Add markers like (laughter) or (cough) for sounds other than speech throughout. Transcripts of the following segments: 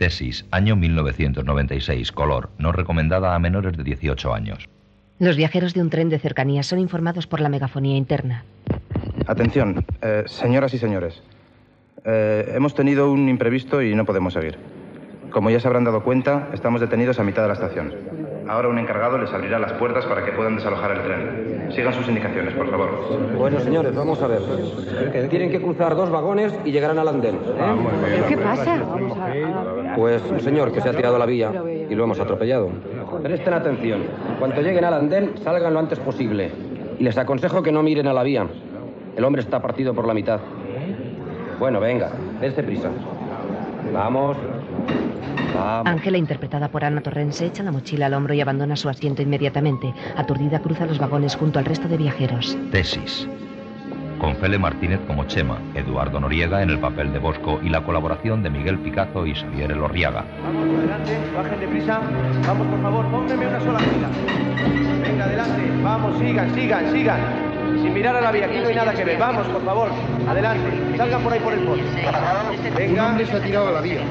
Tesis, año 1996, color, no recomendada a menores de 18 años. Los viajeros de un tren de cercanías son informados por la megafonía interna. Atención, eh, señoras y señores. Eh, hemos tenido un imprevisto y no podemos seguir. Como ya se habrán dado cuenta, estamos detenidos a mitad de la estación. Ahora un encargado les abrirá las puertas para que puedan desalojar el tren. Sigan sus indicaciones, por favor. Bueno, señores, vamos a ver. Tienen que cruzar dos vagones y llegarán al andén. ¿eh? ¿Pero qué pasa? Pues un señor que se ha tirado a la vía y lo hemos atropellado. Presten atención. En cuanto lleguen al andén, salgan lo antes posible. Y les aconsejo que no miren a la vía. El hombre está partido por la mitad. Bueno, venga, dense prisa. Vamos. Vamos. Ángela, interpretada por Ana Torrens, echa la mochila al hombro y abandona su asiento inmediatamente. Aturdida, cruza los vagones junto al resto de viajeros. Tesis. Con Fele Martínez como Chema, Eduardo Noriega en el papel de Bosco y la colaboración de Miguel Picazo y Xavier Elorriaga. Vamos, adelante, bajen de prisa. Vamos, por favor, pónganme una sola fila. Venga, adelante, vamos, sigan, sigan, sigan. Sin mirar a la vía, aquí no hay nada que ver. Vamos, por favor, adelante. Salgan por ahí por el fondo. Venga. hombre se ha tirado a la vía.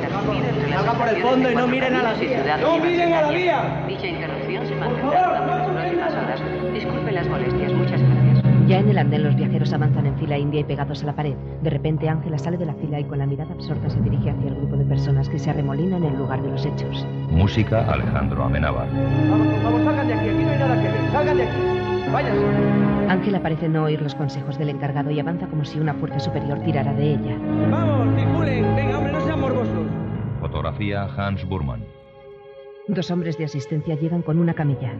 Salgan por el fondo y no miren a la vía. ¡No miren a la vía! Dicha interrupción se mantendrá durante las próximas horas. Disculpen las molestias, muchas gracias. Ya en el andén, los viajeros avanzan en fila india y pegados a la pared. De repente, Ángela sale de la fila y con la mirada absorta se dirige hacia el grupo de personas que se arremolinan en el lugar de los hechos. Música, Alejandro Amenábar. Vamos, por favor, salgan de aquí, aquí no hay nada que ver. Salgan de aquí. Váyanse. Ángela parece no oír los consejos del encargado y avanza como si una fuerza superior tirara de ella. Vamos, circulen. Venga, hombre, no sean morbosos. Fotografía, Hans Burman. Dos hombres de asistencia llegan con una camilla.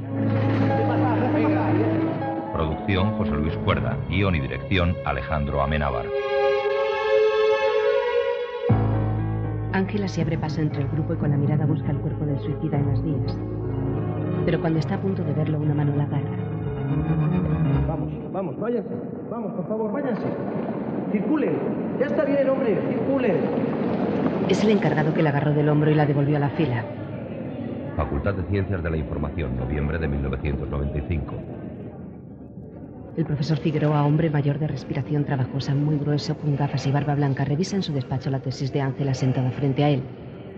Producción, José Luis Cuerda. Guión y dirección, Alejandro Amenábar. Ángela se abre paso entre el grupo y con la mirada busca el cuerpo del suicida en las vías. Pero cuando está a punto de verlo, una mano la agarra. Vamos, vamos, váyanse. Vamos, por favor, váyanse. Circulen. Ya está bien, hombre, circulen. Es el encargado que la agarró del hombro y la devolvió a la fila. Facultad de Ciencias de la Información, noviembre de 1995. El profesor Figueroa, hombre mayor de respiración trabajosa, muy grueso, con gafas y barba blanca, revisa en su despacho la tesis de Ángela sentada frente a él.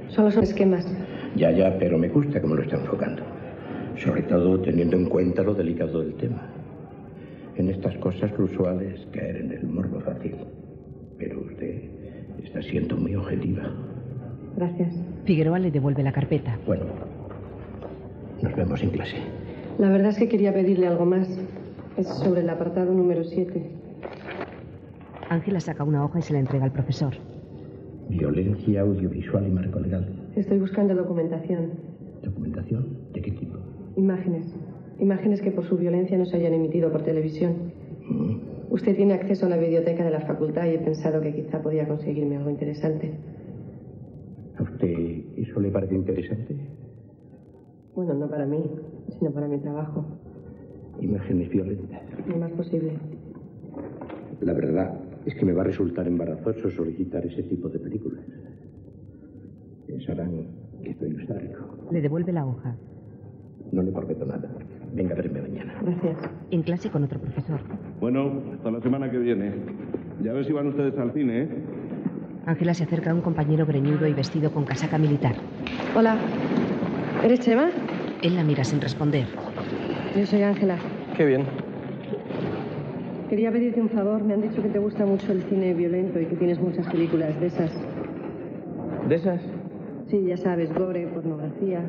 Solo son esquemas. Ya, ya, pero me gusta cómo lo está enfocando. Sobre todo teniendo en cuenta lo delicado del tema. En estas cosas lo usual es caer en el morbo fácil. Pero usted está siendo muy objetiva. Gracias. Figueroa le devuelve la carpeta. Bueno, nos vemos en clase. La verdad es que quería pedirle algo más. Es sobre el apartado número 7. Ángela saca una hoja y se la entrega al profesor. Violencia audiovisual y marco legal. Estoy buscando documentación. ¿Documentación? ¿De qué tipo? Imágenes. Imágenes que por su violencia no se hayan emitido por televisión. Mm, Usted tiene acceso a la biblioteca de la facultad y he pensado que quizá podía conseguirme algo interesante. ¿A usted eso le parece interesante? Bueno, no para mí, sino para mi trabajo. Imágenes violentas. Lo más posible. La verdad es que me va a resultar embarazoso solicitar ese tipo de películas. Pensarán que soy sádico. Le devuelve la hoja. No le prometo nada. Venga a verme mañana. Gracias. En clase con otro profesor. Bueno, hasta la semana que viene. Ya ver si van ustedes al cine, ¿eh? Ángela se acerca a un compañero greñudo y vestido con casaca militar. Hola. ¿Eres Chema? Él la mira sin responder. Yo soy Ángela. Qué bien. Quería pedirte un favor. Me han dicho que te gusta mucho el cine violento y que tienes muchas películas de esas. ¿De esas? Sí, ya sabes, gore, pornografía.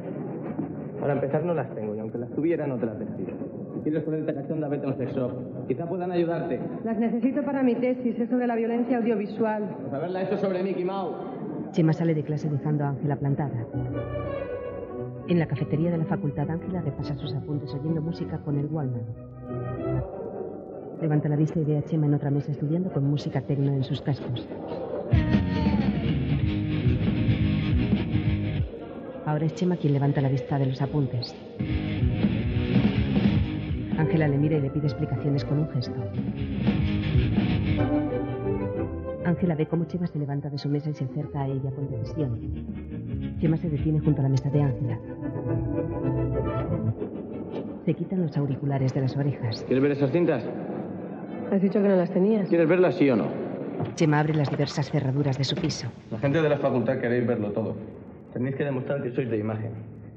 Para empezar no las tengo y aunque las tuviera no te las decido. Si quieres ponerte cachonda, vete a un sex shop. Quizá puedan ayudarte. Las necesito para mi tesis, eso de la violencia audiovisual. Pues haberla hecho sobre Mickey Mouse. Chema sale de clase dejando a Ángela plantada. En la cafetería de la facultad, Ángela repasa sus apuntes oyendo música con el Wallman. Levanta la vista y ve a Chema en otra mesa estudiando con música tecno en sus cascos. Ahora es Chema quien levanta la vista de los apuntes. Ángela le mira y le pide explicaciones con un gesto. Ángela ve cómo Chema se levanta de su mesa y se acerca a ella con decisión. Chema se detiene junto a la mesa de Ángela. Se quitan los auriculares de las orejas. ¿Quieres ver esas cintas? Has dicho que no las tenías. ¿Quieres verlas sí o no? Chema abre las diversas cerraduras de su piso. La gente de la facultad queréis verlo todo. Tenéis que demostrar que sois de imagen.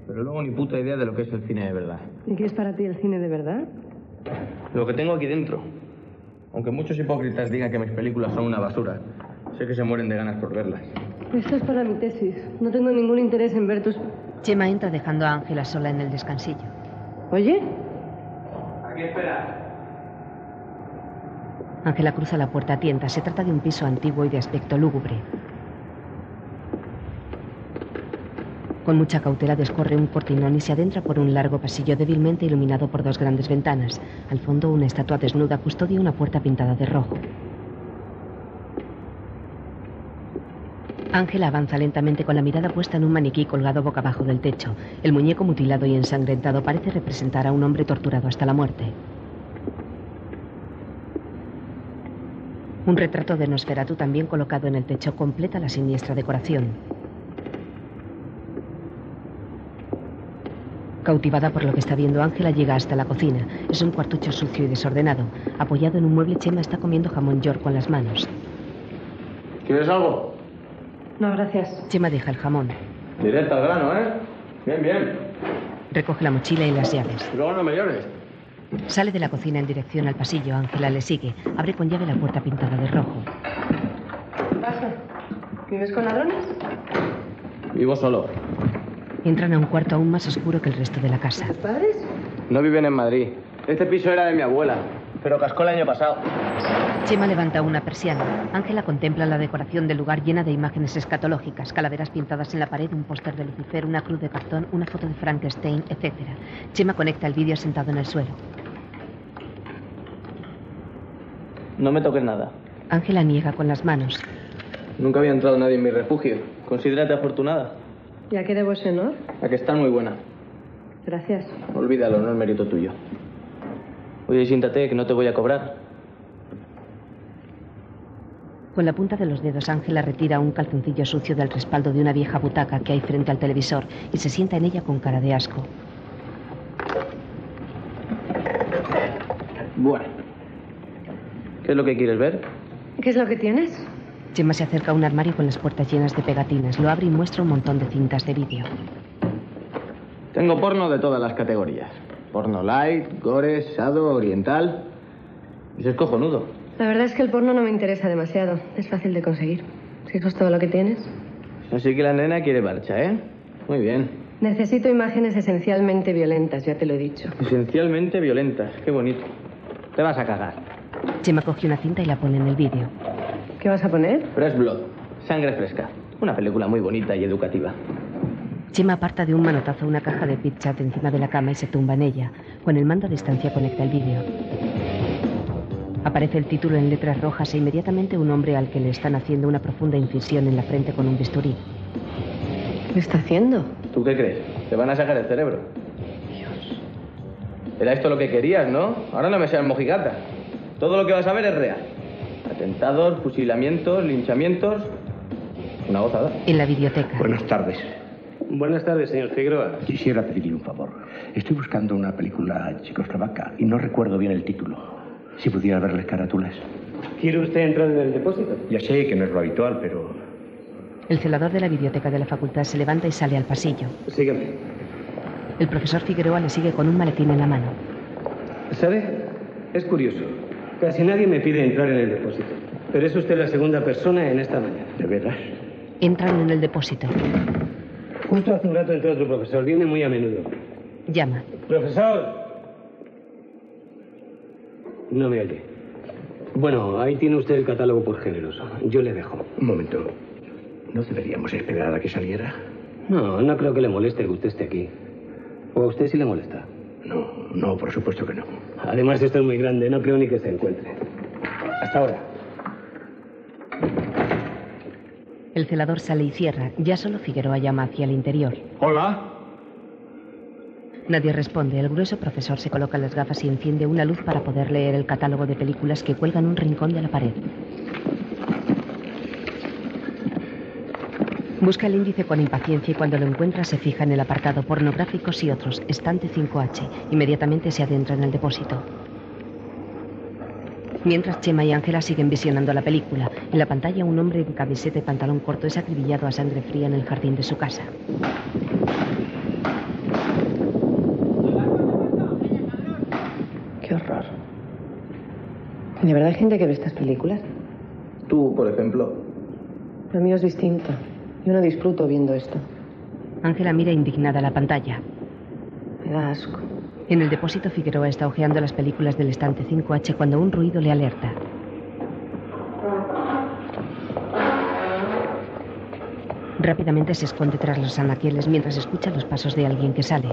Pero luego ni puta idea de lo que es el cine de verdad. ¿Y qué es para ti el cine de verdad? Lo que tengo aquí dentro. Aunque muchos hipócritas digan que mis películas son una basura, sé que se mueren de ganas por verlas. Esto es para mi tesis. No tengo ningún interés en ver tus... Chema entra dejando a Ángela sola en el descansillo. ¿Oye? Aquí espera. Ángela cruza la puerta a tientas. Se trata de un piso antiguo y de aspecto lúgubre. Con mucha cautela descorre un cortinón y se adentra por un largo pasillo débilmente iluminado por dos grandes ventanas. Al fondo, una estatua desnuda custodia una puerta pintada de rojo. Ángela avanza lentamente con la mirada puesta en un maniquí colgado boca abajo del techo. El muñeco mutilado y ensangrentado parece representar a un hombre torturado hasta la muerte. Un retrato de Nosferatu también colocado en el techo completa la siniestra decoración. Cautivada por lo que está viendo, Ángela llega hasta la cocina. Es un cuartucho sucio y desordenado. Apoyado en un mueble, Chema está comiendo jamón york con las manos. ¿Quieres algo? No, gracias. Chema deja el jamón. Directa al grano, ¿eh? Bien, bien. Recoge la mochila y las llaves. Luego no me llores. Sale de la cocina en dirección al pasillo. Ángela le sigue. Abre con llave la puerta pintada de rojo. ¿Qué pasa? ¿Vives con ladrones? Vivo solo. Entran a un cuarto aún más oscuro que el resto de la casa. ¿Tus padres? No viven en Madrid. Este piso era de mi abuela, pero cascó el año pasado. Chema levanta una persiana. Ángela contempla la decoración del lugar llena de imágenes escatológicas, calaveras pintadas en la pared, un póster de Lucifer, una cruz de cartón, una foto de Frankenstein, etc. Chema conecta el vídeo sentado en el suelo. No me toques nada. Ángela niega con las manos. Nunca había entrado nadie en mi refugio. Considérate afortunada. ¿Y a qué debo ese honor? La que está muy buena. Gracias. Olvídalo, no es mérito tuyo. Oye, siéntate, que no te voy a cobrar. Con la punta de los dedos, Ángela retira un calzoncillo sucio del respaldo de una vieja butaca que hay frente al televisor y se sienta en ella con cara de asco. Bueno. ¿Qué es lo que quieres ver? ¿Qué es lo que tienes? Chema se acerca a un armario con las puertas llenas de pegatinas, lo abre y muestra un montón de cintas de vídeo. Tengo porno de todas las categorías. Porno light, gore, sado, oriental. Eso es cojonudo. La verdad es que el porno no me interesa demasiado. Es fácil de conseguir. Si eso es todo lo que tienes. Así que la nena quiere marcha, ¿eh? Muy bien. Necesito imágenes esencialmente violentas, ya te lo he dicho. Esencialmente violentas. Qué bonito. Te vas a cagar. Chema coge una cinta y la pone en el vídeo. ¿Qué vas a poner? Fresh Blood. Sangre fresca. Una película muy bonita y educativa. Chema aparta de un manotazo una caja de pizza de encima de la cama y se tumba en ella. Con el mando a distancia conecta el vídeo. Aparece el título en letras rojas e inmediatamente un hombre al que le están haciendo una profunda incisión en la frente con un bisturí. ¿Qué está haciendo? ¿Tú qué crees? Te van a sacar el cerebro. Dios. Era esto lo que querías, ¿no? Ahora no me seas mojigata. Todo lo que vas a ver es real. Atentados, fusilamientos, linchamientos. Una gozada. En la biblioteca. Buenas tardes. Buenas tardes, señor Figueroa. Quisiera pedirle un favor. Estoy buscando una película checoslovaca y no recuerdo bien el título. Si pudiera ver las carátulas. ¿Quiere usted entrar en el depósito? Ya sé que no es lo habitual, pero... El celador de la biblioteca de la facultad se levanta y sale al pasillo. Sígueme. El profesor Figueroa le sigue con un maletín en la mano. ¿Sabe? Es curioso. Casi nadie me pide entrar en el depósito. Pero es usted la segunda persona en esta mañana. ¿De veras? Entran en el depósito. Justo hace un rato entró otro profesor. Viene muy a menudo. Llama. ¡Profesor! No me oye. Bueno, ahí tiene usted el catálogo por géneros. Yo le dejo. Un momento. ¿No deberíamos esperar a que saliera? No, no creo que le moleste que usted esté este aquí. ¿O a usted sí le molesta? No, no, por supuesto que no. Además, esto es muy grande. No creo ni que se encuentre. Hasta ahora. El celador sale y cierra. Ya solo Figueroa llama hacia el interior. Hola. Nadie responde. El grueso profesor se coloca las gafas y enciende una luz para poder leer el catálogo de películas que cuelgan un rincón de la pared. Busca el índice con impaciencia y cuando lo encuentra se fija en el apartado pornográficos y otros, estante 5H. Inmediatamente se adentra en el depósito. Mientras Chema y Ángela siguen visionando la película, en la pantalla un hombre en camiseta y pantalón corto es acribillado a sangre fría en el jardín de su casa. Qué horror. ¿De verdad hay gente que ve estas películas? Tú, por ejemplo. Lo mío es distinto. Yo no disfruto viendo esto. Ángela mira indignada la pantalla. Me da asco. En el depósito Figueroa está hojeando las películas del estante 5H cuando un ruido le alerta. Rápidamente se esconde tras los anaqueles mientras escucha los pasos de alguien que sale.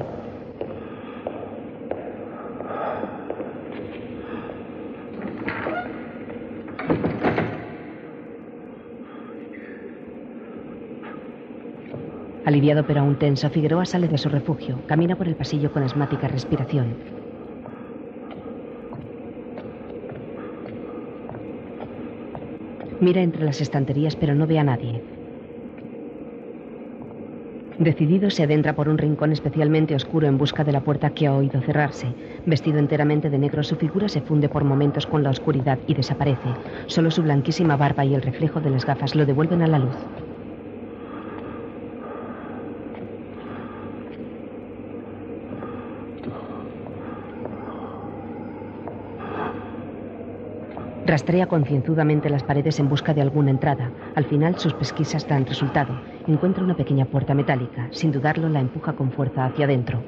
Aliviado pero aún tenso, Figueroa sale de su refugio. Camina por el pasillo con asmática respiración. Mira entre las estanterías pero no ve a nadie. Decidido, se adentra por un rincón especialmente oscuro en busca de la puerta que ha oído cerrarse. Vestido enteramente de negro, su figura se funde por momentos con la oscuridad y desaparece. Solo su blanquísima barba y el reflejo de las gafas lo devuelven a la luz. Rastrea concienzudamente las paredes en busca de alguna entrada. Al final sus pesquisas dan resultado. Encuentra una pequeña puerta metálica. Sin dudarlo la empuja con fuerza hacia adentro.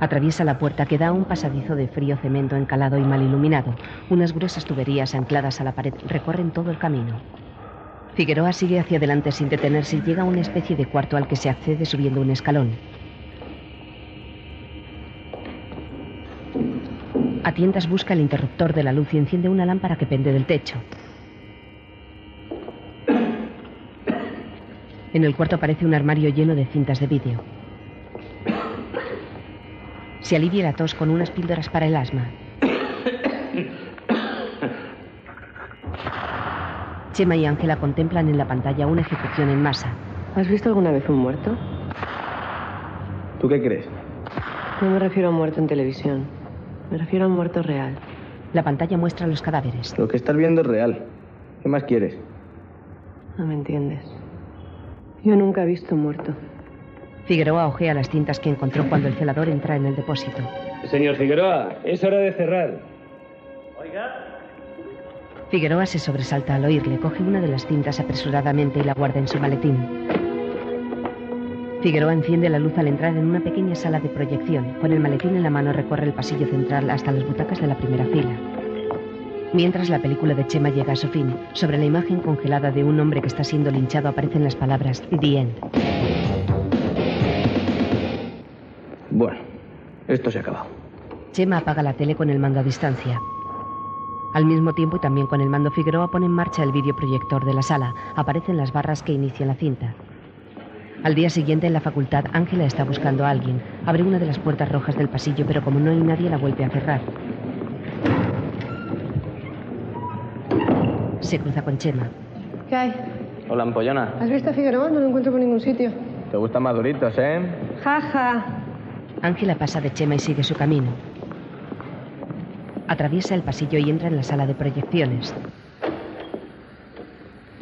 Atraviesa la puerta que da a un pasadizo de frío cemento encalado y mal iluminado. Unas gruesas tuberías ancladas a la pared recorren todo el camino. Figueroa sigue hacia adelante sin detenerse y llega a una especie de cuarto al que se accede subiendo un escalón. A tientas busca el interruptor de la luz y enciende una lámpara que pende del techo. En el cuarto aparece un armario lleno de cintas de vídeo. Se alivia la tos con unas píldoras para el asma. Chema y Ángela contemplan en la pantalla una ejecución en masa. ¿Has visto alguna vez un muerto? ¿Tú qué crees? No me refiero a muerto en televisión. Me refiero a un muerto real. La pantalla muestra los cadáveres. Lo que estás viendo es real. ¿Qué más quieres? No me entiendes. Yo nunca he visto un muerto. Figueroa ojea las cintas que encontró cuando el celador entra en el depósito. Señor Figueroa, es hora de cerrar. Figueroa se sobresalta al oírle, coge una de las cintas apresuradamente y la guarda en su maletín. Figueroa enciende la luz al entrar en una pequeña sala de proyección. Con el maletín en la mano recorre el pasillo central hasta las butacas de la primera fila. Mientras la película de Chema llega a su fin, sobre la imagen congelada de un hombre que está siendo linchado aparecen las palabras The End. Bueno, esto se ha acabado. Chema apaga la tele con el mando a distancia. Al mismo tiempo y también con el mando Figueroa pone en marcha el videoproyector de la sala. Aparecen las barras que inician la cinta. Al día siguiente en la facultad, Ángela está buscando a alguien. Abre una de las puertas rojas del pasillo, pero como no hay nadie, la vuelve a cerrar. Se cruza con Chema. ¿Qué hay? Hola, ampollona. ¿Has visto a Figueroa? No lo encuentro por ningún sitio. ¿Te gustan maduritos, eh? Jaja. Ángela pasa de Chema y sigue su camino. Atraviesa el pasillo y entra en la sala de proyecciones.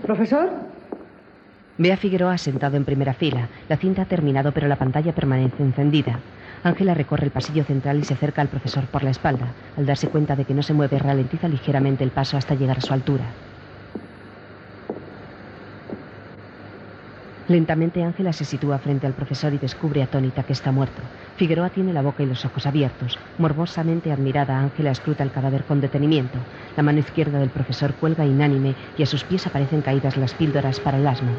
¿Profesor? Ve a Figueroa sentado en primera fila. La cinta ha terminado, pero la pantalla permanece encendida. Ángela recorre el pasillo central y se acerca al profesor por la espalda. Al darse cuenta de que no se mueve, ralentiza ligeramente el paso hasta llegar a su altura. Lentamente Ángela se sitúa frente al profesor y descubre atónita que está muerto. Figueroa tiene la boca y los ojos abiertos. Morbosamente admirada, Ángela escruta el cadáver con detenimiento. La mano izquierda del profesor cuelga inánime y a sus pies aparecen caídas las píldoras para el asma.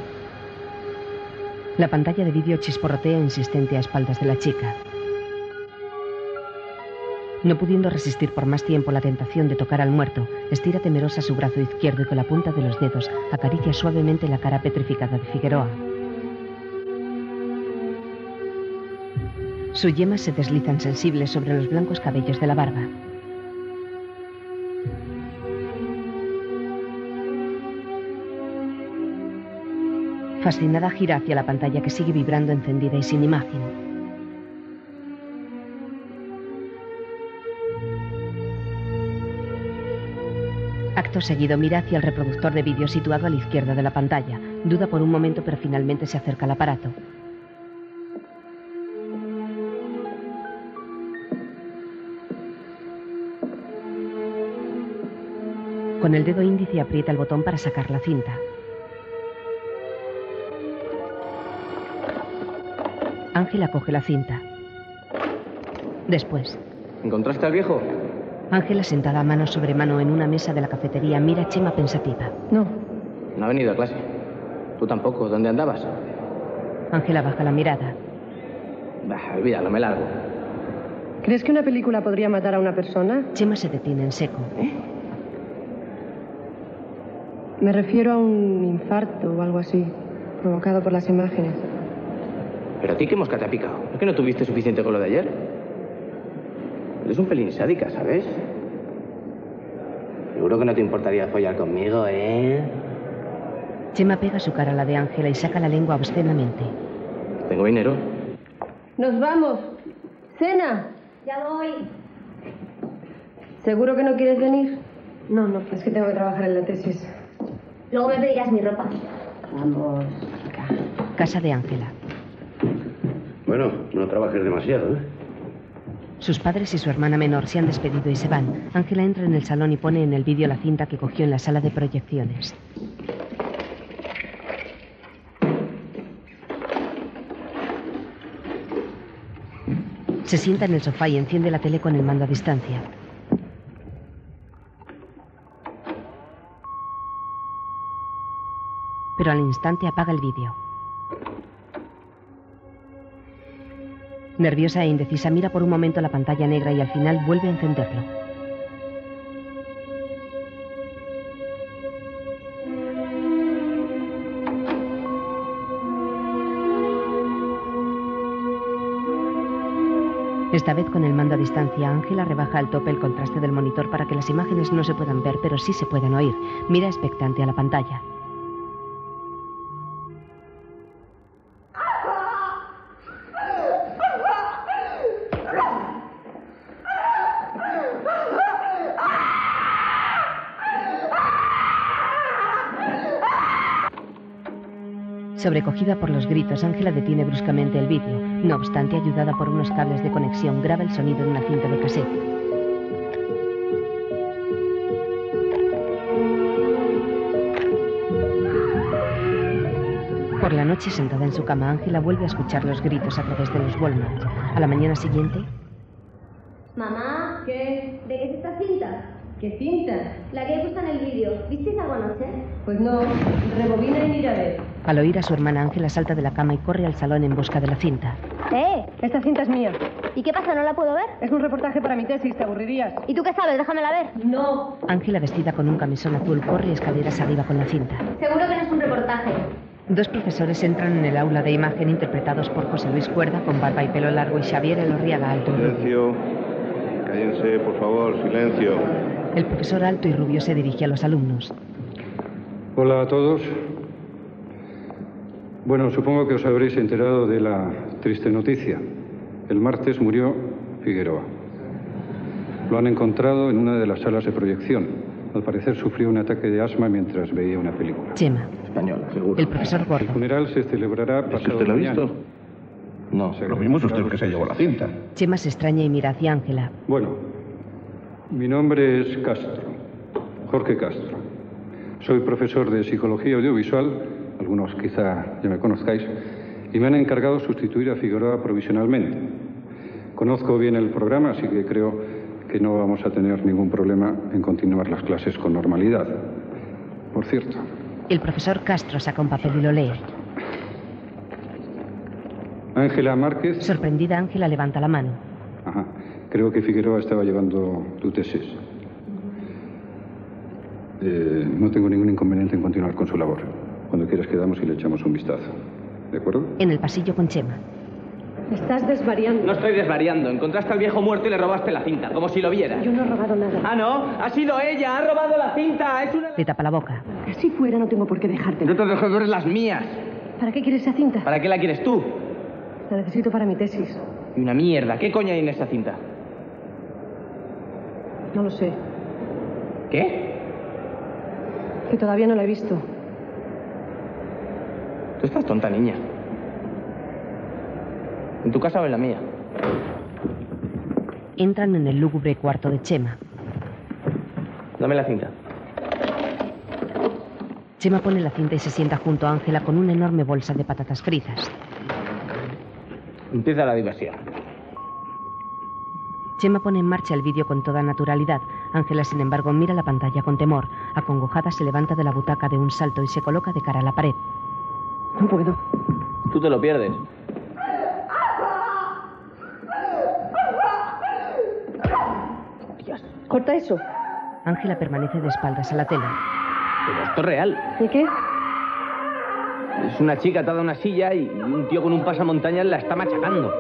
La pantalla de vídeo chisporrotea insistente a espaldas de la chica. No pudiendo resistir por más tiempo la tentación de tocar al muerto, estira temerosa su brazo izquierdo y con la punta de los dedos acaricia suavemente la cara petrificada de Figueroa. Sus yemas se deslizan sensibles sobre los blancos cabellos de la barba. Fascinada gira hacia la pantalla que sigue vibrando encendida y sin imagen. Acto seguido mira hacia el reproductor de vídeo situado a la izquierda de la pantalla. Duda por un momento pero finalmente se acerca al aparato. Con el dedo índice aprieta el botón para sacar la cinta. Ángela coge la cinta. Después, ¿Encontraste al viejo? Ángela sentada mano sobre mano en una mesa de la cafetería mira a Chema pensativa. No ha venido a clase. Tú tampoco. ¿Dónde andabas? Ángela baja la mirada. Bah, olvídalo, me largo. ¿Crees que una película podría matar a una persona? ¿Eh? Chema se detiene en seco. Me refiero a un infarto o algo así, provocado por las imágenes. ¿Pero a ti qué mosca te ha picado? ¿Es que no tuviste suficiente con lo de ayer? Eres un pelín sádica, ¿sabes? Seguro que no te importaría follar conmigo, ¿eh? Chema pega su cara a la de Ángela y saca la lengua obscenamente. Tengo dinero. ¡Nos vamos! ¡Cena! Ya voy. ¿Seguro que no quieres venir? No, no. Es que tengo que trabajar en la tesis. Luego me pedirás mi ropa. Vamos. Casa de Ángela. Bueno, no trabajes demasiado, ¿eh? Sus padres y su hermana menor se han despedido y se van. Ángela entra en el salón y pone en el vídeo la cinta que cogió en la sala de proyecciones. Se sienta en el sofá y enciende la tele con el mando a distancia. Pero al instante apaga el vídeo. Nerviosa e indecisa mira por un momento la pantalla negra y al final vuelve a encenderlo. Esta vez con el mando a distancia, Ángela rebaja al tope el contraste del monitor para que las imágenes no se puedan ver, pero sí se puedan oír. Mira expectante a la pantalla. Sobrecogida por los gritos, Ángela detiene bruscamente el vídeo. No obstante, ayudada por unos cables de conexión, graba el sonido de una cinta de cassette. Por la noche, sentada en su cama, Ángela vuelve a escuchar los gritos a través de los Walmart. A la mañana siguiente, Mamá. ¿Qué? ¿De qué es esta cinta? ¿Qué cinta? La que he puesto en el vídeo. ¿Visteis algo anoche? Pues no. Rebobina y mira a ver. al oír a su hermana, Ángela salta de la cama y corre al salón en busca de la cinta. ¡Eh! Esta cinta es mía. ¿Y qué pasa? ¿No la puedo ver? Es un reportaje para mi tesis, te aburrirías. ¿Y tú qué sabes? Déjamela ver. No. Ángela, vestida con un camisón azul, corre escaleras arriba con la cinta. Seguro que no es un reportaje. Dos profesores entran en el aula de imagen interpretados por José Luis Cuerda con barba y pelo largo y Xavier Elorriaga alto. y rubio. Silencio. Cállense, Eh, por favor, silencio. El profesor alto y rubio se dirige a los alumnos. Hola a todos. Bueno, supongo que os habréis enterado de la triste noticia. El martes murió Figueroa. Lo han encontrado en una de las salas de proyección. Al parecer sufrió un ataque de asma mientras veía una película. Chema. Española, seguro. El profesor El Gordo. funeral se celebrará pasado usted lo ha mañana. visto? No, lo mismo es usted que se llevó la cinta. Chema se extraña y mira hacia Ángela. Bueno, mi nombre es Castro, Jorge Castro. Soy profesor de psicología audiovisual, algunos quizá ya me conozcáis, y me han encargado sustituir a Figueroa provisionalmente. Conozco bien el programa, así que creo que no vamos a tener ningún problema en continuar las clases con normalidad. Por cierto, El profesor Castro saca un papel y lo lee. Ángela Márquez, Sorprendida, Ángela levanta la mano. Ajá. Creo que Figueroa estaba llevando tu tesis. Eh, no tengo ningún inconveniente en continuar con su labor. Cuando quieras quedamos y le echamos un vistazo. ¿De acuerdo? En el pasillo con Chema. Estás desvariando. No estoy desvariando. Encontraste al viejo muerto y le robaste la cinta, como si lo vieras. Yo no he robado nada. Ah, no. Ha sido ella. Ha robado la cinta. Es una... Le tapa la boca. Si fuera, no tengo por qué dejarte. No te dejo ver las mías. ¿Para qué quieres esa cinta? ¿Para qué la quieres tú? La necesito para mi tesis. Y una mierda, ¿qué coño hay en esta cinta? No lo sé. ¿Qué? Que todavía no la he visto. Tú estás tonta, niña. En tu casa o en la mía. Entran en el lúgubre cuarto de Chema. Dame la cinta. Chema pone la cinta y se sienta junto a Ángela con una enorme bolsa de patatas fritas. Empieza la diversión. Chema pone en marcha el vídeo con toda naturalidad. Ángela, sin embargo, mira la pantalla con temor. Acongojada se levanta de la butaca de un salto y se coloca de cara a la pared. No puedo. Tú te lo pierdes. Corta eso. Ángela permanece de espaldas a la tele. Pero esto es real. ¿Y qué? Es una chica atada a una silla y un tío con un pasamontañas la está machacando.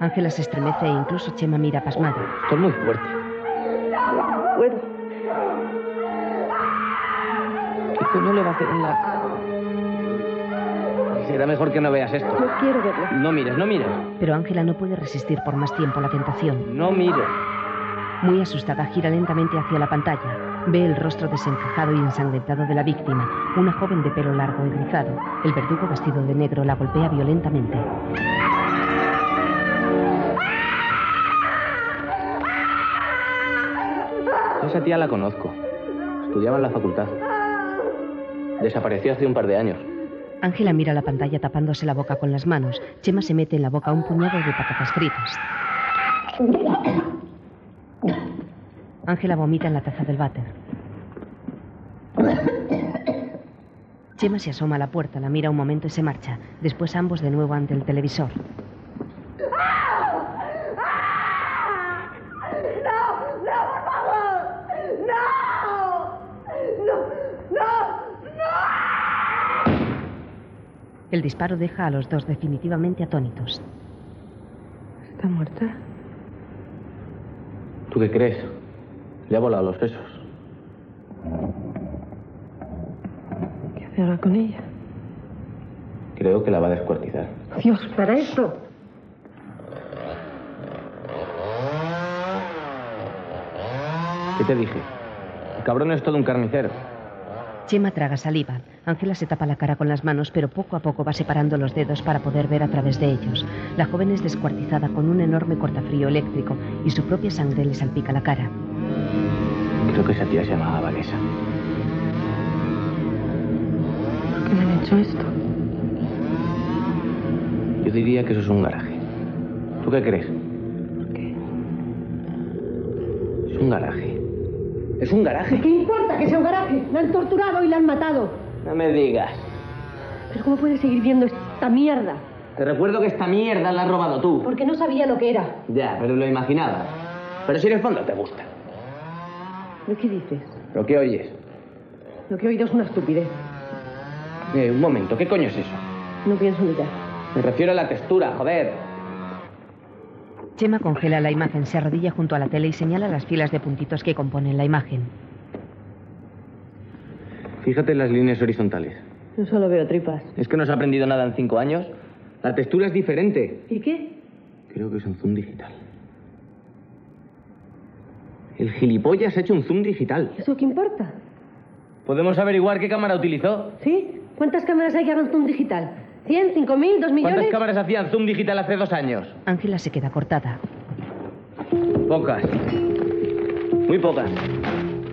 Ángela se estremece e incluso Chema mira pasmada. Esto es muy fuerte. Puedo. ¿Qué coño le va a hacer en la...? Será mejor que no veas esto. No quiero verla. No mires, no mires. Pero Ángela no puede resistir por más tiempo la tentación. No mires. Muy asustada, gira lentamente hacia la pantalla. Ve el rostro desencajado y ensangrentado de la víctima. Una joven de pelo largo y rizado. El verdugo vestido de negro la golpea violentamente. Yo esa tía la conozco. Estudiaba en la facultad. Desapareció hace un par de años. Ángela mira la pantalla tapándose la boca con las manos. Chema se mete en la boca un puñado de patatas fritas. Ángela vomita en la taza del váter. Chema se asoma a la puerta, la mira un momento y se marcha. Después ambos de nuevo ante el televisor. El disparo deja a los dos definitivamente atónitos. ¿Está muerta? ¿Tú qué crees? Le ha volado los sesos. ¿Qué hace ahora con ella? Creo que la va a descuartizar. Dios, para esto. ¿Qué te dije? El cabrón es todo un carnicero. Chema traga saliva. Ángela se tapa la cara con las manos, pero poco a poco va separando los dedos para poder ver a través de ellos. La joven es descuartizada con un enorme cortafrío eléctrico y su propia sangre le salpica la cara. Creo que esa tía se llamaba Vanessa. ¿Por qué me han hecho esto? Yo diría que eso es un garaje. ¿Tú qué crees? ¿Qué? Es un garaje. ¿Es un garaje? ¿Qué importa que sea un garaje? La han torturado y la han matado. No me digas. Pero ¿cómo puedes seguir viendo esta mierda? Te recuerdo que esta mierda la has robado tú. Porque no sabía lo que era. Ya, pero lo imaginaba. Pero si en el fondo te gusta. ¿Lo que dices? Lo que oyes. Lo que he oído es una estupidez. Eh, un momento, ¿qué coño es eso? No pienso mirar. Me refiero a la textura, joder. Chema congela la imagen, se arrodilla junto a la tele y señala las filas de puntitos que componen la imagen. Fíjate en las líneas horizontales. Yo solo veo tripas. ¿Es que no has aprendido nada en cinco años? La textura es diferente. ¿Y qué? Creo que es un zoom digital. El gilipollas ha hecho un zoom digital. ¿Eso qué importa? ¿Podemos averiguar qué cámara utilizó? ¿Sí? ¿Cuántas cámaras hay que hagan zoom digital? ¿Cien? ¿Cinco mil? ¿Dos millones? ¿Cuántas cámaras hacían zoom digital hace dos años? Ángela se queda cortada. Pocas. Muy pocas.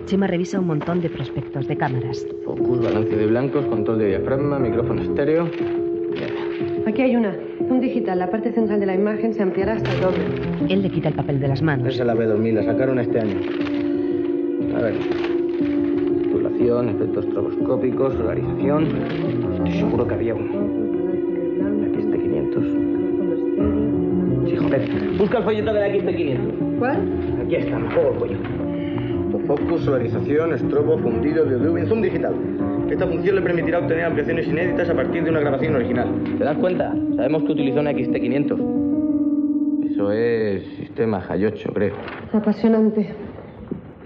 Chema revisa un montón de prospectos de cámaras. Focus, balance de blancos, control de diafragma, micrófono estéreo. Aquí hay una. Zoom digital. La parte central de la imagen se ampliará hasta el doble. Él le quita el papel de las manos. Esa es la B2000, la sacaron este año. A ver. Titulación, efectos estroboscópicos, solarización. Estoy seguro que había uno. La pista 500. Sí, joder. Busca el folleto de la pista 500. ¿Cuál? Aquí está, me juego el cuello. Autofocus, solarización, estrobo, fundido, biodub y zoom digital. Esta función le permitirá obtener ampliaciones inéditas a partir de una grabación original. ¿Te das cuenta? Sabemos que utilizó una XT500. Eso es sistema J8, creo. Apasionante.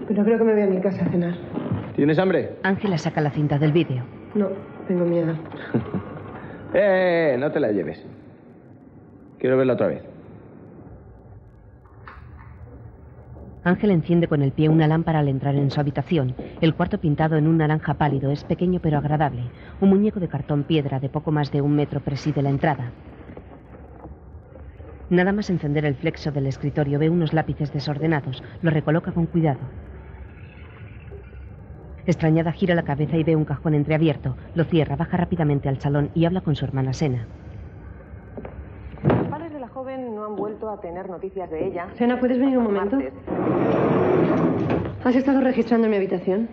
Pero creo que me voy a mi casa a cenar. ¿Tienes hambre? Ángela saca la cinta del vídeo. No, tengo miedo. Eh, eh, no te la lleves. Quiero verla otra vez. Ángela enciende con el pie una lámpara al entrar en su habitación. El cuarto pintado en un naranja pálido es pequeño pero agradable. Un muñeco de cartón piedra de poco más de un metro preside la entrada. Nada más encender el flexo del escritorio ve unos lápices desordenados. Lo recoloca con cuidado. Extrañada gira la cabeza y ve un cajón entreabierto. Lo cierra, baja rápidamente al salón y habla con su hermana Sena. Los padres de la joven no han vuelto a tener noticias de ella. Sena, ¿puedes venir un momento? ¿Has estado registrando en mi habitación?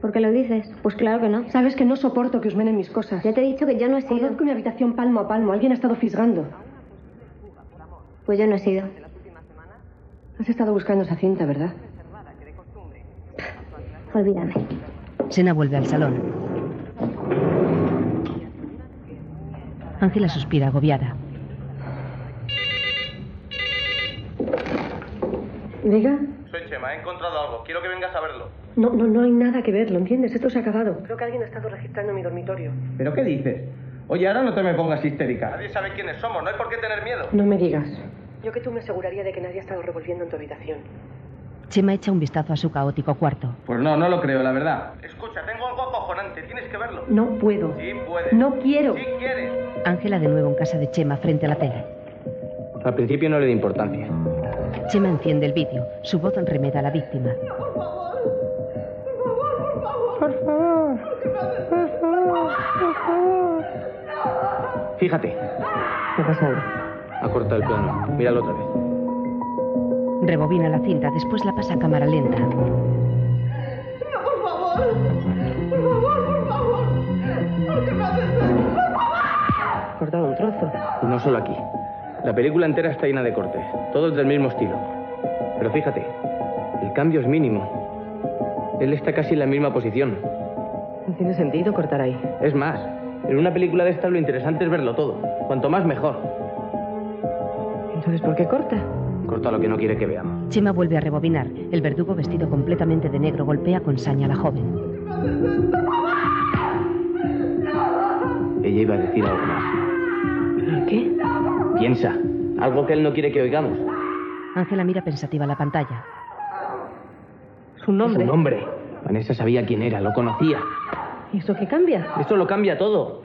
¿Por qué lo dices? Pues claro que no. Sabes que no soporto que os menen mis cosas. Ya te he dicho que yo no he sido. Conozco mi habitación palmo a palmo. Alguien ha estado fisgando. Pues yo no he sido. Has estado buscando esa cinta, ¿verdad? Olvídame. Sena vuelve al salón. Ángela suspira agobiada. Diga. Soy Chema, he encontrado algo. Quiero que vengas a verlo. No, no, no hay nada que ver, ¿lo entiendes? Esto se ha acabado. Creo que alguien ha estado registrando en mi dormitorio. ¿Pero qué dices? Oye, ahora no te me pongas histérica. Nadie sabe quiénes somos, no hay por qué tener miedo. No me digas. Yo que tú me aseguraría de que nadie ha estado revolviendo en tu habitación. Chema echa un vistazo a su caótico cuarto. Pues no, no lo creo, la verdad. Escucha, tengo algo acojonante, tienes que verlo. No puedo. Sí puedes. No quiero. Sí quieres. Ángela de nuevo en casa de Chema frente a la tele. Al principio no le di importancia. Chema enciende el vídeo. Su voz enremeda a la víctima. Por favor. Por favor. Por favor. Fíjate. ¿Qué pasa ahora? Acorta el plano. Míralo otra vez. Rebobina la cinta, después la pasa a cámara lenta. por favor. Por favor, por favor. ¿Por qué me haces esto? Por favor. Cortado un trozo. Y no solo aquí. La película entera está llena de cortes, todos del mismo estilo. Pero fíjate, el cambio es mínimo. Él está casi en la misma posición. No tiene sentido cortar ahí. Es más, en una película de esta lo interesante es verlo todo. Cuanto más mejor. Entonces, ¿por qué corta? Corta lo que no quiere que veamos. Chema vuelve a rebobinar. El verdugo vestido completamente de negro golpea con saña a la joven. ¿Por qué me haces esto? Ella iba a decir algo más. ¿Qué? Piensa, algo que él no quiere que oigamos. Ángela mira pensativa la pantalla. Su nombre. Su nombre. Vanessa sabía quién era, lo conocía. ¿Y eso qué cambia? Esto lo cambia todo.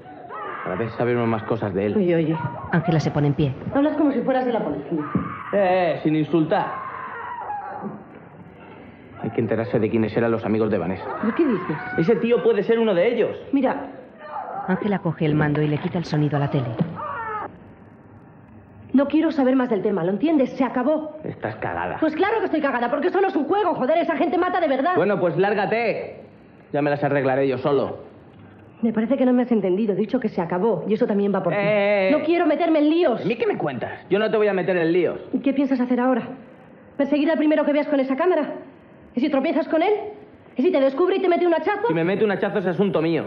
Cada vez sabemos más cosas de él. Oye, oye. Ángela se pone en pie. Hablas como si fueras de la policía. Eh, eh, sin insultar. Hay que enterarse de quiénes eran los amigos de Vanessa. ¿Pero qué dices? Ese tío puede ser uno de ellos. Mira, Ángela coge el mando y le quita el sonido a la tele. no quiero saber más del tema, ¿lo entiendes? Se acabó. Estás cagada. Pues claro que estoy cagada, porque solo es un juego, joder, esa gente mata de verdad. Bueno, pues lárgate. Ya me las arreglaré yo solo. Me parece que no me has entendido, he dicho que se acabó, y eso también va por ti. Eh, eh, eh. No quiero meterme en líos. ¿A mí qué me cuentas? Yo no te voy a meter en líos. ¿Y qué piensas hacer ahora? ¿Perseguir al primero que veas con esa cámara? ¿Y si tropiezas con él? ¿Y si te descubre y te mete un hachazo? Si me mete un hachazo es asunto mío.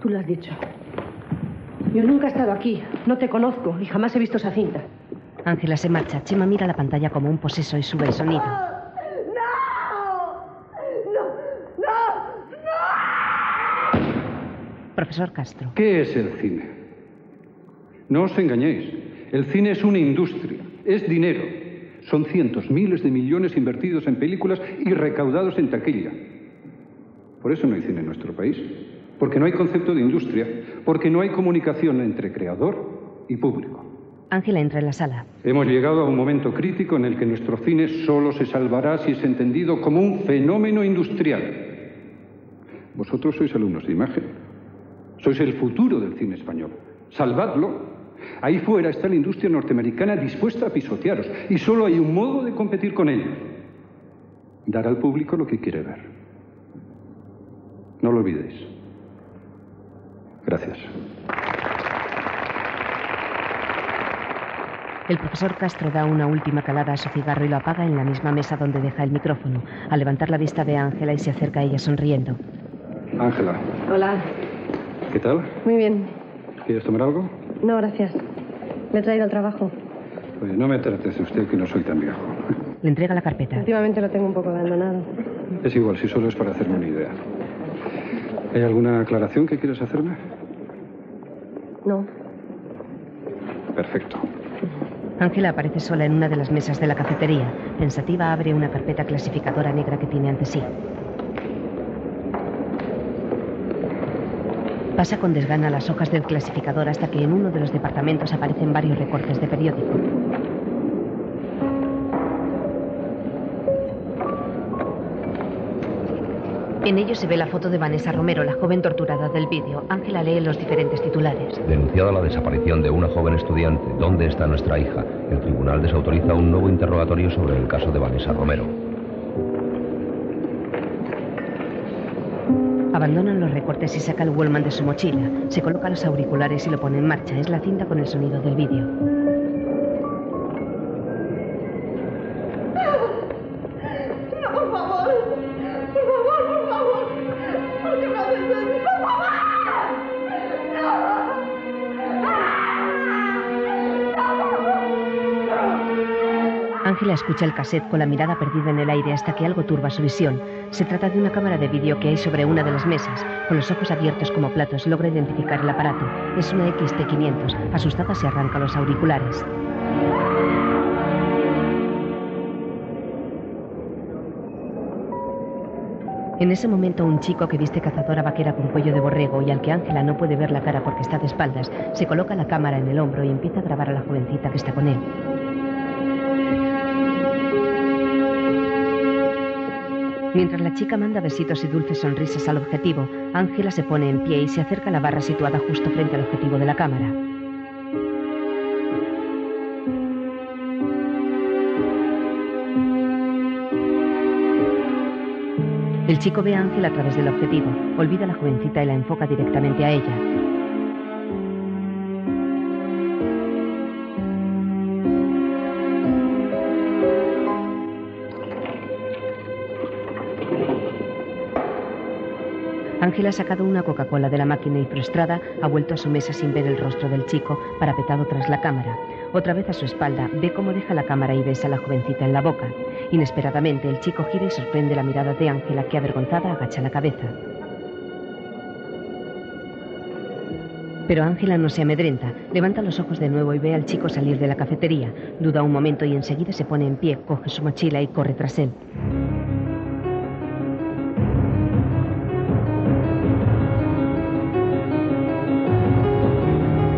Tú lo has dicho. Yo nunca he estado aquí, no te conozco y jamás he visto esa cinta. Ángela se marcha. Chema mira la pantalla como un poseso y sube el sonido. Profesor Castro. ¿Qué es el cine? No os engañéis. El cine es una industria, es dinero. Son cientos, miles de millones invertidos en películas y recaudados en taquilla. Por eso no hay cine en nuestro país. Porque no hay concepto de industria, porque no hay comunicación entre creador y público. Ángela entra en la sala. Hemos llegado a un momento crítico en el que nuestro cine solo se salvará si es entendido como un fenómeno industrial. Vosotros sois alumnos de imagen. Sois el futuro del cine español. Salvadlo. Ahí fuera está la industria norteamericana dispuesta a pisotearos y solo hay un modo de competir con ellos. Dar al público lo que quiere ver. No lo olvidéis. Gracias. El profesor Castro da una última calada a su cigarro y lo apaga en la misma mesa donde deja el micrófono. Al levantar la vista ve a Ángela y se acerca a ella sonriendo. Ángela, Hola. ¿qué tal? Muy bien. ¿Quieres tomar algo? No, gracias. Me he traído al trabajo. Pues Oye, no me trates de usted que no soy tan viejo. Le entrega la carpeta. Últimamente lo tengo un poco abandonado. Es igual, si solo es para hacerme una idea. ¿Hay alguna aclaración que quieras hacerme? No. Perfecto. Ángela aparece sola en una de las mesas de la cafetería. Pensativa abre una carpeta clasificadora negra que tiene ante sí. Pasa con desgana las hojas del clasificador hasta que en uno de los departamentos aparecen varios recortes de periódico. En ellos se ve la foto de Vanessa Romero, la joven torturada del vídeo. Ángela lee los diferentes titulares. Denunciada la desaparición de una joven estudiante, ¿dónde está nuestra hija? El tribunal desautoriza un nuevo interrogatorio sobre el caso de Vanessa Romero. Abandonan los recortes y saca el Wallman de su mochila. Se coloca los auriculares y lo pone en marcha. Es la cinta con el sonido del vídeo. No, por favor. Por favor, por favor. ¿Por qué me haces esto? ¡Por favor! ¡No! Ángela escucha el cassette con la mirada perdida en el aire hasta que algo turba su visión. Se trata de una cámara de vídeo que hay sobre una de las mesas. Con los ojos abiertos como platos logra identificar el aparato. Es una XT500. Asustada se arranca los auriculares. En ese momento un chico que viste cazadora vaquera con cuello de borrego y al que Ángela no puede ver la cara porque está de espaldas, se coloca la cámara en el hombro y empieza a grabar a la jovencita que está con él. Mientras la chica manda besitos y dulces sonrisas al objetivo, Ángela se pone en pie y se acerca a la barra situada justo frente al objetivo de la cámara. El chico ve a Ángela a través del objetivo, olvida a la jovencita y la enfoca directamente a ella. Ángela ha sacado una Coca-Cola de la máquina y frustrada ha vuelto a su mesa sin ver el rostro del chico parapetado tras la cámara. Otra vez a su espalda ve cómo deja la cámara y besa a la jovencita en la boca. Inesperadamente el chico gira y sorprende la mirada de Ángela que avergonzada agacha la cabeza. Pero Ángela no se amedrenta, levanta los ojos de nuevo y ve al chico salir de la cafetería. Duda un momento y enseguida se pone en pie, coge su mochila y corre tras él.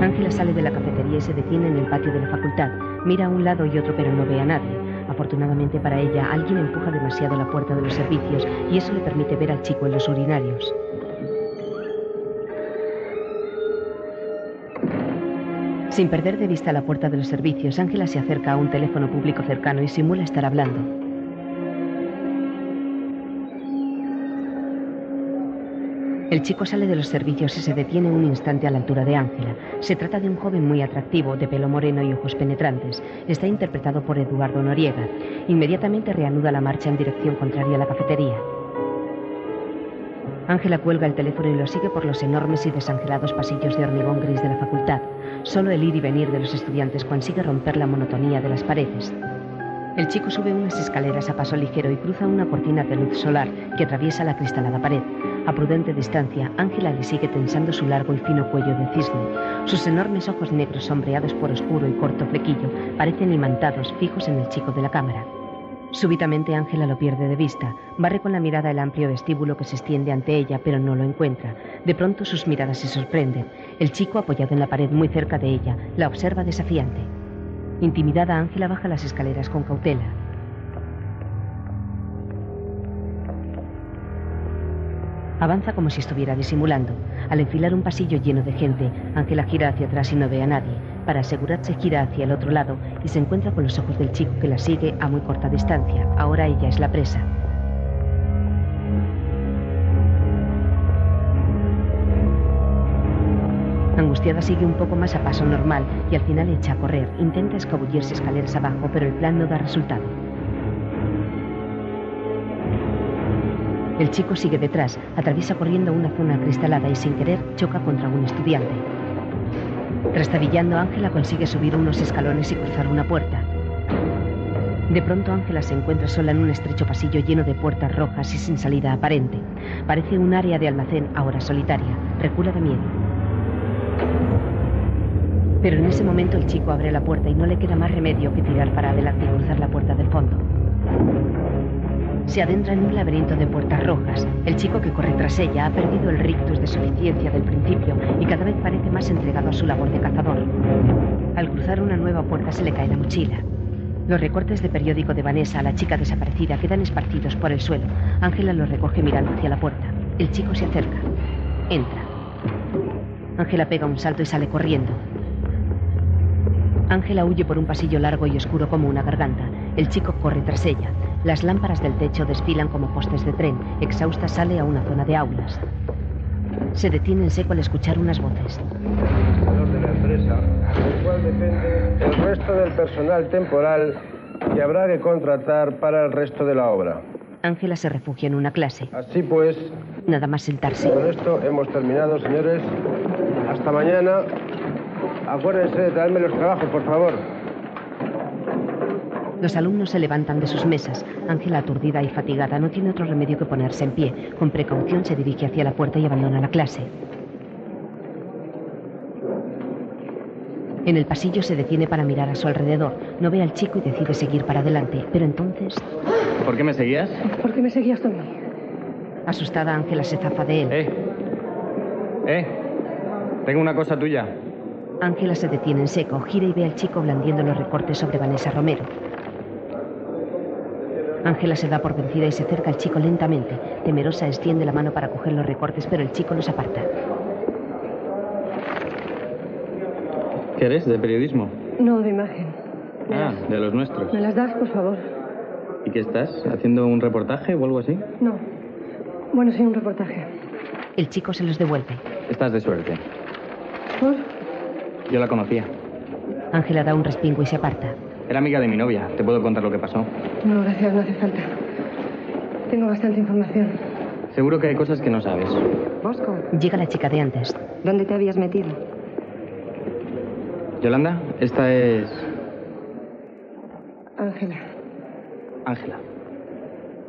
Ángela sale de la cafetería y se detiene en el patio de la facultad. Mira a un lado y otro pero no ve a nadie. Afortunadamente para ella, alguien empuja demasiado la puerta de los servicios y eso le permite ver al chico en los urinarios. Sin perder de vista la puerta de los servicios, Ángela se acerca a un teléfono público cercano y simula estar hablando. El chico sale de los servicios y se detiene un instante a la altura de Ángela. Se trata de un joven muy atractivo, de pelo moreno y ojos penetrantes. Está interpretado por Eduardo Noriega. Inmediatamente reanuda la marcha en dirección contraria a la cafetería. Ángela cuelga el teléfono y lo sigue por los enormes y desangelados pasillos de hormigón gris de la facultad. Solo el ir y venir de los estudiantes consigue romper la monotonía de las paredes. El chico sube unas escaleras a paso ligero y cruza una cortina de luz solar que atraviesa la cristalada pared. A prudente distancia, Ángela le sigue tensando su largo y fino cuello de cisne. Sus enormes ojos negros sombreados por oscuro y corto flequillo parecen imantados, fijos en el chico de la cámara. Súbitamente Ángela lo pierde de vista. Barre con la mirada el amplio vestíbulo que se extiende ante ella, pero no lo encuentra. De pronto sus miradas se sorprenden. El chico, apoyado en la pared muy cerca de ella, la observa desafiante. Intimidada, Ángela baja las escaleras con cautela. Avanza como si estuviera disimulando. Al enfilar un pasillo lleno de gente, Ángela gira hacia atrás y no ve a nadie. Para asegurarse, gira hacia el otro lado y se encuentra con los ojos del chico que la sigue a muy corta distancia. Ahora ella es la presa. Angustiada sigue un poco más a paso normal y al final echa a correr. Intenta escabullirse escaleras abajo, pero el plan no da resultado. El chico sigue detrás, atraviesa corriendo una zona acristalada y sin querer choca contra un estudiante. Trastabillando, Ángela consigue subir unos escalones y cruzar una puerta. De pronto, Ángela se encuentra sola en un estrecho pasillo lleno de puertas rojas y sin salida aparente. Parece un área de almacén, ahora solitaria. Recula de miedo. Pero en ese momento el chico abre la puerta y no le queda más remedio que tirar para adelante y cruzar la puerta del fondo. Se adentra en un laberinto de puertas rojas. El chico que corre tras ella ha perdido el rictus de su eficiencia del principio y cada vez parece más entregado a su labor de cazador. Al cruzar una nueva puerta se le cae la mochila. Los recortes de periódico de Vanessa a la chica desaparecida quedan esparcidos por el suelo. Ángela los recoge mirando hacia la puerta. El chico se acerca. Entra. Ángela pega un salto y sale corriendo. Ángela huye por un pasillo largo y oscuro como una garganta. El chico corre tras ella. Las lámparas del techo desfilan como postes de tren. Exhausta sale a una zona de aulas. Se detiene en seco al escuchar unas voces. de la empresa, del cual depende el resto del personal temporal que habrá que contratar para el resto de la obra. Ángela se refugia en una clase. Así pues, Nada más sentarse. con esto hemos terminado, señores. Hasta mañana. Acuérdense de traerme los trabajos, por favor. Los alumnos se levantan de sus mesas. Ángela, aturdida y fatigada, no tiene otro remedio que ponerse en pie. Con precaución se dirige hacia la puerta y abandona la clase. En el pasillo se detiene para mirar a su alrededor. No ve al chico y decide seguir para adelante. Pero entonces, ¿Por qué me seguías? ¿Por qué me seguías tú a mí? asustada, Ángela se zafa de él. Eh, tengo una cosa tuya. Ángela se detiene en seco, gira y ve al chico blandiendo los recortes sobre Vanessa Romero. Ángela se da por vencida y se acerca al chico lentamente. Temerosa extiende la mano para coger los recortes, pero el chico los aparta. ¿Qué eres? ¿De periodismo? No, de imagen. Ah, de los nuestros. ¿Me las das, por favor? ¿Y qué estás? ¿Haciendo un reportaje o algo así? No. Bueno, sí, un reportaje. El chico se los devuelve. Estás de suerte. ¿Por? Yo la conocía. Ángela da un respingo y se aparta. Era amiga de mi novia. Te puedo contar lo que pasó. No, gracias, no hace falta. Tengo bastante información. Seguro que hay cosas que no sabes. Bosco, Llega la chica de antes. ¿dónde te habías metido? Yolanda, esta es Ángela. Ángela.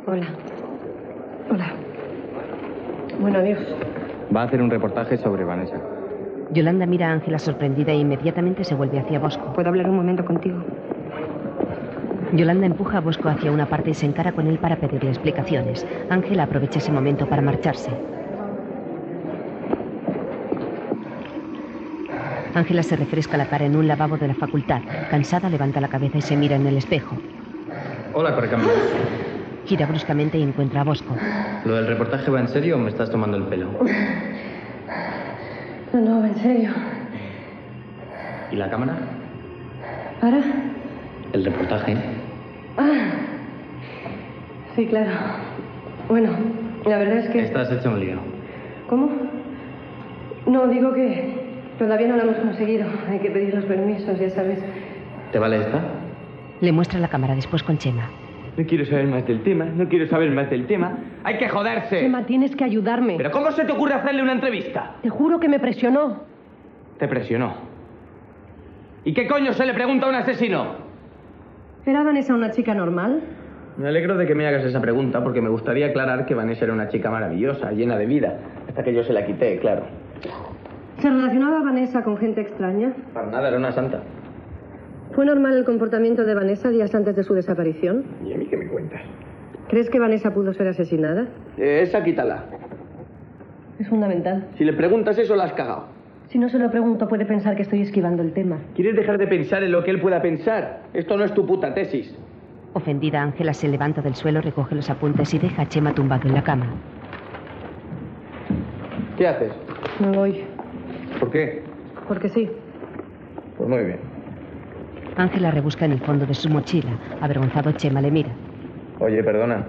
Hola. Hola. Bueno, adiós. Va a hacer un reportaje sobre Vanessa. Yolanda mira a Ángela sorprendida e inmediatamente se vuelve hacia Bosco. ¿Puedo hablar un momento contigo? Yolanda empuja a Bosco hacia una parte y se encara con él para pedirle explicaciones. Ángela aprovecha ese momento para marcharse. Ángela se refresca la cara en un lavabo de la facultad. Cansada, levanta la cabeza y se mira en el espejo. Hola, Correcaminos. Gira bruscamente y encuentra a Bosco. ¿Lo del reportaje va en serio o me estás tomando el pelo? No, no, en serio. ¿Y la cámara? ¿Ahora? ¿El reportaje? Ah. Sí, claro. Bueno, la verdad es que... Estás hecho un lío. ¿Cómo? No, digo que todavía no lo hemos conseguido. Hay que pedir los permisos, ya sabes. ¿Te vale esta? Le muestra la cámara después con Chema. No quiero saber más del tema, no quiero saber más del tema. ¡Hay que joderse! Emma, tienes que ayudarme. ¿Pero cómo se te ocurre hacerle una entrevista? Te juro que me presionó. Te presionó. ¿Y qué coño se le pregunta a un asesino? ¿Era Vanessa una chica normal? Me alegro de que me hagas esa pregunta porque me gustaría aclarar que Vanessa era una chica maravillosa, llena de vida. Hasta que yo se la quité, claro. ¿Se relacionaba Vanessa con gente extraña? Para nada, era una santa. ¿Fue normal el comportamiento de Vanessa días antes de su desaparición? ¿Y a mí qué me cuentas? ¿Crees que Vanessa pudo ser asesinada? Eh, esa quítala. Es fundamental. Si le preguntas eso, la has cagado. Si no se lo pregunto, puede pensar que estoy esquivando el tema. ¿Quieres dejar de pensar en lo que él pueda pensar? Esto no es tu puta tesis. Ofendida, Ángela se levanta del suelo, recoge los apuntes y deja a Chema tumbado en la cama. ¿Qué haces? Me voy. ¿Por qué? Porque sí. Pues muy bien. Ángela rebusca en el fondo de su mochila. Avergonzado, Chema le mira. Oye, perdona.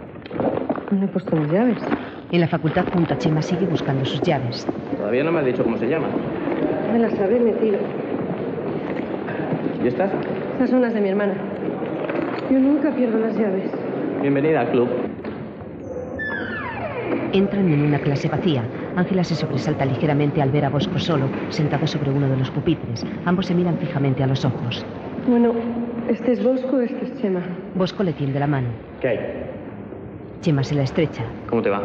No he puesto mis llaves. En la facultad, junto a Chema, sigue buscando sus llaves. Todavía no me has dicho cómo se llama. Me las habré metido. ¿Y estás? Esas son las de mi hermana. Yo nunca pierdo las llaves. Bienvenida al club. Entran en una clase vacía. Ángela se sobresalta ligeramente al ver a Bosco solo, sentado sobre uno de los pupitres. Ambos se miran fijamente a los ojos. Bueno, este es Bosco, este es Chema. Bosco le tiende la mano. ¿Qué hay? Chema se la estrecha. ¿Cómo te va?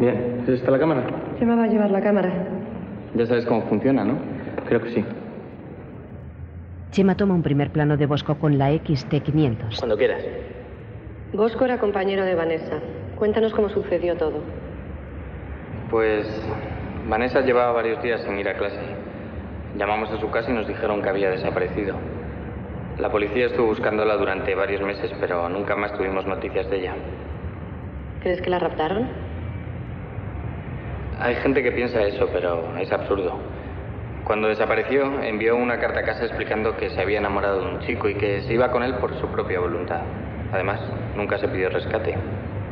Bien. ¿Es esta la cámara? Chema va a llevar la cámara. Ya sabes cómo funciona, ¿no? Creo que sí. Chema toma un primer plano de Bosco con la XT500. Cuando quieras. Bosco era compañero de Vanessa. Cuéntanos cómo sucedió todo. Pues Vanessa llevaba varios días sin ir a clase. Llamamos a su casa y nos dijeron que había desaparecido. La policía estuvo buscándola durante varios meses, pero nunca más tuvimos noticias de ella. ¿Crees que la raptaron? Hay gente que piensa eso, pero es absurdo. Cuando desapareció, envió una carta a casa explicando que se había enamorado de un chico y que se iba con él por su propia voluntad. Además, nunca se pidió rescate.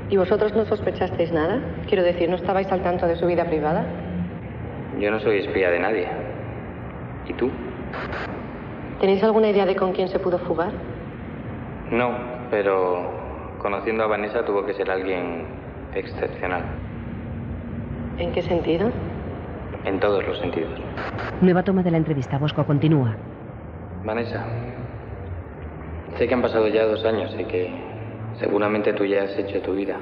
¿Y vosotros no sospechasteis nada? Quiero decir, ¿no estabais al tanto de su vida privada? Yo no soy espía de nadie. ¿Y tú? ¿Tenéis alguna idea de con quién se pudo fugar? No, pero conociendo a Vanessa tuvo que ser alguien excepcional. ¿En qué sentido? En todos los sentidos. Nueva toma de la entrevista. Bosco continúa. Vanessa, sé que han pasado ya dos años y que seguramente tú ya has hecho tu vida.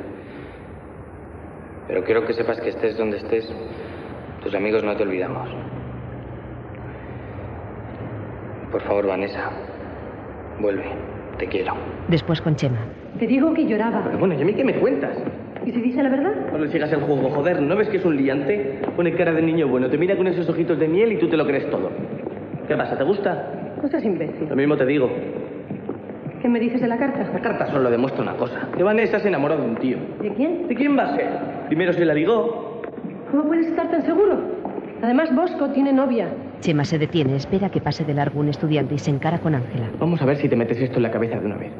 Pero quiero que sepas que estés donde estés, tus amigos no te olvidamos. Por favor, Vanessa, vuelve. Te quiero. Después con Chema. Te digo que lloraba. Pero bueno, ¿y a mí qué me cuentas? ¿Y si dice la verdad? No le sigas el juego, joder, ¿no ves que es un liante? Pone cara de niño bueno, te mira con esos ojitos de miel y tú te lo crees todo. ¿Qué pasa, te gusta? No seas imbécil. Lo mismo te digo. ¿Qué me dices de la carta? La carta solo demuestra una cosa. Que Vanessa se enamoró de un tío. ¿De quién? ¿De quién va a ser? Primero se la ligó. ¿Cómo puedes estar tan seguro? Además, Bosco tiene novia. Chema se detiene, espera que pase de largo un estudiante y se encara con Ángela. Vamos a ver si te metes esto en la cabeza de una vez.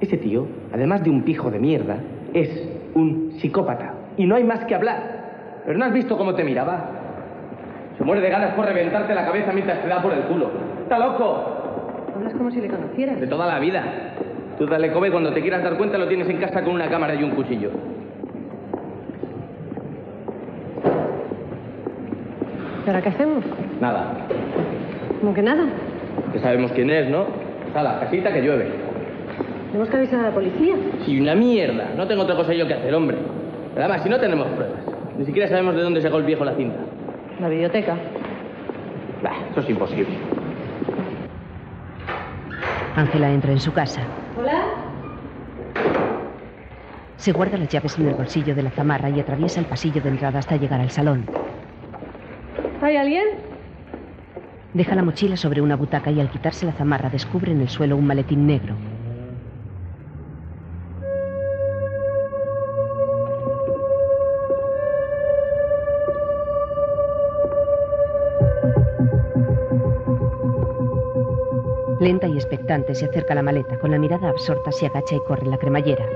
Ese tío, además de un pijo de mierda, es un psicópata. Y no hay más que hablar. Pero no has visto cómo te miraba. Se muere de ganas por reventarte la cabeza mientras te da por el culo. ¡Está loco! Hablas como si le conocieras. De toda la vida. Tú dale cobe cuando te quieras dar cuenta lo tienes en casa con una cámara y un cuchillo. ¿Y ahora qué hacemos? Nada. Como que nada. Que sabemos quién es, ¿no? Sala, casita que llueve. Tenemos que avisar a la policía. Sí, una mierda. No tengo otra cosa yo que hacer, hombre. Pero Además, si no tenemos pruebas. Ni siquiera sabemos de dónde sacó el viejo la cinta. La biblioteca. Bah, eso es imposible. Ángela entra en su casa. Hola. Se guarda las llaves en el bolsillo de la zamarra y atraviesa el pasillo de entrada hasta llegar al salón. ¿Hay alguien? Deja la mochila sobre una butaca y al quitarse la zamarra descubre en el suelo un maletín negro. Lenta y expectante se acerca a la maleta. Con la mirada absorta se agacha y corre la cremallera.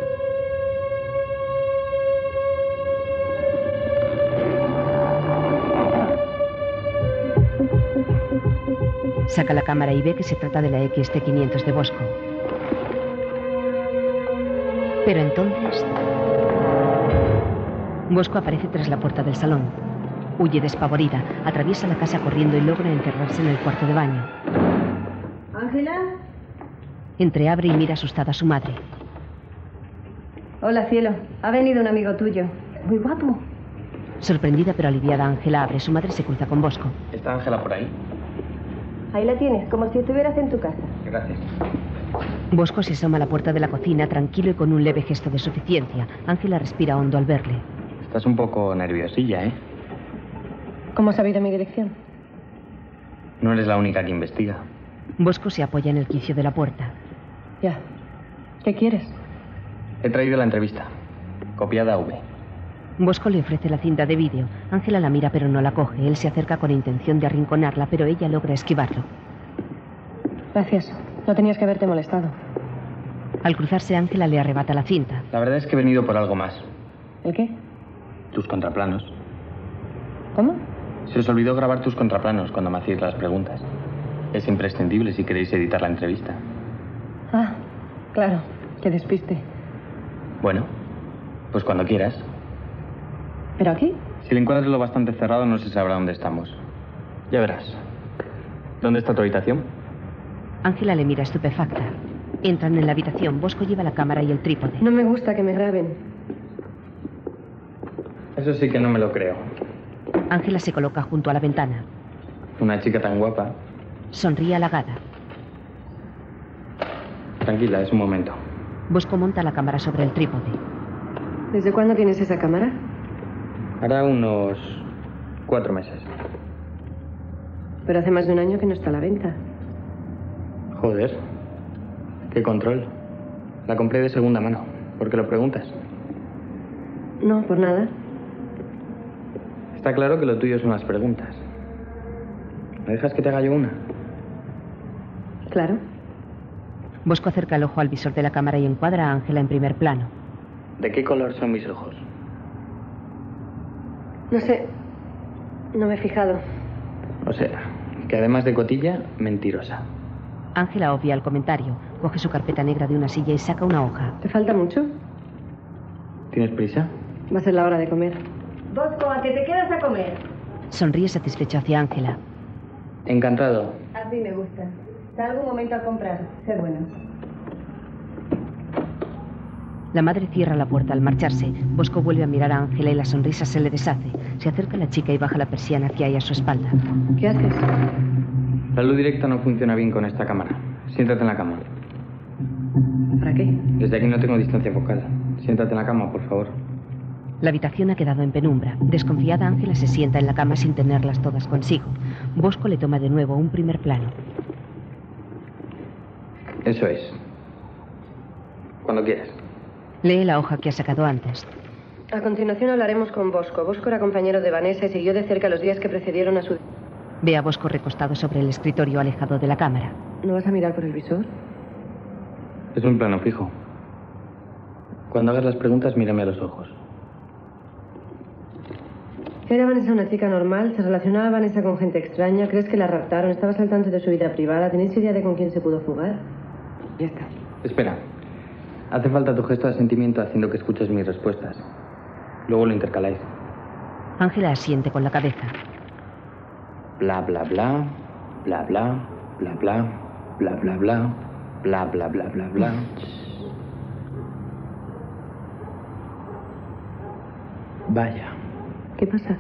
Saca la cámara y ve que se trata de la XT500 de Bosco. Pero entonces... Bosco aparece tras la puerta del salón. Huye despavorida, atraviesa la casa corriendo y logra enterrarse en el cuarto de baño. ¿Ángela? Entreabre y mira asustada a su madre. Hola, cielo. Ha venido un amigo tuyo. Muy guapo. Sorprendida pero aliviada, Ángela abre. Su madre se cruza con Bosco. ¿Está Ángela por ahí? Ahí la tienes, como si estuvieras en tu casa. Gracias. Bosco se asoma a la puerta de la cocina, tranquilo y con un leve gesto de suficiencia. Ángela respira hondo al verle. Estás un poco nerviosilla, ¿eh? ¿Cómo has sabido mi dirección? No eres la única que investiga. Bosco se apoya en el quicio de la puerta. Ya. ¿Qué quieres? He traído la entrevista. Copiada a V. Bosco le ofrece la cinta de vídeo. Ángela la mira pero no la coge. Él se acerca con intención de arrinconarla, pero ella logra esquivarlo. Gracias. No tenías que haberte molestado. Al cruzarse, Ángela le arrebata la cinta. La verdad es que he venido por algo más. ¿El qué? Tus contraplanos. ¿Cómo? Se os olvidó grabar tus contraplanos cuando me hacéis las preguntas. Es imprescindible si queréis editar la entrevista. Ah, claro. Que despiste. Bueno, pues cuando quieras. ¿Pero aquí? Si le encuentras lo bastante cerrado, no se sabrá dónde estamos. Ya verás. ¿Dónde está tu habitación? Ángela le mira estupefacta. Entran en la habitación. Bosco lleva la cámara y el trípode. No me gusta que me graben. Eso sí que no me lo creo. Ángela se coloca junto a la ventana. Una chica tan guapa. Sonríe halagada. Tranquila, es un momento. Bosco monta la cámara sobre el trípode. ¿Desde cuándo tienes esa cámara? Hará unos cuatro meses. Pero hace más de un año que no está a la venta. Joder. Qué control. La compré de segunda mano. ¿Por qué lo preguntas? No, por nada. Está claro que lo tuyo son las preguntas. ¿Me dejas que te haga yo una? Claro. Bosco acerca el ojo al visor de la cámara y encuadra a Ángela en primer plano. ¿De qué color son mis ojos? No sé. No me he fijado. O sea, que además de cotilla, mentirosa. Ángela obvia el comentario. Coge su carpeta negra de una silla y saca una hoja. ¿Te falta mucho? ¿Tienes prisa? Va a ser la hora de comer. Bosco, ¿a qué te quedas a comer? Sonríe satisfecho hacia Ángela. Encantado. Así me gusta. Salgo un momento a comprar. Sé bueno. La madre cierra la puerta al marcharse. Bosco vuelve a mirar a Ángela y la sonrisa se le deshace. Se acerca la chica y baja la persiana hacia ella a su espalda. ¿Qué haces? La luz directa no funciona bien con esta cámara. Siéntate en la cama. ¿Para qué? Desde aquí no tengo distancia focal. Siéntate en la cama, por favor. La habitación ha quedado en penumbra. Desconfiada, Ángela se sienta en la cama sin tenerlas todas consigo. Bosco le toma de nuevo un primer plano. Eso es. Cuando quieras. Lee la hoja que ha sacado antes. A continuación hablaremos con Bosco. Bosco era compañero de Vanessa y siguió de cerca los días que precedieron a su... Ve a Bosco recostado sobre el escritorio alejado de la cámara. ¿No vas a mirar por el visor? Es un plano fijo. Cuando hagas las preguntas, mírame a los ojos. Era Vanessa una chica normal, se relacionaba Vanessa con gente extraña, crees que la raptaron, estabas al tanto de su vida privada, ¿tenéis idea de con quién se pudo fugar? Ya está. Espera. Hace falta tu gesto de asentimiento haciendo que escuches mis respuestas. Luego lo intercaláis. Ángela asiente con la cabeza. Bla, bla, bla, bla, bla, bla, bla, bla, bla, bla, bla, bla, bla, bla, bla. Vaya. ¿Qué pasa?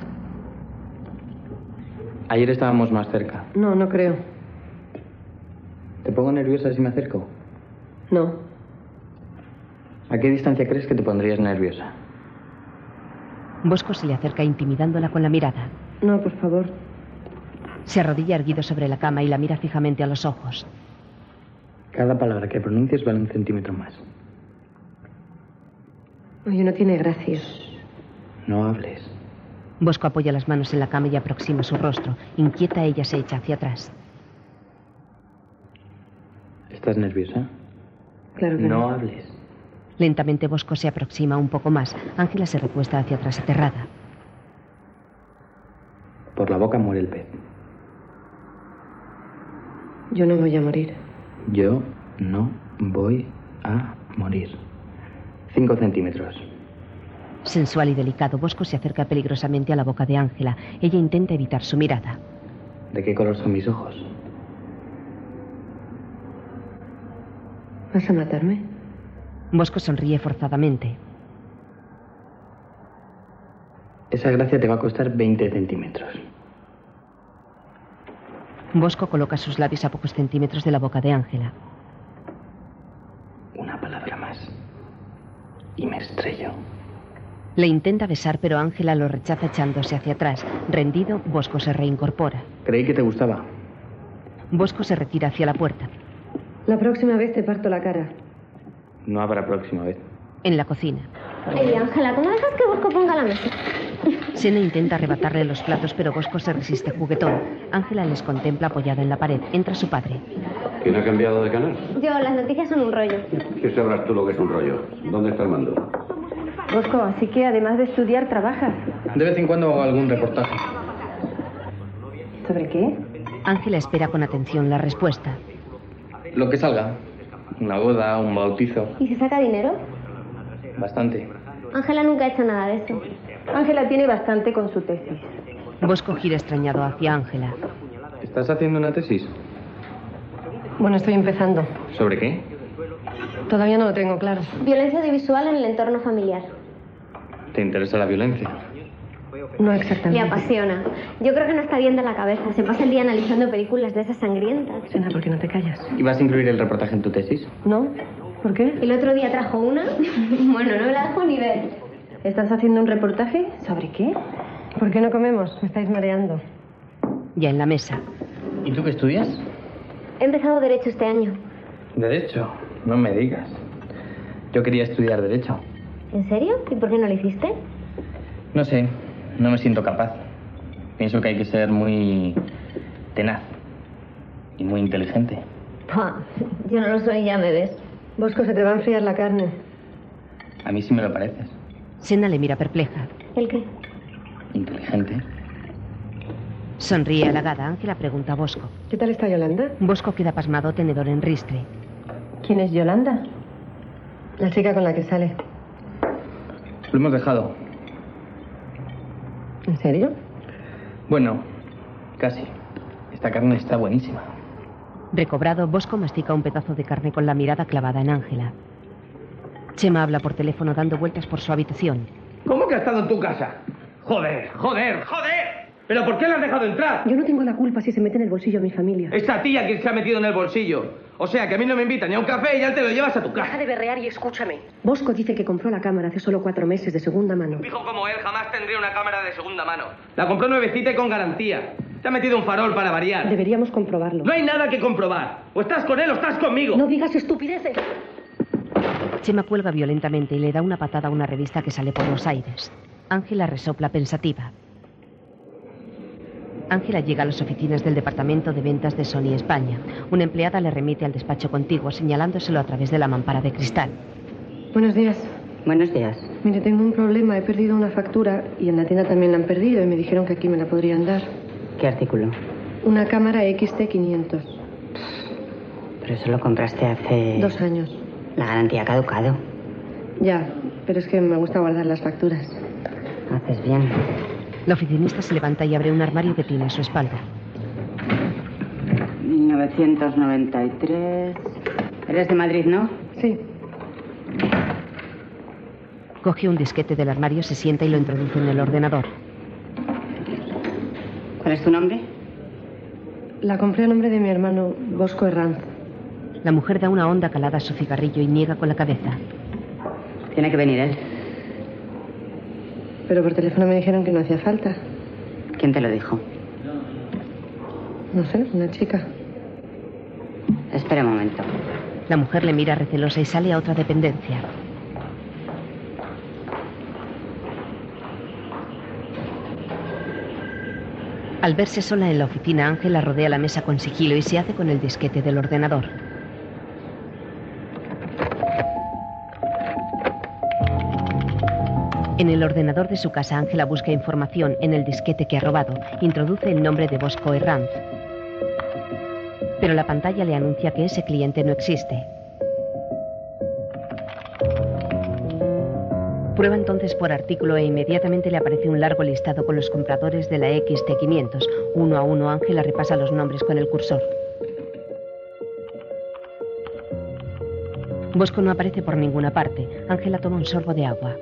Ayer estábamos más cerca. No, no creo. ¿Te pongo nerviosa si me acerco? No. ¿A qué distancia crees que te pondrías nerviosa? Bosco se le acerca intimidándola con la mirada. No, por favor. Se arrodilla erguido sobre la cama y la mira fijamente a los ojos. Cada palabra que pronuncies vale un centímetro más. Oye, no tiene gracia. No hables. Bosco apoya las manos en la cama y aproxima su rostro. Inquieta, ella se echa hacia atrás. ¿Estás nerviosa? Claro que no. No hables. Lentamente Bosco se aproxima un poco más. Ángela se recuesta hacia atrás aterrada. Por la boca muere el pez. Yo no voy a morir. Yo no voy a morir. Cinco centímetros. Sensual y delicado, Bosco se acerca peligrosamente a la boca de Ángela. Ella intenta evitar su mirada. ¿De qué color son mis ojos? ¿Vas a matarme? Bosco sonríe forzadamente. Esa gracia te va a costar 20 centímetros. Bosco coloca sus labios a pocos centímetros de la boca de Ángela. Una palabra más. Y me estrello. Le intenta besar, pero Ángela lo rechaza echándose hacia atrás. Rendido, Bosco se reincorpora. Creí que te gustaba. Bosco se retira hacia la puerta. La próxima vez te parto la cara. No habrá próxima vez. En la cocina. Ey, Ángela, ¿cómo dejas que Bosco ponga la mesa? Sena intenta arrebatarle los platos, pero Bosco se resiste juguetón. Ángela les contempla apoyada en la pared. Entra su padre. ¿Quién ha cambiado de canal? Yo, las noticias son un rollo. ¿Qué sabrás tú lo que es un rollo? ¿Dónde está el mando? Bosco, así que además de estudiar, trabajas. De vez en cuando hago algún reportaje. ¿Sobre qué? Ángela espera con atención la respuesta. Lo que salga. Una boda, un bautizo. ¿Y se saca dinero? Bastante. Ángela nunca ha hecho nada de eso. Ángela tiene bastante con su tesis. Bosco gira extrañado hacia Ángela. ¿Estás haciendo una tesis? Bueno, estoy empezando. ¿Sobre qué? Todavía no lo tengo claro. Violencia audiovisual en el entorno familiar. ¿Te interesa la violencia? No Le exactamente. apasiona. Yo creo que no está bien de la cabeza. Se pasa el día analizando películas de esas sangrientas. Sena, ¿por qué no te callas? ¿Y vas a incluir el reportaje en tu tesis? ¿No? ¿Por qué? El otro día trajo una. (laughs) bueno, no me la dejo ni ver. ¿Estás haciendo un reportaje? ¿Sobre qué? ¿Por qué no comemos? Me estáis mareando. Ya en la mesa. ¿Y tú qué estudias? He empezado Derecho este año. Derecho. No me digas. Yo quería estudiar Derecho. ¿En serio? ¿Y por qué no lo hiciste? No sé, no me siento capaz. Pienso que hay que ser muy tenaz y muy inteligente. Pua, yo no lo soy, ya me ves. Bosco, se te va a enfriar la carne. A mí sí me lo pareces. Sena le mira perpleja. ¿El qué? Inteligente. Sonríe halagada. Ángela pregunta a Bosco. ¿Qué tal está Yolanda? Bosco queda pasmado, tenedor en ristre. ¿Quién es Yolanda? La chica con la que sale. Lo hemos dejado. ¿En serio? Bueno, casi. Esta carne está buenísima. Recobrado, Bosco mastica un pedazo de carne con la mirada clavada en Ángela. Chema habla por teléfono dando vueltas por su habitación. ¿Cómo que ha estado en tu casa? Joder, joder, joder. ¿Pero por qué la has dejado entrar? Yo no tengo la culpa si se mete en el bolsillo a mi familia. Esta tía que se ha metido en el bolsillo. O sea, que a mí no me invitan ni a un café y ya te lo llevas a tu casa. de berrear y escúchame. Bosco dice que compró la cámara hace solo cuatro meses de segunda mano. Hijo como él jamás tendría una cámara de segunda mano. La compró nuevecita y con garantía. Te ha metido un farol para variar. Deberíamos comprobarlo. No hay nada que comprobar. O estás con él o estás conmigo. No digas estupideces. Chema cuelga violentamente y le da una patada a una revista que sale por los aires. Ángela resopla pensativa. Ángela llega a las oficinas del departamento de ventas de Sony España. Una empleada le remite al despacho contiguo señalándoselo a través de la mampara de cristal. Buenos días. Buenos días. Mire, tengo un problema. He perdido una factura y en la tienda también la han perdido y me dijeron que aquí me la podrían dar. ¿Qué artículo? Una cámara XT500. Pero eso lo compraste hace... Dos años. La garantía ha caducado. Ya, pero es que me gusta guardar las facturas. Haces bien. La oficinista se levanta y abre un armario que tiene a su espalda. 1993... Eres de Madrid, ¿no? Sí. Coge un disquete del armario, se sienta y lo introduce en el ordenador. ¿Cuál es tu nombre? La compré a nombre de mi hermano Bosco Herranz. La mujer da una onda calada a su cigarrillo y niega con la cabeza. Tiene que venir él. Pero por teléfono me dijeron que no hacía falta. ¿Quién te lo dijo? No sé, una chica. Espera un momento. La mujer le mira recelosa y sale a otra dependencia. Al verse sola en la oficina, Ángela rodea la mesa con sigilo y se hace con el disquete del ordenador. En el ordenador de su casa, Ángela busca información en el disquete que ha robado. Introduce el nombre de Bosco Herranz. Pero la pantalla le anuncia que ese cliente no existe. Prueba entonces por artículo e inmediatamente le aparece un largo listado con los compradores de la XT500. Uno a uno, Ángela repasa los nombres con el cursor. Bosco no aparece por ninguna parte. Ángela toma un sorbo de agua.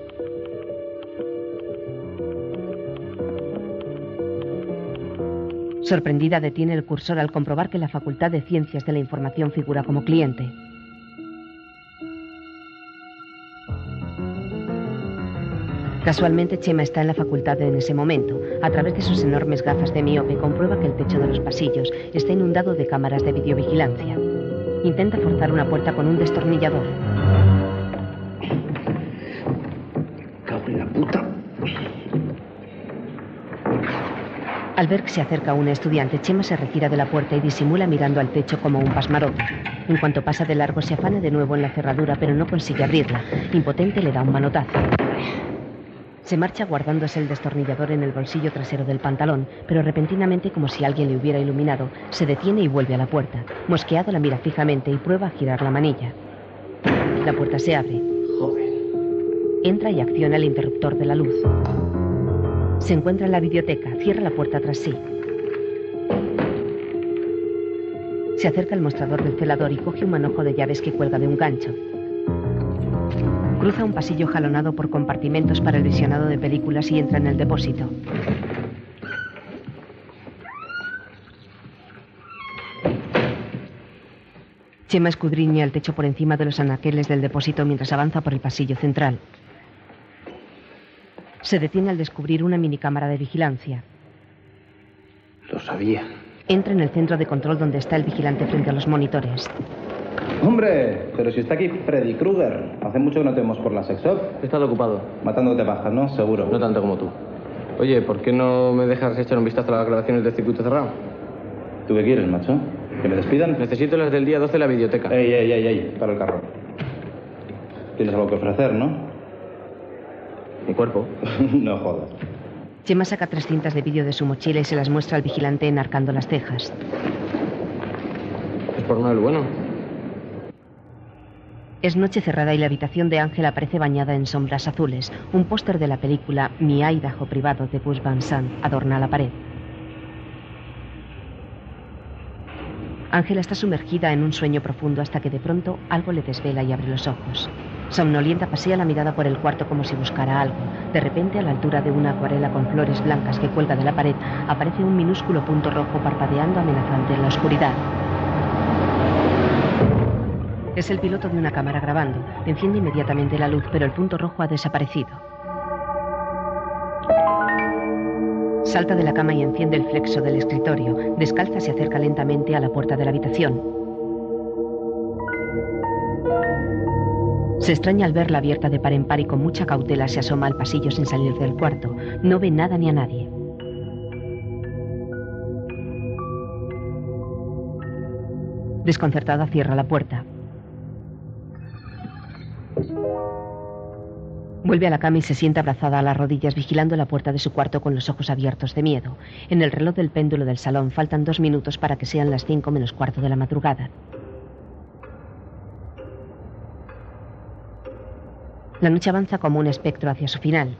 Sorprendida detiene el cursor al comprobar que la Facultad de Ciencias de la Información figura como cliente. Casualmente Chema está en la facultad en ese momento. A través de sus enormes gafas de miope comprueba que el techo de los pasillos está inundado de cámaras de videovigilancia. Intenta forzar una puerta con un destornillador. Cago en la puta. Al ver que se acerca un estudiante, Chema se retira de la puerta y disimula mirando al techo como un pasmarote. En cuanto pasa de largo, se afana de nuevo en la cerradura, pero no consigue abrirla. Impotente, le da un manotazo. Se marcha guardándose el destornillador en el bolsillo trasero del pantalón, pero repentinamente, como si alguien le hubiera iluminado, se detiene y vuelve a la puerta. Mosqueado la mira fijamente y prueba a girar la manilla. La puerta se abre. Entra y acciona el interruptor de la luz. Se encuentra en la biblioteca. Cierra la puerta tras sí. Se acerca al mostrador del celador y coge un manojo de llaves que cuelga de un gancho. Cruza un pasillo jalonado por compartimentos para el visionado de películas y entra en el depósito. Chema escudriña el techo por encima de los anaqueles del depósito mientras avanza por el pasillo central. Se detiene al descubrir una minicámara de vigilancia. Lo sabía. Entra en el centro de control donde está el vigilante frente a los monitores. Hombre, pero si está aquí Freddy Krueger. Hace mucho que no te vemos por la sex shop. He estado ocupado. Matándote bajas, ¿no? Seguro. No tanto como tú. Oye, ¿por qué no me dejas echar un vistazo a las grabaciones del circuito cerrado? ¿Tú qué quieres, macho? ¿Que me despidan? Necesito las del día 12 de la biblioteca. Ey, ey, ey, ey, para el carro. Tienes algo que ofrecer, ¿no? Mi cuerpo. (laughs) no jodas. Chema saca tres cintas de vídeo de su mochila y se las muestra al vigilante enarcando las cejas. Es por el bueno. Es noche cerrada y la habitación de Ángel aparece bañada en sombras azules. Un póster de la película Mi Idaho privado de Gus Van Sant adorna la pared. Ángela está sumergida en un sueño profundo hasta que de pronto algo le desvela y abre los ojos. Somnolienta pasea la mirada por el cuarto como si buscara algo. De repente, a la altura de una acuarela con flores blancas que cuelga de la pared, aparece un minúsculo punto rojo parpadeando amenazante en la oscuridad. Es el piloto de una cámara grabando. Enciende inmediatamente la luz, pero el punto rojo ha desaparecido. Salta de la cama y enciende el flexo del escritorio. Descalza se acerca lentamente a la puerta de la habitación. Se extraña al verla abierta de par en par y con mucha cautela se asoma al pasillo sin salir del cuarto. No ve nada ni a nadie. Desconcertada cierra la puerta. Vuelve a la cama y se sienta abrazada a las rodillas vigilando la puerta de su cuarto con los ojos abiertos de miedo. En el reloj del péndulo del salón faltan dos minutos para que sean las cinco menos cuarto de la madrugada. La noche avanza como un espectro hacia su final.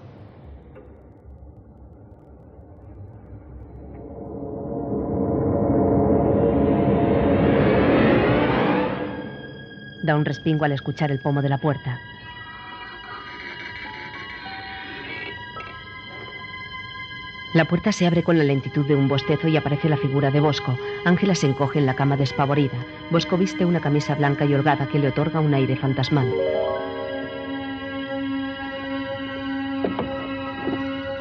Da un respingo al escuchar el pomo de la puerta. La puerta se abre con la lentitud de un bostezo y aparece la figura de Bosco. Ángela se encoge en la cama despavorida. Bosco viste una camisa blanca y holgada que le otorga un aire fantasmal.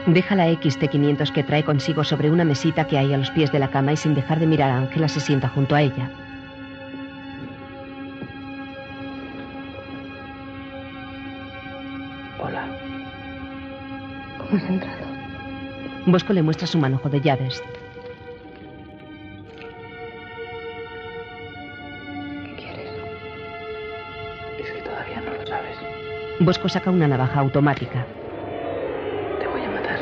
Deja la XT500 que trae consigo sobre una mesita que hay a los pies de la cama y sin dejar de mirar a Ángela se sienta junto a ella. Hola. ¿Cómo has entrado? Bosco le muestra su manojo de llaves. ¿Qué quieres? Es que todavía no lo sabes. Bosco saca una navaja automática. Te voy a matar.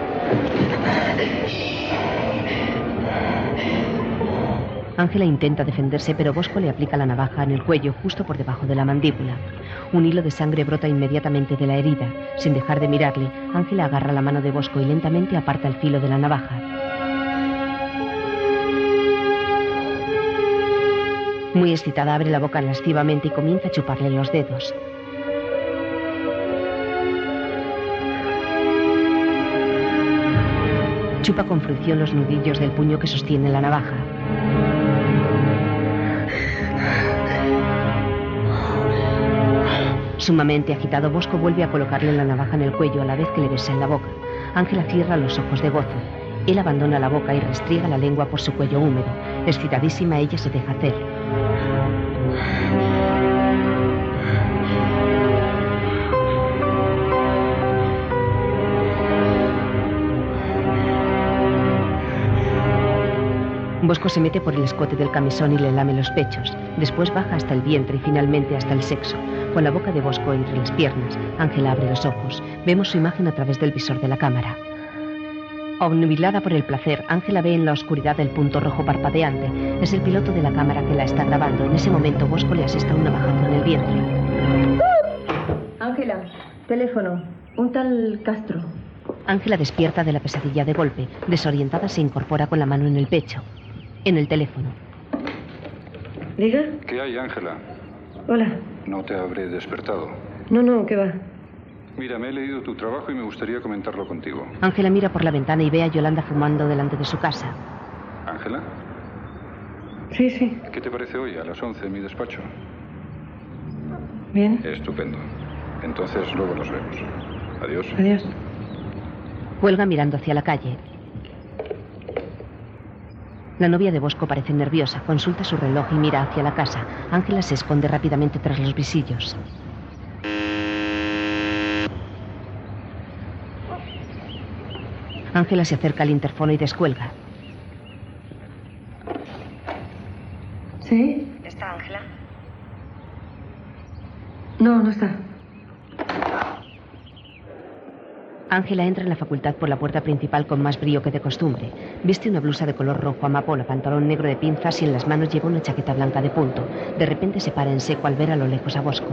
Ángela intenta defenderse, pero Bosco le aplica la navaja en el cuello, justo por debajo de la mandíbula. Un hilo de sangre brota inmediatamente de la herida. Sin dejar de mirarle, Ángela agarra la mano de Bosco y lentamente aparta el filo de la navaja. Muy excitada, abre la boca lascivamente y comienza a chuparle los dedos. Chupa con fricción los nudillos del puño que sostiene la navaja. Sumamente agitado, Bosco vuelve a colocarle la navaja en el cuello a la vez que le besa en la boca. Ángela cierra los ojos de gozo. Él abandona la boca y restriega la lengua por su cuello húmedo. Excitadísima, ella se deja hacer. Bosco se mete por el escote del camisón y le lame los pechos. Después baja hasta el vientre y finalmente hasta el sexo. Con la boca de Bosco entre las piernas, Ángela abre los ojos. Vemos su imagen a través del visor de la cámara. Obnubilada por el placer, Ángela ve en la oscuridad el punto rojo parpadeante. Es el piloto de la cámara que la está grabando. En ese momento, Bosco le asesta un navajazo en el vientre. Ángela, teléfono. Un tal Castro. Ángela despierta de la pesadilla de golpe. Desorientada se incorpora con la mano en el pecho. En el teléfono. ¿Diga? ¿Qué hay, Ángela? Hola. No te habré despertado. No, no, ¿qué va? Mira, me he leído tu trabajo y me gustaría comentarlo contigo. Ángela mira por la ventana y ve a Yolanda fumando delante de su casa. Ángela, Sí, sí. ¿qué te parece hoy a las 11 en mi despacho? Bien. Estupendo. Entonces luego nos vemos. Adiós. Adiós. Cuelga mirando hacia la calle. La novia de Bosco parece nerviosa, consulta su reloj y mira hacia la casa. Ángela se esconde rápidamente tras los visillos. Ángela se acerca al interfono y descuelga. ¿Sí? ¿Está Ángela? No, no está. Ángela entra en la facultad por la puerta principal con más brío que de costumbre. Viste una blusa de color rojo amapola, pantalón negro de pinzas y en las manos lleva una chaqueta blanca de punto. De repente se para en seco al ver a lo lejos a Bosco.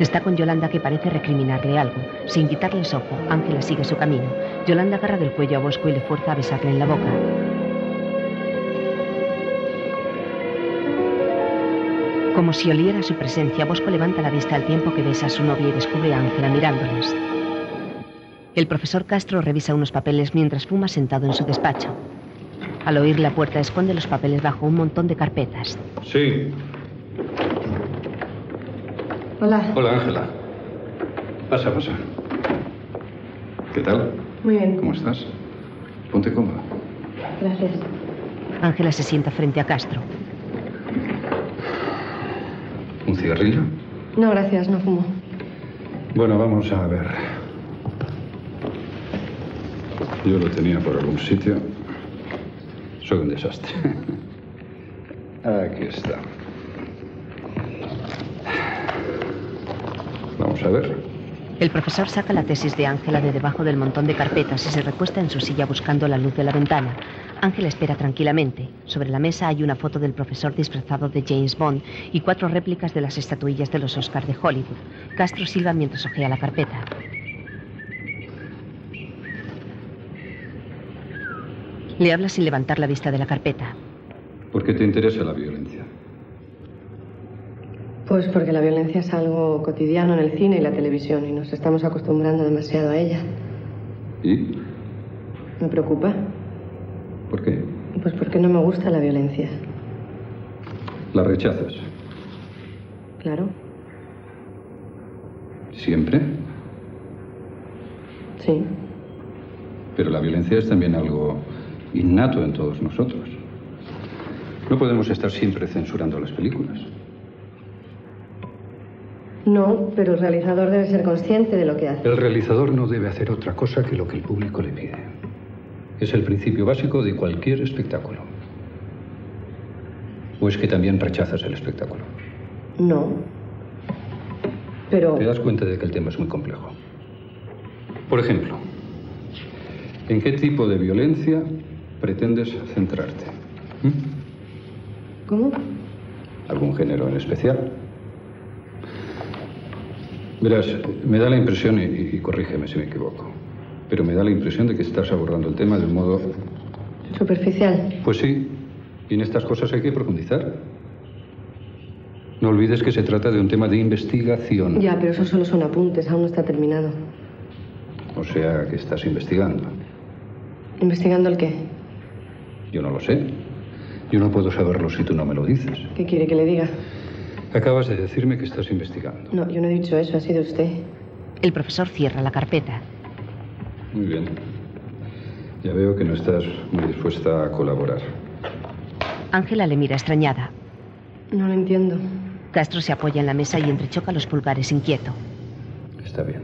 Está con Yolanda que parece recriminarle algo. Sin quitarle el sopo, Ángela sigue su camino. Yolanda agarra del cuello a Bosco y le fuerza a besarle en la boca. Como si oliera su presencia, Bosco levanta la vista al tiempo que besa a su novia y descubre a Ángela mirándoles. El profesor Castro revisa unos papeles mientras fuma sentado en su despacho. Al oír la puerta, esconde los papeles bajo un montón de carpetas. Sí. Hola. Hola, Ángela. Pasa, pasa. ¿Qué tal? Muy bien, ¿Cómo estás? Ponte cómoda. gracias. Ángela se sienta frente a Castro. ¿Un cigarrillo? No, gracias, no fumo. Bueno, vamos a ver. Yo lo tenía por algún sitio. Soy un desastre. (laughs) Aquí está. Vamos a ver. El profesor saca la tesis de Ángela de debajo del montón de carpetas y se recuesta en su silla buscando la luz de la ventana. Ángela espera tranquilamente. Sobre la mesa hay una foto del profesor disfrazado de James Bond y cuatro réplicas de las estatuillas de los Oscars de Hollywood. Castro silba mientras ojea la carpeta. Le habla sin levantar la vista de la carpeta. ¿Por qué te interesa la violencia? Pues porque la violencia es algo cotidiano en el cine y la televisión y nos estamos acostumbrando demasiado a ella. ¿Y? Me preocupa. ¿Por qué? Pues porque no me gusta la violencia. ¿La rechazas? Claro. ¿Siempre? Sí. Pero la violencia es también algo innato en todos nosotros. No podemos estar siempre censurando las películas. No, pero el realizador debe ser consciente de lo que hace. El realizador no debe hacer otra cosa que lo que el público le pide. Es el principio básico de cualquier espectáculo. ¿O es que también rechazas el espectáculo? No. Pero Te das cuenta de que el tema es muy complejo. Por ejemplo, ¿en qué tipo de violencia pretendes centrarte? ¿Cómo? ¿Algún género en especial? Verás, me da la impresión, y, y corrígeme si me equivoco, pero me da la impresión de que estás abordando el tema de un modo... superficial. Pues sí, y en estas cosas hay que profundizar. No olvides que se trata de un tema de investigación, Ya, pero eso solo son apuntes, aún no está terminado. o sea, que estás investigando. ¿Investigando el qué? Yo no lo sé. Yo no puedo saberlo si tú no me lo dices. ¿Qué quiere que le diga? Acabas de decirme que estás investigando. No, yo no he dicho eso, ha sido usted. El profesor cierra la carpeta. Muy bien. Ya veo que no estás muy dispuesta a colaborar. Ángela le mira extrañada. No lo entiendo. Castro se apoya en la mesa y entrechoca los pulgares inquieto. Está bien.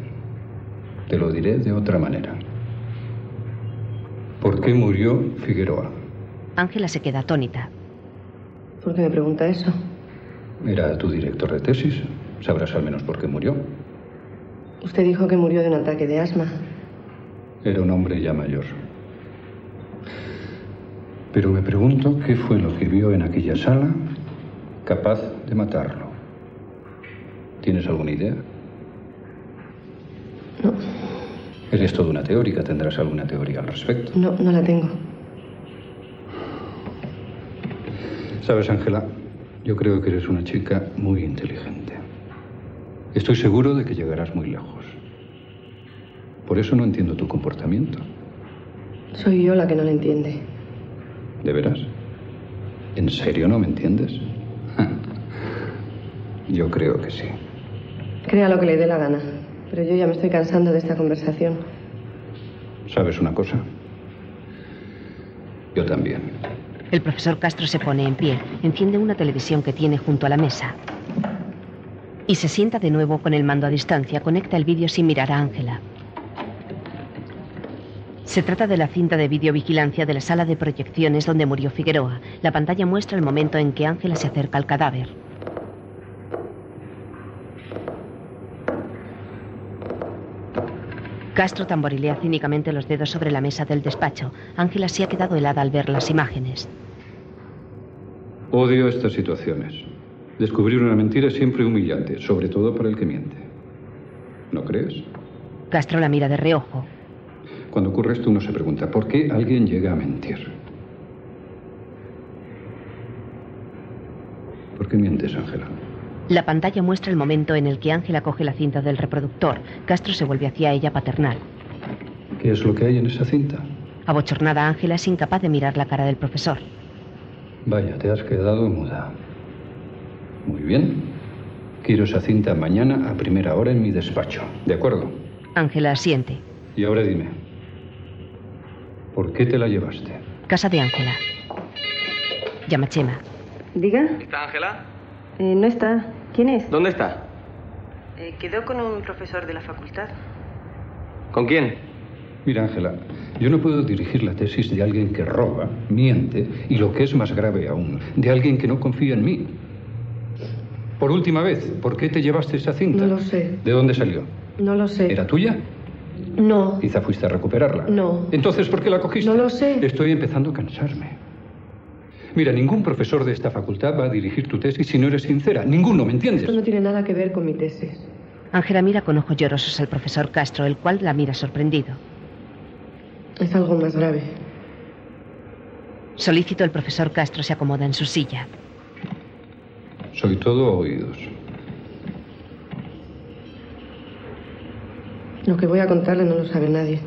Te lo diré de otra manera. ¿Por qué murió Figueroa? Ángela se queda atónita. ¿Por qué me pregunta eso? Era tu director de tesis. Sabrás al menos por qué murió. Usted dijo que murió de un ataque de asma. Era un hombre ya mayor. Pero me pregunto qué fue lo que vio en aquella sala capaz de matarlo. ¿Tienes alguna idea? No, Eres toda una teórica, tendrás alguna teoría al respecto. no, no la tengo. Sabes, Ángela, yo creo que eres una chica muy inteligente. Estoy seguro de que llegarás muy lejos. Por eso no entiendo tu comportamiento. Soy yo la que no la entiende. ¿De veras? ¿En serio no me entiendes? (laughs) Yo creo que sí. Crea lo que le dé la gana. Pero yo ya me estoy cansando de esta conversación. ¿Sabes una cosa? Yo también. El profesor Castro se pone en pie, enciende una televisión que tiene junto a la mesa y se sienta de nuevo con el mando a distancia. Conecta el vídeo sin mirar a Ángela. Se trata de la cinta de videovigilancia de la sala de proyecciones donde murió Figueroa. La pantalla muestra el momento en que Ángela se acerca al cadáver. Castro tamborilea cínicamente los dedos sobre la mesa del despacho. Ángela se ha quedado helada al ver las imágenes. Odio estas situaciones. Descubrir una mentira es siempre humillante, sobre todo para el que miente. ¿No crees? Castro la mira de reojo. Cuando ocurre esto uno se pregunta, ¿por qué alguien llega a mentir? ¿Por qué mientes, Ángela? La pantalla muestra el momento en el que Ángela coge la cinta del reproductor. Castro se vuelve hacia ella paternal. ¿Qué es lo que hay en esa cinta? Abochornada, Ángela es incapaz de mirar la cara del profesor. Vaya, te has quedado muda. Muy bien. Quiero esa cinta mañana a primera hora en mi despacho. ¿De acuerdo? Ángela asiente. Y ahora dime, ¿por qué te la llevaste? Casa de Ángela. Llama a Chema. ¿Diga? ¿Está Ángela? Eh, no está. ¿Quién es? ¿Dónde está? Eh, quedó con un profesor de la facultad. ¿Con quién? Mira, Ángela, yo no puedo dirigir la tesis de alguien que roba, miente y lo que es más grave aún, de alguien que no confía en mí. Por última vez, ¿por qué te llevaste esa cinta? No lo sé. ¿De dónde salió? No lo sé. ¿Era tuya? No, Quizá fuiste a recuperarla. no. Entonces, ¿por qué la cogiste? No lo sé. Estoy empezando a cansarme. Mira, ningún profesor de esta facultad va a dirigir tu tesis si no eres sincera. Ninguno, ¿me entiendes? Esto no tiene nada que ver con mi tesis. Ángela mira con ojos llorosos al profesor Castro, el cual la mira sorprendido. Es algo más grave. Solícito, el profesor Castro se acomoda en su silla. Soy todo oídos. Lo que voy a contarle no lo sabe nadie.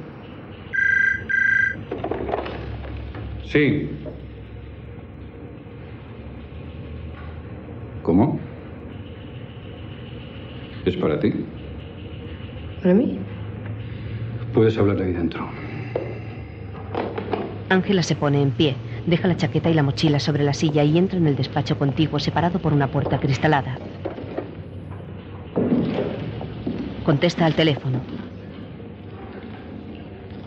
Sí. ¿Cómo? ¿Es para ti? ¿Para mí? Puedes hablar ahí dentro. Ángela se pone en pie, deja la chaqueta y la mochila sobre la silla y entra en el despacho contiguo, separado por una puerta cristalada. Contesta al teléfono.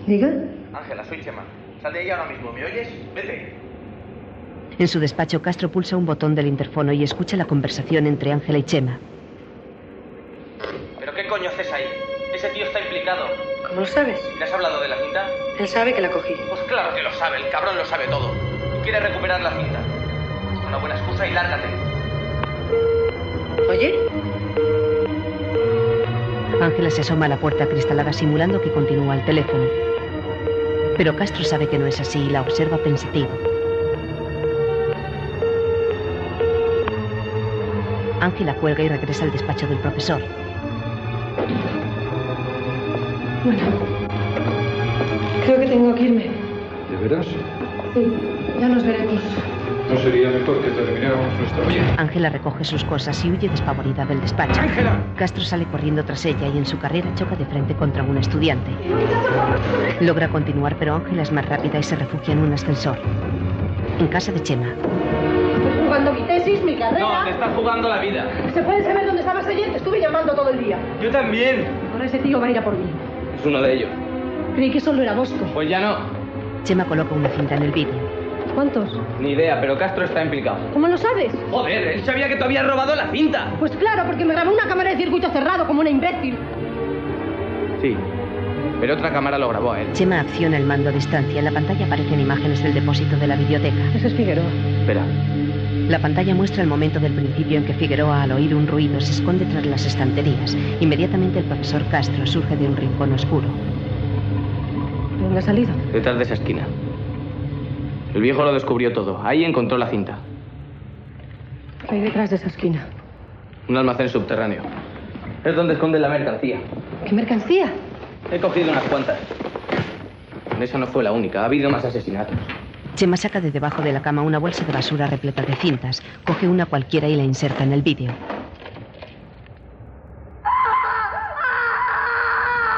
¿Diga? Ángela, soy Chema. Sal de ahí ahora mismo, ¿me oyes? Vete. En su despacho, Castro pulsa un botón del interfono y escucha la conversación entre Ángela y Chema. ¿Pero qué coño haces ahí? Ese tío está implicado. ¿Cómo lo sabes? ¿Le has hablado de la cinta? Él sabe que la cogí. Pues claro que lo sabe, el cabrón lo sabe todo. Y quiere recuperar la cinta. Es una buena excusa y lárgate. ¿Oye? Ángela se asoma a la puerta cristalada simulando que continúa el teléfono. Pero Castro sabe que no es así y la observa pensativo. Ángela cuelga y regresa al despacho del profesor. Creo que tengo que irme. ¿De veras? Sí, ya nos veremos. ¿No sería mejor que termináramos nuestra... Oye, Ángela recoge sus cosas y huye despavorida del despacho. ¡Ángela! Castro sale corriendo tras ella y en su carrera choca de frente contra un estudiante. Logra continuar, pero Ángela es más rápida y se refugia en un ascensor. En casa de Chema, Cuando mi tesis, mi No, carrera. te estás jugando la vida. ¿Se puede saber dónde estabas ayer? Te estuve llamando todo el día. Yo también. Ahora ese tío va a ir a por mí. Es uno de ellos. Creí que solo era Bosco. Pues ya no. Chema coloca una cinta en el vídeo. ¿Cuántos? Ni idea, pero Castro está implicado. ¿Cómo lo sabes? Joder, él sabía que te había robado la cinta. Pues claro, porque me grabó una cámara de circuito cerrado como una imbécil. Sí. Pero otra cámara lo grabó a él. Chema acciona el mando a distancia. En la pantalla aparecen imágenes del depósito de la biblioteca. Ese es Figueroa. Espera. La pantalla muestra el momento del principio en que Figueroa, al oír un ruido, se esconde tras las estanterías. Inmediatamente el profesor Castro surge de un rincón oscuro. ¿Dónde ha salido? Detrás de esa esquina. El viejo lo descubrió todo. Ahí encontró la cinta. ¿Qué hay detrás de esa esquina? Un almacén subterráneo. Es donde esconden la mercancía. ¿Qué mercancía? He cogido unas cuantas. Esa no fue la única. Ha habido más asesinatos. Chema saca de debajo de la cama una bolsa de basura repleta de cintas, coge una cualquiera y la inserta en el vídeo.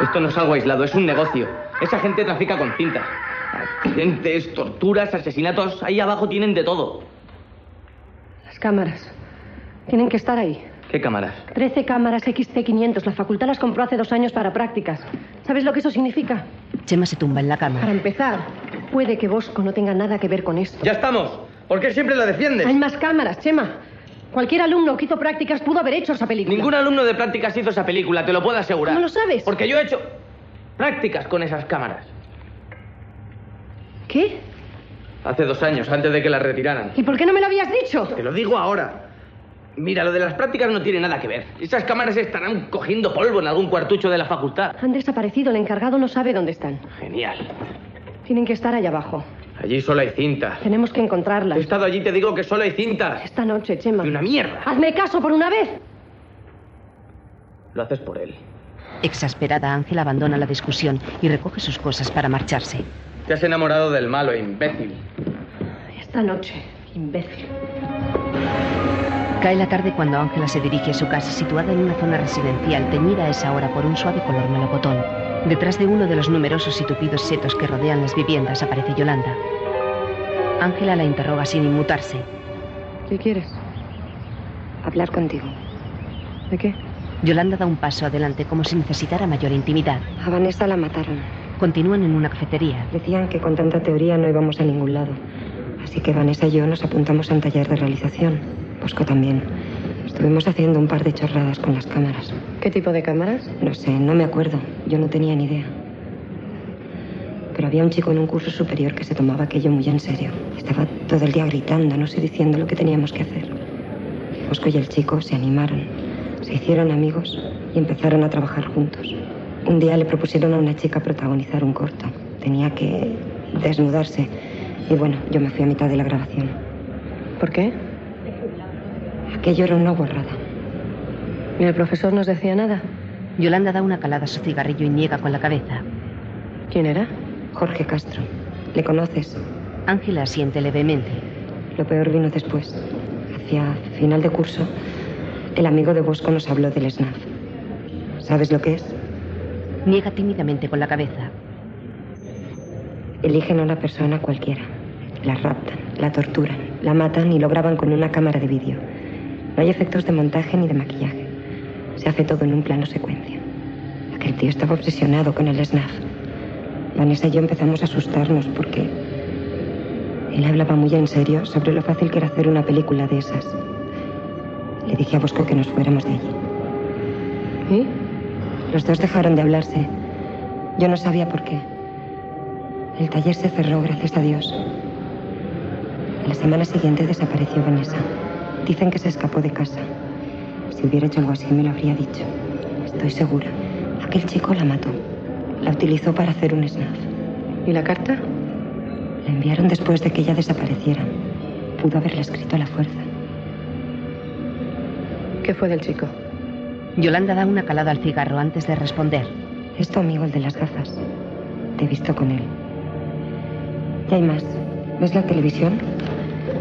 Esto no es algo aislado, es un negocio. Esa gente trafica con cintas. Accidentes, torturas, asesinatos. Ahí abajo tienen de todo. Las cámaras. Tienen que estar ahí. ¿Qué cámaras? Trece cámaras XT500. La facultad las compró hace dos años para prácticas. ¿Sabes lo que eso significa? Chema se tumba en la Para cama. empezar, puede que Bosco no tenga nada que ver con esto. ¡Ya estamos! ¿Por qué siempre la defiendes? Hay más cámaras, Chema. Cualquier alumno que hizo prácticas pudo haber hecho esa película. Ningún alumno de prácticas hizo esa película, te lo puedo asegurar. ¿Cómo lo sabes? Porque yo he hecho prácticas con esas cámaras. ¿Qué? Hace dos años, antes de que las retiraran. ¿Y por qué no me lo habías dicho? Te lo digo ahora. Mira, lo de las prácticas no tiene nada que ver. Esas cámaras estarán cogiendo polvo en algún cuartucho de la facultad. Han desaparecido, el encargado no sabe dónde están. Genial. Tienen que estar allá abajo. Allí solo hay cintas. Tenemos que encontrarlas. He estado allí, te digo que solo hay cintas. Esta noche, Chema. Y una mierda. ¡Hazme caso por una vez! Lo haces por él. Exasperada, Ángela abandona la discusión y recoge sus cosas para marcharse. Te has enamorado del malo, imbécil. Esta noche, imbécil. Cae la tarde cuando Ángela se dirige a su casa situada en una zona residencial teñida a esa hora por un suave color melocotón. Detrás de uno de los numerosos y tupidos setos que rodean las viviendas aparece Yolanda. Ángela la interroga sin inmutarse. ¿Qué quieres? Hablar contigo. ¿De qué? Yolanda da un paso adelante como si necesitara mayor intimidad. A Vanessa la mataron. Continúan en una cafetería. Decían que con tanta teoría no íbamos a ningún lado. Así que Vanessa y yo nos apuntamos a un taller de realización. Bosco también. Estuvimos haciendo un par de chorradas con las cámaras. ¿Qué tipo de cámaras? No sé, no me acuerdo. Yo no tenía ni idea. Pero había un chico en un curso superior que se tomaba aquello muy en serio. Estaba todo el día gritando, no sé, diciendo lo que teníamos que hacer. Bosco y el chico se animaron, se hicieron amigos y empezaron a trabajar juntos. Un día le propusieron a una chica protagonizar un corto. Tenía que desnudarse. Y bueno, yo me fui a mitad de la grabación. ¿Por qué? Aquello era una borrada. Ni el profesor nos decía nada. Yolanda da una calada a su cigarrillo y niega con la cabeza. ¿Quién era? Jorge Castro. ¿Le conoces? Ángela asiente levemente. Lo peor vino después. Hacia final de curso, el amigo de Bosco nos habló del SNAF. ¿Sabes lo que es? Niega tímidamente con la cabeza. Eligen a una persona cualquiera. La raptan, la torturan, la matan y lo graban con una cámara de vídeo. No hay efectos de montaje ni de maquillaje. Se hace todo en un plano secuencia. Aquel tío estaba obsesionado con el SNAF. Vanessa y yo empezamos a asustarnos porque él hablaba muy en serio sobre lo fácil que era hacer una película de esas. Le dije a Bosco que nos fuéramos de allí. ¿Y? Los dos dejaron de hablarse. Yo no sabía por qué. El taller se cerró, gracias a Dios. A la semana siguiente desapareció Vanessa. Dicen que se escapó de casa. Si hubiera hecho algo así, me lo habría dicho. Estoy segura. Aquel chico la mató. La utilizó para hacer un snap. ¿Y la carta? La enviaron después de que ella desapareciera. Pudo haberla escrito a la fuerza. ¿Qué fue del chico? Yolanda da una calada al cigarro antes de responder. Es tu amigo el de las gafas. Te he visto con él. Y hay más. ¿Ves la televisión?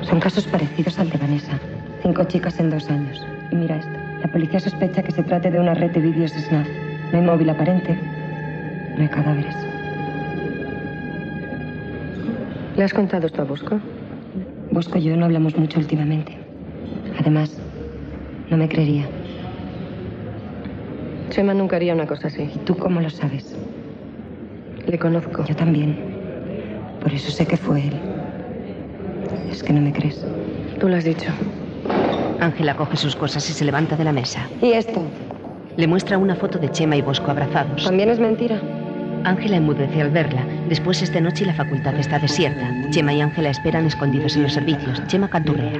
Son casos parecidos al de Vanessa. Cinco chicas en dos años. Y mira esto. La policía sospecha que se trate de una red de vídeos SNAF. No hay móvil aparente. No hay cadáveres. ¿Le has contado esto a Bosco? Bosco y yo no hablamos mucho últimamente. Además, no me creería. Chema nunca haría una cosa así. ¿Y tú cómo lo sabes? Le conozco. Yo también. Por eso sé que fue él. Es que no me crees. Tú lo has dicho. Ángela coge sus cosas y se levanta de la mesa. ¿Y esto? Le muestra una foto de Chema y Bosco abrazados. ¿También es mentira? Ángela enmudece al verla. Después esta noche la facultad está desierta. Chema y Ángela esperan escondidos en los servicios. Chema canturrea.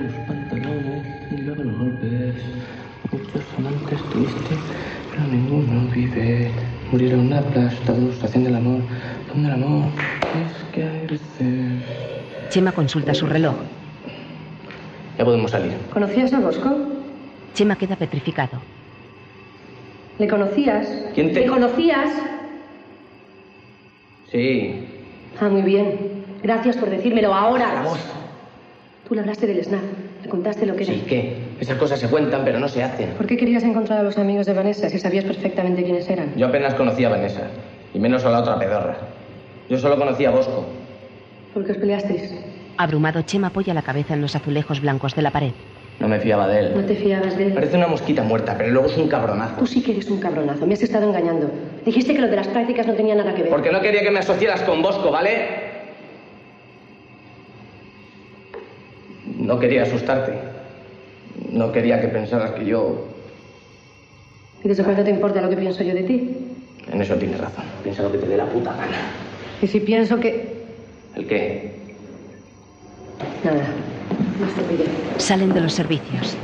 siempre estuviste, pero ninguno vive. Murieron aplastados haciendo el amor, donde el amor es que hay veces. Chema consulta su reloj. Ya podemos salir. ¿Conocías a Bosco? Chema queda petrificado. ¿Le conocías? ¿Quién te- ¿Le conocías? Sí. Ah, muy bien. Gracias por decírmelo ahora. Tú le hablaste del snap. Le contaste lo que era. ¿Y qué? Esas cosas se cuentan, pero no se hacen. ¿Por qué querías encontrar a los amigos de Vanessa si sabías perfectamente quiénes eran? Yo apenas conocía a Vanessa, y menos a la otra pedorra. Yo solo conocía a Bosco. ¿Por qué os peleasteis? Abrumado, Chema apoya la cabeza en los azulejos blancos de la pared. No me fiaba de No él. te fiabas de él. Parece una mosquita muerta, pero luego es un cabronazo. Tú sí que eres un cabronazo. Me has estado engañando. Dijiste que lo de las prácticas no tenía nada que ver. Porque no quería que me asociaras con Bosco, ¿vale? No quería asustarte. No quería que pensaras que yo... ¿Y desde cuándo te importa lo que pienso yo de ti? En eso tienes razón. Piensa lo que te dé la puta gana. Y si pienso que... ¿El qué? Nada. No se pide. Salen de los servicios.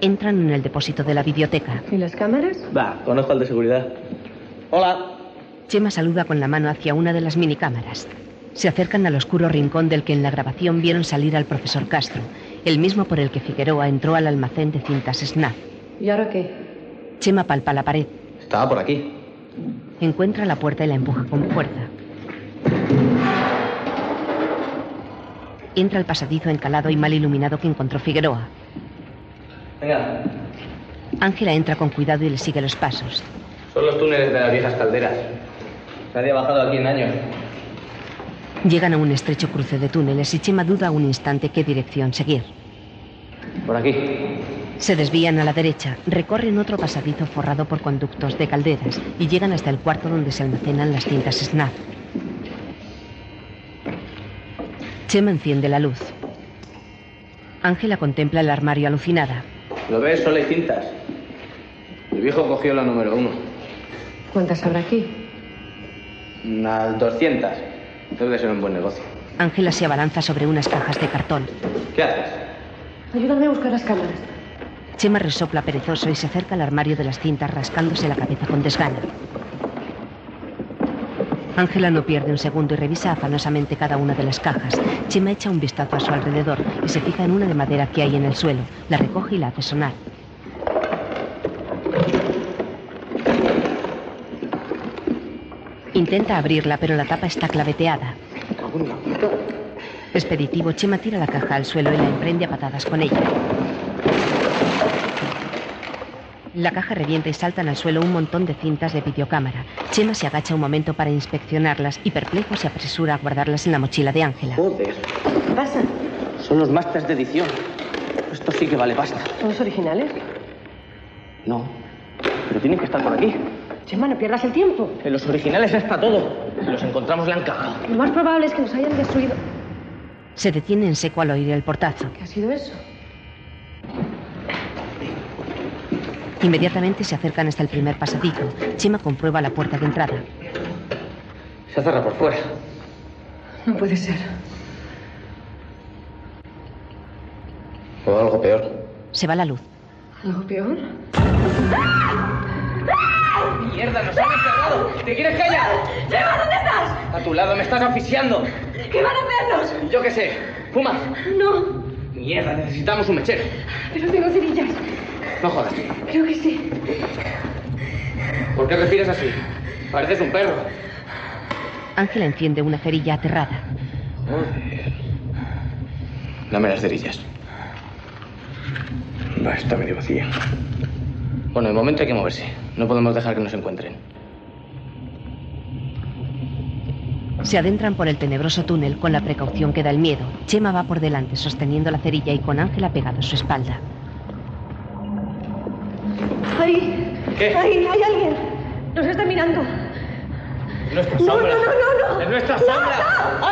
Entran en el depósito de la biblioteca. ¿Y las cámaras? Va, conozco al de seguridad. Hola. Chema saluda con la mano hacia una de las minicámaras. Se acercan al oscuro rincón del que en la grabación vieron salir al profesor Castro, el mismo por el que Figueroa entró al almacén de cintas SNAP. ¿Y ahora qué? Chema palpa la pared, Estaba por aquí. encuentra la puerta y la empuja con fuerza. Entra al pasadizo encalado y mal iluminado que encontró Figueroa. Venga, Ángela entra con cuidado y le sigue los pasos. son los túneles de las viejas calderas. Nadie ha bajado aquí en años. Llegan a un estrecho cruce de túneles y Chema duda un instante qué dirección seguir. Por aquí. Se desvían a la derecha, recorren otro pasadizo forrado por conductos de calderas y llegan hasta el cuarto donde se almacenan las cintas SNAP. Chema enciende la luz. Ángela contempla el armario alucinada. ¿Lo ves? Solo hay cintas. El viejo cogió la número uno. ¿Cuántas habrá aquí? Unas 200. Debe de ser un buen negocio. Ángela se abalanza sobre unas cajas de cartón. ¿Qué haces? Ayúdame a buscar las cámaras. Chema resopla perezoso y se acerca al armario de las cintas rascándose la cabeza con desgana. Ángela no pierde un segundo y revisa afanosamente cada una de las cajas. Chema echa un vistazo a su alrededor y se fija en una de madera que hay en el suelo. La recoge y la hace sonar. Intenta abrirla, pero la tapa está claveteada. Expeditivo, Chema tira la caja al suelo y la emprende a patadas con ella. La caja revienta y saltan al suelo un montón de cintas de videocámara. Chema se agacha un momento para inspeccionarlas y perplejo se apresura a guardarlas en la mochila de Ángela. Joder. ¿Qué pasa? Son los masters de edición. Esto sí que vale pasta. ¿Son los originales? No. Pero tienen que estar por aquí. Chema, no pierdas el tiempo. En los originales es para todo. Si los encontramos la han cagado. Lo más probable es que nos hayan destruido. Se detiene en seco al oír el portazo. ¿Qué ha sido eso? Inmediatamente se acercan hasta el primer pasadizo. Chema comprueba la puerta de entrada. Se ha cerrado por fuera. No puede ser. O algo peor. Se va la luz. ¿Algo peor? ¡Mierda, nos han encerrado! ¿Te quieres callar? ¡Chema, ¿dónde estás? A tu lado me estás asfixiando. ¿Qué van a hacernos? Yo qué sé. Fuma. No, Mierda, necesitamos un mechero. pero tengo cerillas. No jodas. Creo que sí. ¿Por qué respiras así? Pareces un perro. Ángela enciende una cerilla aterrada. Dame las cerillas. Va, está medio vacía. Bueno, de momento hay que moverse. No podemos dejar que nos encuentren. Se adentran por el tenebroso túnel con la precaución que da el miedo. Chema va por delante sosteniendo la cerilla y con Ángela pegada a su espalda. Ahí. ¿Qué? Ahí, hay alguien. Nos está mirando. Es nuestra No, sombra. no, no, no, no. Es nuestra No, sombra. no.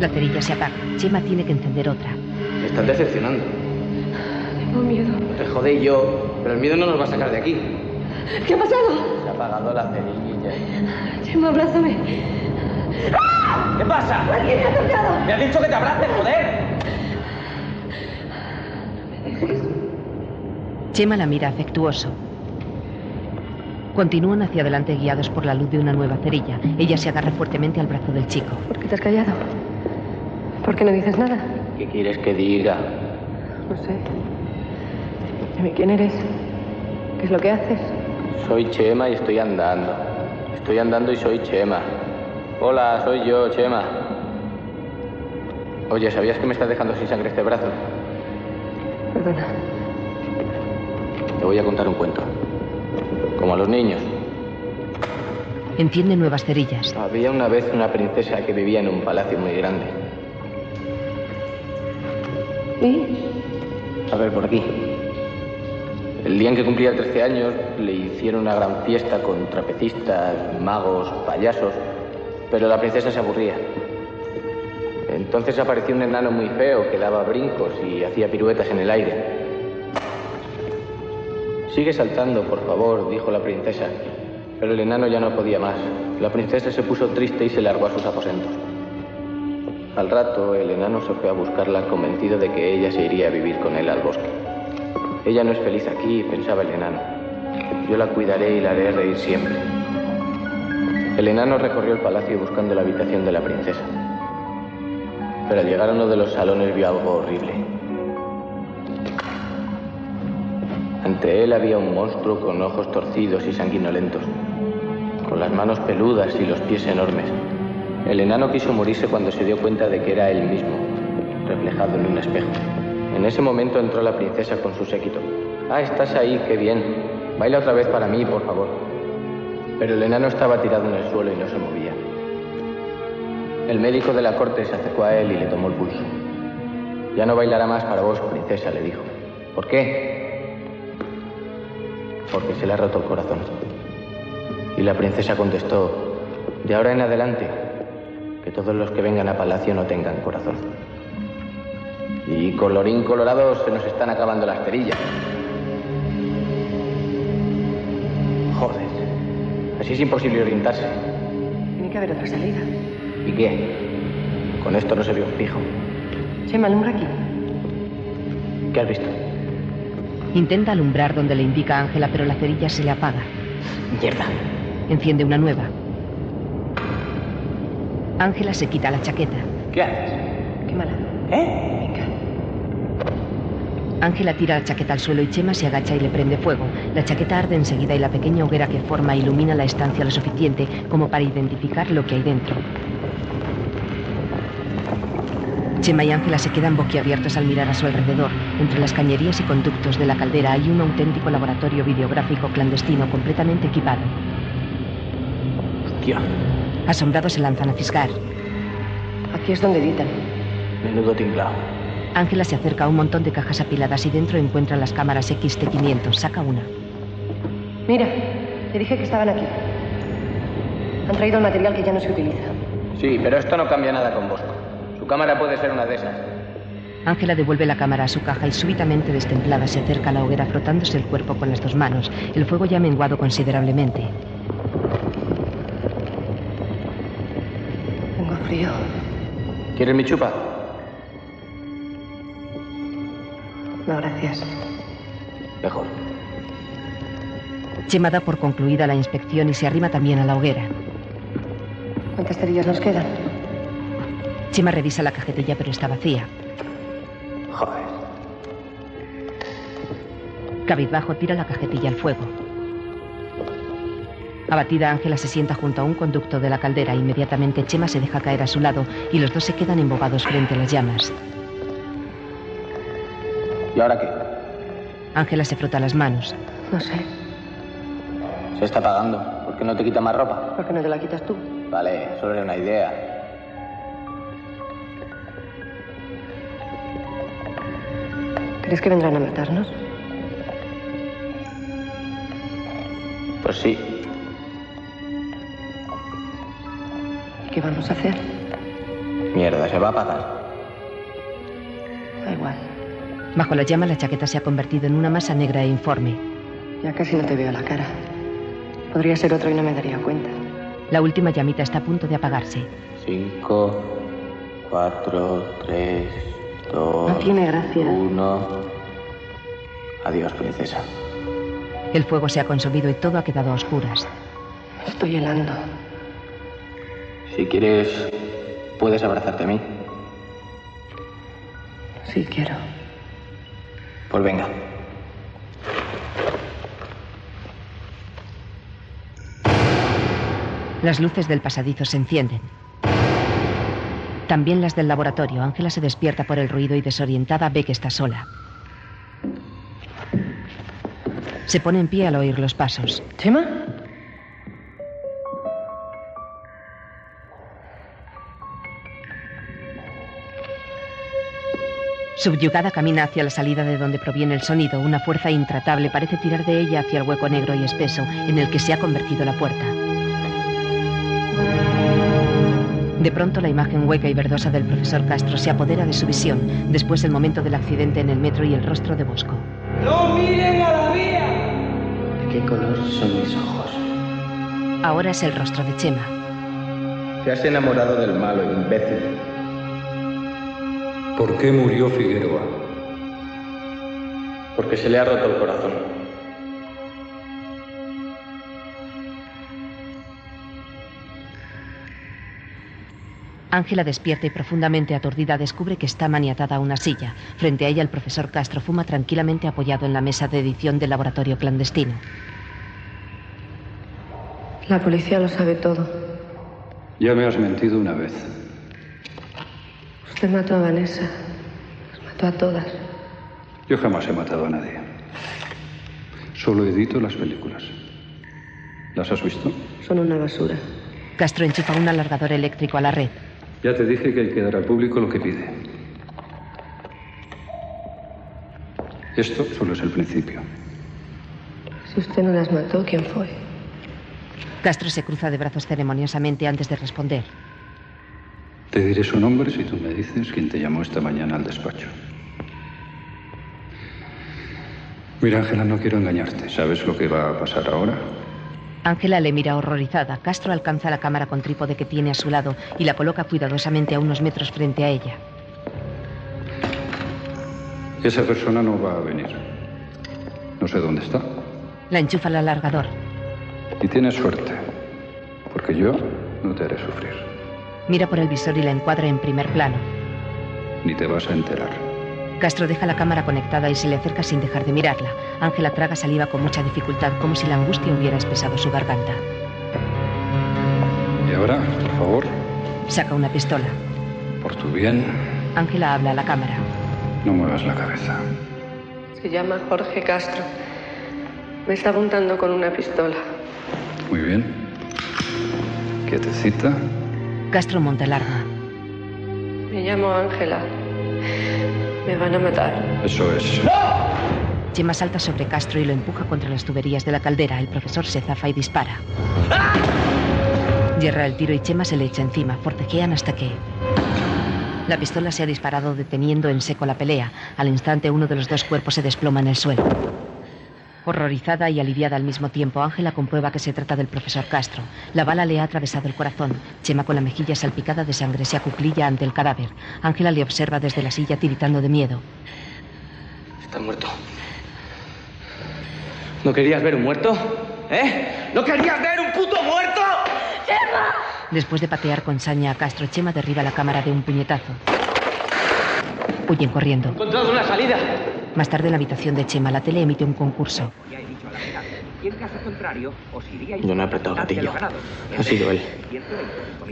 La cerilla se apaga. Chema tiene que encender otra. Me estás decepcionando. Tengo miedo. Te jodé yo, pero el miedo no nos va a sacar de aquí. ¿Qué ha pasado? Se ha apagado la cerilla. Chema, abrázame. ¿Qué pasa? ¡Alguien me ha tocado! ¡Me has dicho que te abraces, joder! Chema la mira afectuoso. Continúan hacia adelante guiados por la luz de una nueva cerilla. Ella se agarra fuertemente al brazo del chico. ¿Por qué te has callado? ¿Por qué no dices nada? ¿Qué quieres que diga? No sé. Dime quién eres. ¿Qué es lo que haces? Soy Chema y estoy andando. Estoy andando y soy Chema. Hola, soy yo, Chema. Oye, ¿sabías que me estás dejando sin sangre este brazo? Perdona. Te voy a contar un cuento. Como a los niños. Enciende nuevas cerillas. Había una vez una princesa que vivía en un palacio muy grande. ¿Y? A ver, por aquí. El día en que cumplía 13 años le hicieron una gran fiesta con trapecistas, magos, payasos, pero la princesa se aburría. Entonces apareció un enano muy feo que daba brincos y hacía piruetas en el aire. Sigue saltando, por favor, dijo la princesa, pero el enano ya no podía más. La princesa se puso triste y se largó a sus aposentos. Al rato, el enano se fue a buscarla convencido de que ella se iría a vivir con él al bosque. Ella no es feliz aquí, pensaba el enano. Yo la cuidaré y la haré reír siempre. El enano recorrió el palacio buscando la habitación de la princesa. Pero al llegar a uno de los salones vio algo horrible. Ante él había un monstruo con ojos torcidos y sanguinolentos, con las manos peludas y los pies enormes. El enano quiso morirse cuando se dio cuenta de que era él mismo, reflejado en un espejo. En ese momento entró la princesa con su séquito. Ah, estás ahí, qué bien. Baila otra vez para mí, por favor. Pero el enano estaba tirado en el suelo y no se movía. El médico de la corte se acercó a él y le tomó el pulso. Ya no bailará más para vos, princesa, le dijo. ¿Por qué? Porque se le ha roto el corazón. Y la princesa contestó, de ahora en adelante, que todos los que vengan a palacio no tengan corazón. Y colorín colorado, se nos están acabando las cerillas. Joder, así es imposible orientarse. Tiene que haber otra salida. ¿Y qué? Con esto no se vio un fijo. Chema, alumbra aquí. ¿Qué has visto? Intenta alumbrar donde le indica Ángela, pero la cerilla se le apaga. Mierda. Enciende una nueva. Ángela se quita la chaqueta. ¿Qué haces? Qué mala. ¿Eh? Ángela tira la chaqueta al suelo y Chema se agacha y le prende fuego. La chaqueta arde enseguida y la pequeña hoguera que forma ilumina la estancia lo suficiente como para identificar lo que hay dentro. Chema y Ángela se quedan boquiabiertos al mirar a su alrededor. Entre las cañerías y conductos de la caldera hay un auténtico laboratorio videográfico clandestino completamente equipado. Hostia. Asombrados se lanzan a fisgar. Aquí es donde editan. Menudo tinglao. Ángela se acerca a un montón de cajas apiladas y dentro encuentra las cámaras XT500. Saca una. Mira, te dije que estaban aquí. Han traído el material que ya no se utiliza. Sí, pero esto no cambia nada con Bosco. Su cámara puede ser una de esas. Ángela devuelve la cámara a su caja y súbitamente destemplada se acerca a la hoguera frotándose el cuerpo con las dos manos. El fuego ya ha menguado considerablemente. Tengo frío. ¿Quieres mi chupa? No, gracias. Mejor. Chema da por concluida la inspección y se arrima también a la hoguera. ¿Cuántas cerillas nos quedan? Chema revisa la cajetilla pero está vacía. Joder. Cabizbajo tira la cajetilla al fuego. Abatida, Ángela se sienta junto a un conducto de la caldera. Inmediatamente Chema se deja caer a su lado y los dos se quedan embobados frente a las llamas. ¿Y ahora qué? Ángela se frota las manos. No sé. Se está pagando. ¿Por qué no te quita más ropa? ¿Por qué no te la quitas tú? Vale, solo era una idea. ¿Crees que vendrán a matarnos? Pues sí. ¿Y qué vamos a hacer? Mierda, se va a pagar. Da igual. Bajo la llama la chaqueta se ha convertido en una masa negra e informe. Ya casi no te veo la cara. Podría ser otro y no me daría cuenta. La última llamita está a punto de apagarse. Cinco, 4, 3, 2, No tiene gracia. 1. Adiós, princesa. El fuego se ha consumido y todo ha quedado a oscuras. Estoy helando. Si quieres, puedes abrazarte a mí. Sí, quiero. Pues venga. Las luces del pasadizo se encienden. También las del laboratorio. Ángela se despierta por el ruido y desorientada ve que está sola. Se pone en pie al oír los pasos. ¿Chema? Subyugada camina hacia la salida de donde proviene el sonido. Una fuerza intratable parece tirar de ella hacia el hueco negro y espeso en el que se ha convertido la puerta. De pronto la imagen hueca y verdosa del profesor Castro se apodera de su visión, después el momento del accidente en el metro y el rostro de Bosco. ¡No miren a la vía! ¿De qué color son mis ojos? Ahora es el rostro de Chema. Te has enamorado del malo, imbécil. ¿Por qué murió Figueroa? Porque se le ha roto el corazón. Ángela despierta y profundamente aturdida descubre que está maniatada a una silla. Frente a ella el profesor Castro fuma tranquilamente apoyado en la mesa de edición del laboratorio clandestino. La policía lo sabe todo. Ya me has mentido una vez. Usted mató a Vanessa. Las mató a todas. Yo jamás he matado a nadie. Solo edito las películas. ¿Las has visto? Son una basura. Castro enchufa un alargador eléctrico a la red. Ya te dije que hay que dar al público lo que pide. Esto solo es el principio. Si usted no las mató, ¿quién fue? Castro se cruza de brazos ceremoniosamente antes de responder. Te diré su nombre si tú me dices quién te llamó esta mañana al despacho. Mira, Ángela, no quiero engañarte. ¿Sabes lo que va a pasar ahora? Ángela le mira horrorizada. Castro alcanza la cámara con trípode que tiene a su lado y la coloca cuidadosamente a unos metros frente a ella. Esa persona no va a venir. No sé dónde está. La enchufa al alargador. Y tienes suerte, porque yo no te haré sufrir, Mira por el visor y la encuadra en primer plano. ni te vas a enterar. Castro deja la cámara conectada y se le acerca sin dejar de mirarla. Ángela traga saliva con mucha dificultad, como si la angustia hubiera espesado su garganta. Y ahora, por favor, Saca una pistola. por tu bien, Ángela habla a la cámara. no muevas la cabeza. Se llama Jorge Castro. Me está apuntando con una pistola. Muy bien. Quietecita. Castro monta el arma. Me llamo Ángela. Me van a matar. Eso es. Chema salta sobre Castro y lo empuja contra las tuberías de la caldera. El profesor se zafa y dispara. Yerra el tiro y Chema se le echa encima. Forcejean hasta que... La pistola se ha disparado deteniendo en seco la pelea. Al instante uno de los dos cuerpos se desploma en el suelo. Horrorizada y aliviada al mismo tiempo, Ángela comprueba que se trata del profesor Castro. La bala le ha atravesado el corazón. Chema con la mejilla salpicada de sangre se acuclilla ante el cadáver. Ángela le observa desde la silla tiritando de miedo. Está muerto. ¿No querías ver un muerto? ¿Eh? ¿No querías ver un puto muerto? Después de patear con saña a Castro, Chema derriba la cámara de un puñetazo. Huyen corriendo. He encontrado una salida. Más tarde en la habitación de Chema, la tele emite un concurso. En caso contrario, os iría Yo no he apretado el gatillo. Ha sido él.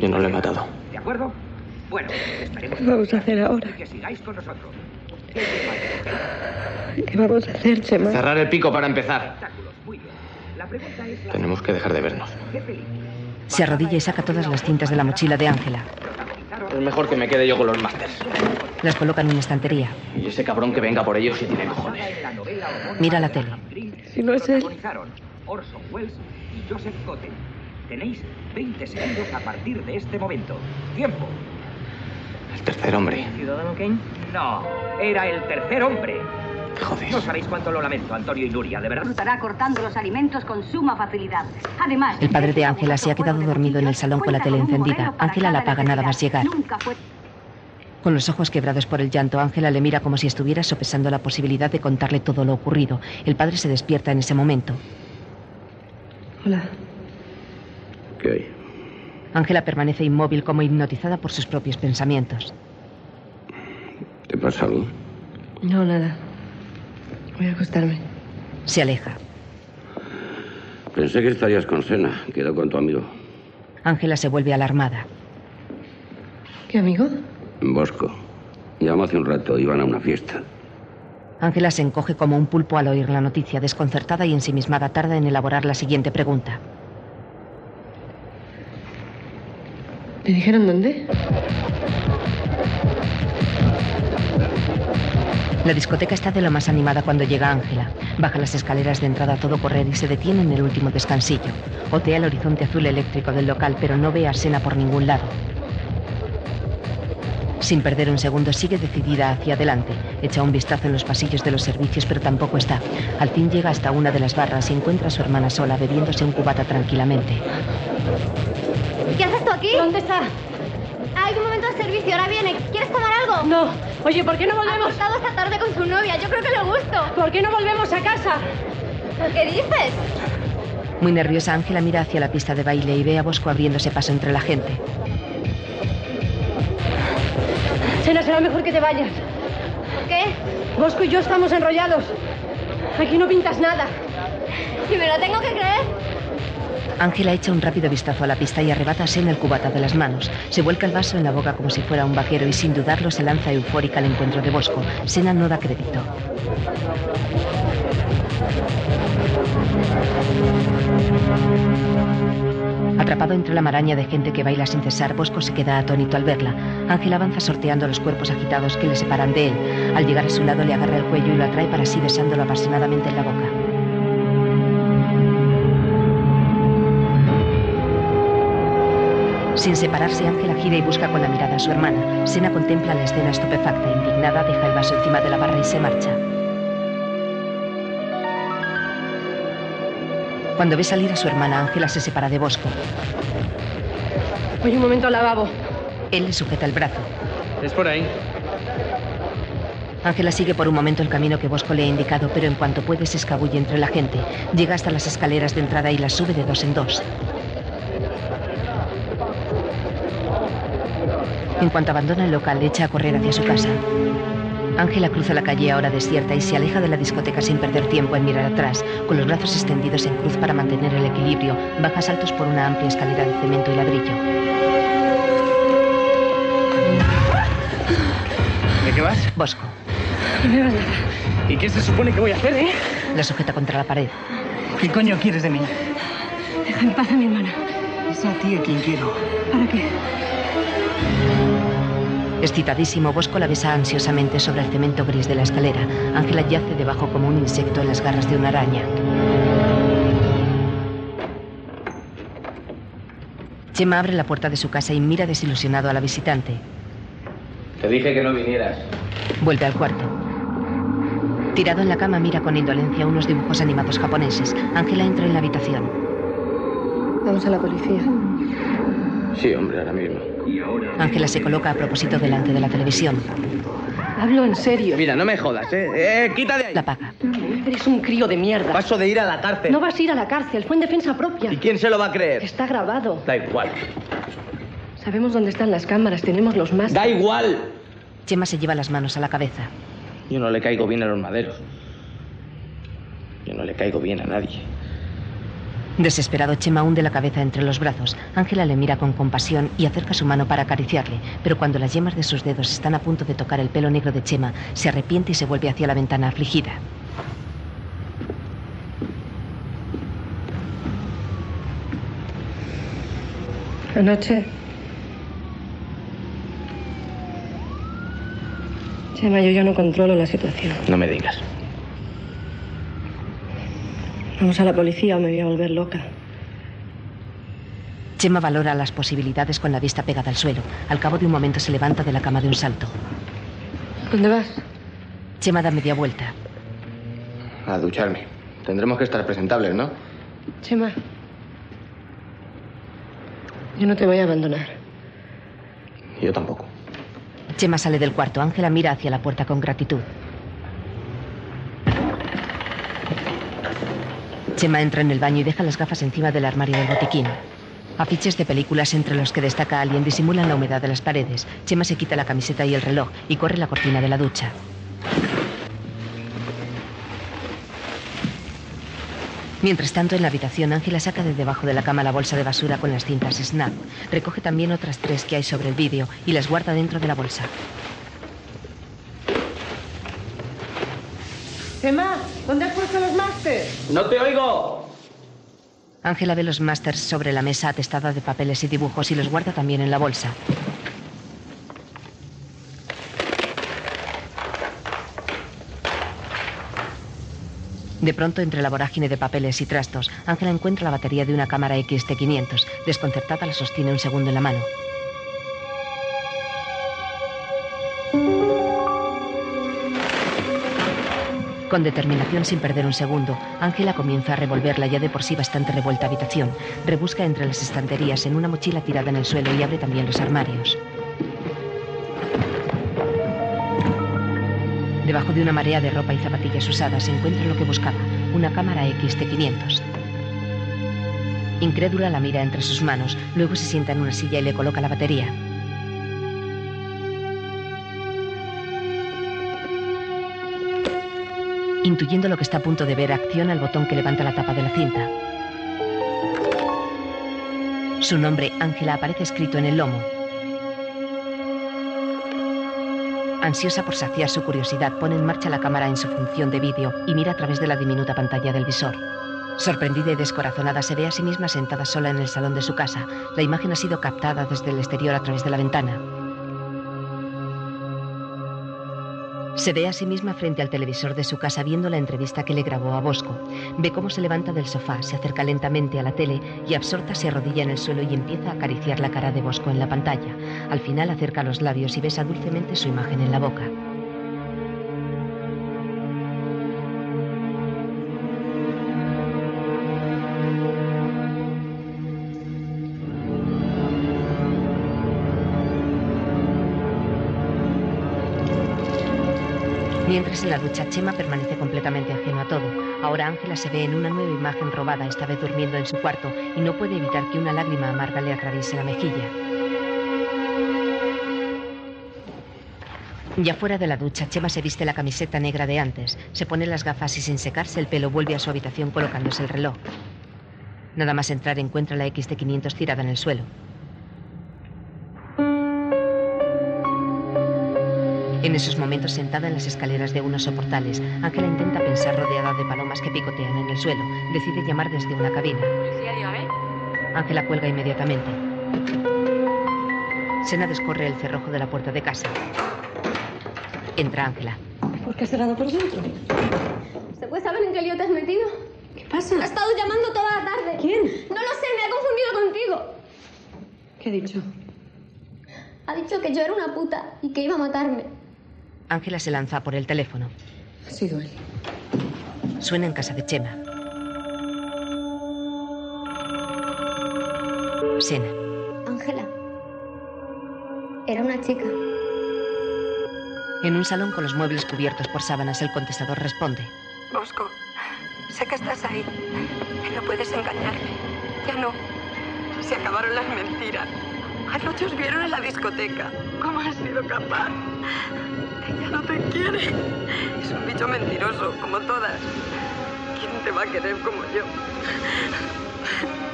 Yo no lo he matado. ¿De acuerdo? Bueno, esperemos. ¿Qué vamos a hacer ahora? Que sigáis con nosotros. ¿Qué vamos a hacer, Chema? Cerrar el pico para empezar. La pregunta es la Tenemos que dejar de vernos. ¿qué película? Se arrodilla y saca todas las cintas de la mochila de Ángela. Es mejor que me quede yo con los masters. Las coloca en una estantería. Y ese cabrón que venga por ellos si tiene cojones. Mira la tele. Si no es él. Protagonizaron Orson Welles y Joseph Cotten. Tenéis 20 segundos a partir de este momento. Tiempo. El tercer hombre. ¿Ciudadano Kane? No, era el tercer hombre. No sabéis cuánto lo lamento, Antonio y Nuria, de verdad. Estará cortando los alimentos con suma facilidad. Además, El padre de Ángela se ha quedado dormido en el salón con la tele encendida. Ángela la apaga nada más llegar. Con los ojos quebrados por el llanto, Ángela le mira como si estuviera sopesando la posibilidad de contarle todo lo ocurrido. El padre se despierta en ese momento. Hola. ¿Qué hay? Ángela permanece inmóvil como hipnotizada por sus propios pensamientos. ¿Te pasa algo? No, nada. Voy a acostarme. Se aleja. Pensé que estarías con Sena. Quedó con tu amigo. Ángela se vuelve alarmada. ¿Qué amigo? En Bosco. Llamó hace un rato. Iban a una fiesta. Ángela se encoge como un pulpo al oír la noticia, desconcertada y ensimismada, tarda en elaborar la siguiente pregunta. ¿Te dijeron dónde? La discoteca está de lo más animada cuando llega Ángela. Baja las escaleras de entrada a todo correr y se detiene en el último descansillo. Otea el horizonte azul eléctrico del local, pero no ve a Sena por ningún lado. Sin perder un segundo, sigue decidida hacia adelante. Echa un vistazo en los pasillos de los servicios, pero tampoco está. Al fin llega hasta una de las barras y encuentra a su hermana sola bebiéndose un cubata tranquilamente. ¿Qué haces tú aquí? ¿Dónde está? Hay un momento de servicio, ahora viene. ¿Quieres tomar algo? No. Oye, ¿por qué no Ha volvemos? cortado esta tarde con su novia, yo creo que le gusto. ¿Por qué no volvemos a casa? ¿Qué dices? Muy nerviosa, Ángela mira hacia la pista de baile y ve a Bosco abriéndose paso entre la gente. Sena, será mejor que te vayas. ¿Qué? Bosco y yo estamos enrollados. Aquí no pintas nada. Si me lo tengo que creer. Ángela echa un rápido vistazo a la pista y arrebata a Sena el cubata de las manos. Se vuelca el vaso en la boca como si fuera un vaquero y sin dudarlo se lanza eufórica al encuentro de Bosco. Sena no da crédito. Atrapado entre la maraña de gente que baila sin cesar, Bosco se queda atónito al verla. Ángela avanza sorteando los cuerpos agitados que le separan de él. Al llegar a su lado le agarra el cuello y lo atrae para sí besándolo apasionadamente en la boca. Sin separarse, Ángela gira y busca con la mirada a su hermana. Sena contempla la escena estupefacta. Indignada, deja el vaso encima de la barra y se marcha. Cuando ve salir a su hermana, Ángela se separa de Bosco. Oye, un momento al lavabo. Él le sujeta el brazo. Es por ahí. Ángela sigue por un momento el camino que Bosco le ha indicado, pero en cuanto puede se escabulle entre la gente. Llega hasta las escaleras de entrada y las sube de dos en dos. En cuanto abandona el local, le echa a correr hacia su casa. Ángela cruza la calle ahora desierta y se aleja de la discoteca sin perder tiempo en mirar atrás. Con los brazos extendidos en cruz para mantener el equilibrio, baja a saltos por una amplia escalera de cemento y ladrillo. ¿De qué vas? Bosco. No me vas nada. ¿Y qué se supone que voy a hacer, eh? La sujeta contra la pared. ¿Qué coño quieres de mí? Deja en paz a mi hermana. Es a ti a quien quiero. ¿Para qué? Excitadísimo, Bosco la besa ansiosamente sobre el cemento gris de la escalera. Ángela yace debajo como un insecto en las garras de una araña. Chema abre la puerta de su casa y mira desilusionado a la visitante. Te dije que no vinieras. Vuelve al cuarto. Tirado en la cama, mira con indolencia unos dibujos animados japoneses. Ángela entra en la habitación. Vamos a la policía. Sí, hombre, ahora mismo. Ángela se coloca a propósito delante de la televisión. Hablo en serio. Mira, no me jodas, eh. Eh, quita de ahí. La paga. Eres un crío de mierda. Paso de ir a la cárcel. No vas a ir a la cárcel, fue en defensa propia. ¿Y quién se lo va a creer? Está grabado. Da igual. Sabemos dónde están las cámaras, tenemos los más. Da igual. Chema se lleva las manos a la cabeza. Yo no le caigo bien a los maderos. Yo no le caigo bien a nadie. Desesperado, Chema hunde la cabeza entre los brazos. Ángela le mira con compasión y acerca su mano para acariciarle, pero cuando las yemas de sus dedos están a punto de tocar el pelo negro de Chema, se arrepiente y se vuelve hacia la ventana afligida. Anoche. Chema, yo ya no controlo la situación. No me digas. Vamos a la policía o me voy a volver loca. Chema valora las posibilidades con la vista pegada al suelo. Al cabo de un momento se levanta de la cama de un salto. ¿Dónde vas? Chema da media vuelta. A ducharme. Tendremos que estar presentables, ¿no? Chema. Yo no te voy a abandonar. Yo tampoco. Chema sale del cuarto. Ángela mira hacia la puerta con gratitud. Chema entra en el baño y deja las gafas encima del armario del botiquín. Afiches de películas entre los que destaca Alien disimulan la humedad de las paredes. Chema se quita la camiseta y el reloj y corre la cortina de la ducha. Mientras tanto, en la habitación, Ángela saca de debajo de la cama la bolsa de basura con las cintas Snap. Recoge también otras tres que hay sobre el vídeo y las guarda dentro de la bolsa. Emma, ¿dónde has puesto los másters? ¡No te oigo! Ángela ve los másters sobre la mesa atestada de papeles y dibujos y los guarda también en la bolsa. De pronto, entre la vorágine de papeles y trastos, Ángela encuentra la batería de una cámara XT500. Desconcertada, la sostiene un segundo en la mano. Con determinación, sin perder un segundo, Ángela comienza a revolver la ya de por sí bastante revuelta habitación. Rebusca entre las estanterías en una mochila tirada en el suelo y abre también los armarios. Debajo de una marea de ropa y zapatillas usadas se encuentra lo que buscaba, una cámara XT500. Incrédula la mira entre sus manos, luego se sienta en una silla y le coloca la batería. Intuyendo lo que está a punto de ver, acciona el botón que levanta la tapa de la cinta. Su nombre, Ángela, aparece escrito en el lomo. Ansiosa por saciar su curiosidad, pone en marcha la cámara en su función de vídeo y mira a través de la diminuta pantalla del visor. Sorprendida y descorazonada, se ve a sí misma sentada sola en el salón de su casa. La imagen ha sido captada desde el exterior a través de la ventana. Se ve a sí misma frente al televisor de su casa viendo la entrevista que le grabó a Bosco. Ve cómo se levanta del sofá, se acerca lentamente a la tele y absorta se arrodilla en el suelo y empieza a acariciar la cara de Bosco en la pantalla. Al final acerca los labios y besa dulcemente su imagen en la boca. Mientras en la ducha, Chema permanece completamente ajeno a todo. Ahora Ángela se ve en una nueva imagen robada, esta vez durmiendo en su cuarto, y no puede evitar que una lágrima amarga le atraviese la mejilla. Ya fuera de la ducha, Chema se viste la camiseta negra de antes, se pone las gafas y sin secarse el pelo vuelve a su habitación colocándose el reloj. Nada más entrar encuentra la XT500 tirada en el suelo. En esos momentos, sentada en las escaleras de unos soportales, Ángela intenta pensar rodeada de palomas que picotean en el suelo. Decide llamar desde una cabina. Ángela cuelga inmediatamente. Sena descorre el cerrojo de la puerta de casa. Entra Ángela. ¿Por qué has cerrado por dentro? ¿Pues saben en qué lío te has metido? ¿Qué pasa? Ha estado llamando toda la tarde. ¿Quién? No lo sé, me ha confundido contigo. ¿Qué ha dicho? Ha dicho que yo era una puta y que iba a matarme. Ángela se lanza por el teléfono. Ha sido él. Suena en casa de Chema. Sena. Ángela. Era una chica. En un salón con los muebles cubiertos por sábanas, el contestador responde. Bosco, sé que estás ahí. No puedes engañarme. Ya no. Se acabaron las mentiras. Anoche os vieron en la discoteca. ¿Cómo has sido capaz? Ella no te quiere. Es un bicho mentiroso, como todas. ¿Quién te va a querer como yo?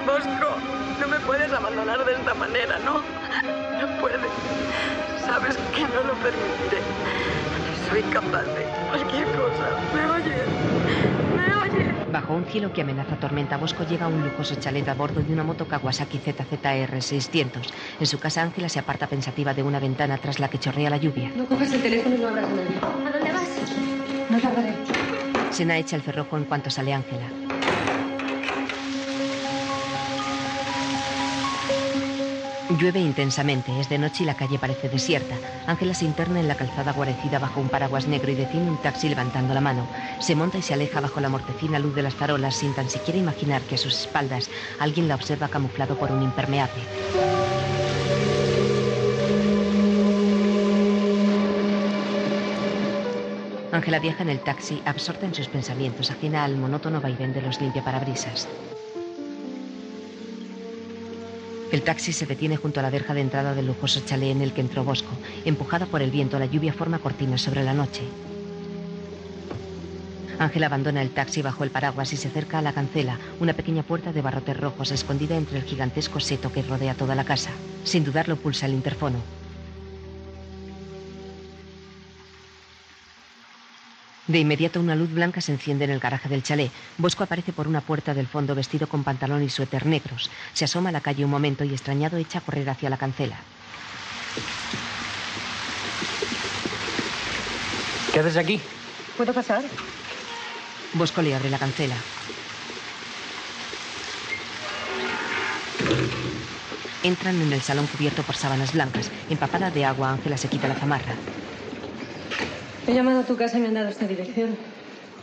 Bosco, no me puedes abandonar de esta manera, ¿no? No puedes. Sabes que no lo permitiré. Soy capaz de cualquier cosa. ¿Me oyes? ¿Me oyes? Bajo un cielo que amenaza tormenta, Bosco llega a un lujoso chalet a bordo de una moto Kawasaki ZZR 600. En su casa, Ángela se aparta pensativa de una ventana tras la que chorrea la lluvia. No cojas el teléfono y no hablas con él. ¿A dónde vas? No tardaré. Sena echa el cerrojo en cuanto sale Ángela. Llueve intensamente, es de noche y la calle parece desierta. Ángela se interna en la calzada guarecida bajo un paraguas negro y detiene un taxi levantando la mano. Se monta y se aleja bajo la mortecina luz de las farolas sin tan siquiera imaginar que a sus espaldas alguien la observa camuflado por un impermeable. Ángela viaja en el taxi, absorta en sus pensamientos, ajena al monótono vaivén de los limpiaparabrisas. El taxi se detiene junto a la verja de entrada del lujoso chalet en el que entró Bosco. Empujada por el viento, la lluvia forma cortinas sobre la noche. Ángela abandona el taxi bajo el paraguas y se acerca a la cancela, una pequeña puerta de barrotes rojos escondida entre el gigantesco seto que rodea toda la casa. Sin dudarlo pulsa el interfono. De inmediato una luz blanca se enciende en el garaje del chalet. Bosco aparece por una puerta del fondo vestido con pantalón y suéter negros. Se asoma a la calle un momento y extrañado echa a correr hacia la cancela. ¿Qué haces aquí? ¿Puedo pasar? Bosco le abre la cancela. Entran en el salón cubierto por sábanas blancas. Empapada de agua, Ángela se quita la zamarra. He llamado a tu casa y me han dado esta dirección.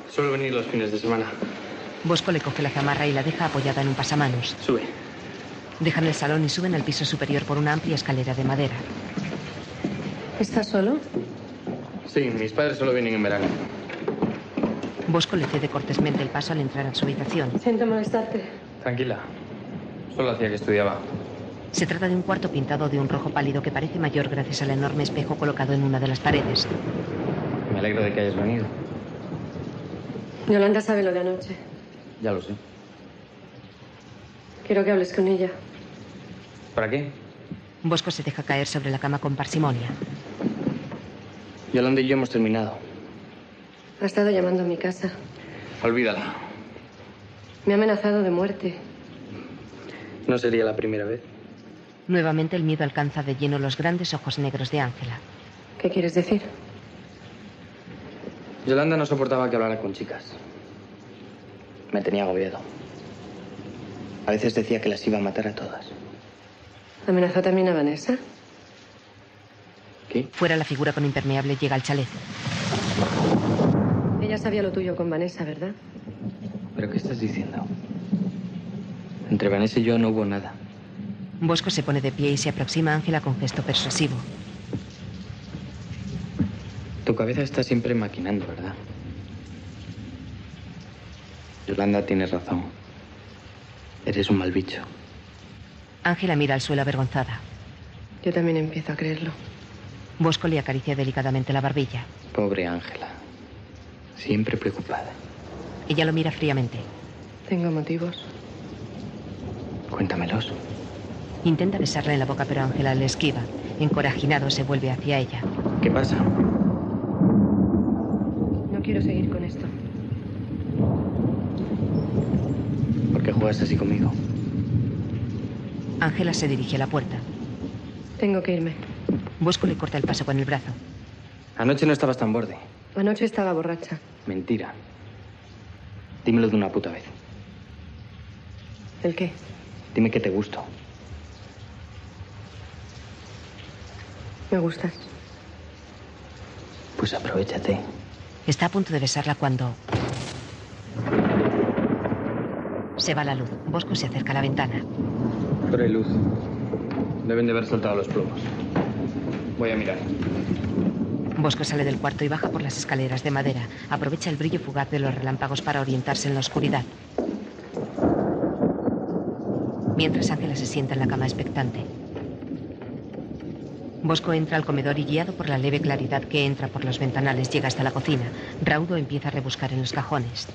Suelo venir los fines de semana. Bosco le coge la zamarra y la deja apoyada en un pasamanos. Sube. Dejan el salón y suben al piso superior por una amplia escalera de madera. ¿Estás solo? Sí, mis padres solo vienen en verano. Bosco le cede cortésmente el paso al entrar en su habitación. Siento molestarte. Tranquila. Solo hacía que estudiaba. Se trata de un cuarto pintado de un rojo pálido que parece mayor gracias al enorme espejo colocado en una de las paredes. Me alegro de que hayas venido. Yolanda sabe lo de anoche. Ya lo sé. Quiero que hables con ella. ¿Para qué? Bosco se deja caer sobre la cama con parsimonia. Yolanda y yo hemos terminado. Ha estado llamando a mi casa. Olvídala. Me ha amenazado de muerte. No sería la primera vez. Nuevamente el miedo alcanza de lleno los grandes ojos negros de Ángela. ¿Qué quieres decir? Yolanda no soportaba que hablara con chicas. Me tenía agobiado. A veces decía que las iba a matar a todas. ¿Amenazó también a Vanessa? Fuera la figura con impermeable llega al chalet. Ella sabía lo tuyo con Vanessa, ¿verdad? ¿Pero qué estás diciendo? Entre Vanessa y yo no hubo nada. Bosco se pone de pie y se aproxima a Ángela con gesto persuasivo. Tu cabeza está siempre maquinando, ¿verdad? Yolanda, tienes razón. Eres un mal bicho. Ángela mira al suelo avergonzada. Yo también empiezo a creerlo. Bosco le acaricia delicadamente la barbilla. Pobre Ángela. Siempre preocupada. Ella lo mira fríamente. Tengo motivos. Cuéntamelos. Intenta besarle en la boca, pero Ángela le esquiva. Encorajinado se vuelve hacia ella. ¿Qué pasa? No quiero seguir con esto. ¿Por qué juegas así conmigo? Ángela se dirige a la puerta. Tengo que irme. Bosco le corta el paso con el brazo. Anoche no estabas tan borde. Anoche estaba borracha. Mentira. Dímelo de una puta vez. ¿El qué? Dime que te gusto. Me gustas. Pues aprovechate. Está a punto de besarla cuando... Se va la luz. Bosco se acerca a la ventana. Pero hay luz. Deben de haber soltado los plomos. Voy a mirar. Bosco sale del cuarto y baja por las escaleras de madera. Aprovecha el brillo fugaz de los relámpagos para orientarse en la oscuridad. Mientras Ángela se sienta en la cama expectante. Bosco entra al comedor y guiado por la leve claridad que entra por los ventanales llega hasta la cocina. Raudo empieza a rebuscar en los cajones.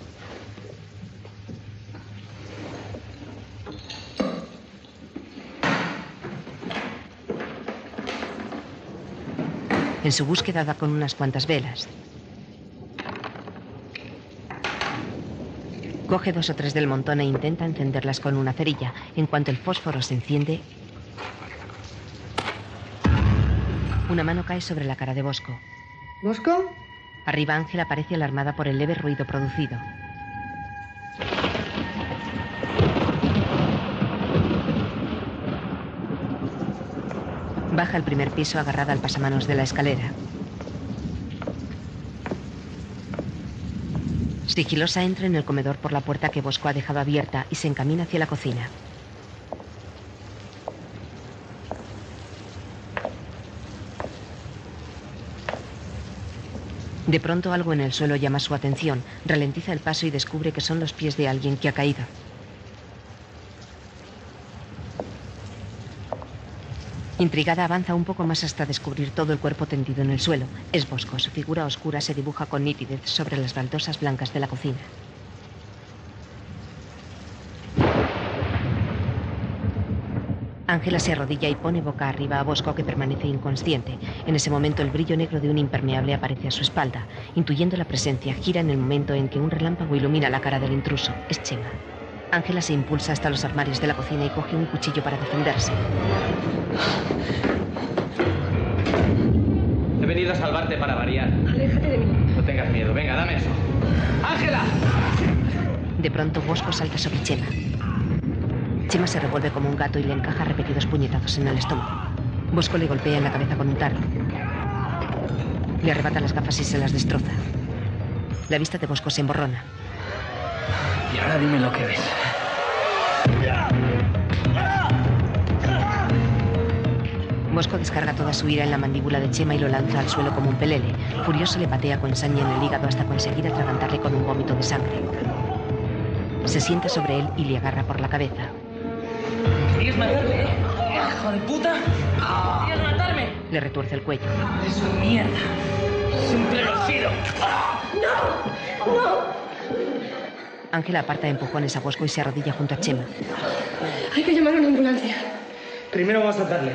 En su búsqueda da con unas cuantas velas. Coge dos o tres del montón e intenta encenderlas con una cerilla. En cuanto el fósforo se enciende, una mano cae sobre la cara de Bosco. ¿Bosco? Arriba Ángela parece alarmada por el leve ruido producido. Baja al primer piso agarrada al pasamanos de la escalera. Sigilosa entra en el comedor por la puerta que Bosco ha dejado abierta y se encamina hacia la cocina. De pronto algo en el suelo llama su atención. Ralentiza el paso y descubre que son los pies de alguien que ha caído. Intrigada avanza un poco más hasta descubrir todo el cuerpo tendido en el suelo. Es Bosco. Su figura oscura se dibuja con nitidez sobre las baldosas blancas de la cocina. Ángela se arrodilla y pone boca arriba a Bosco que permanece inconsciente. En ese momento el brillo negro de un impermeable aparece a su espalda. Intuyendo la presencia, gira en el momento en que un relámpago ilumina la cara del intruso. Es Chema. Ángela se impulsa hasta los armarios de la cocina y coge un cuchillo para defenderse. He venido a salvarte para variar. Aléjate de mí. No tengas miedo. Venga, dame eso. ¡Ángela! De pronto Bosco salta sobre Chema. Chema se revuelve como un gato y le encaja repetidos puñetazos en el estómago. Bosco le golpea en la cabeza con un tarro. Le arrebata las gafas y se las destroza. La vista de Bosco se emborrona. Y ahora dime lo que ves. Bosco descarga toda su ira en la mandíbula de Chema y lo lanza al suelo como un pelele. Furioso le patea con saña en el hígado hasta conseguir atragantarle con un vómito de sangre. Se sienta sobre él y le agarra por la cabeza. ¿Quieres matarme? ¡Hijo de puta! ¿Quieres matarme? Le retuerce el cuello. ¡Es un mierda! ¡Es un clorofilo! ¡No! ¡No! Ángela aparta de empujones a Bosco y se arrodilla junto a Chema. Hay que llamar a una ambulancia. Primero vamos a darle.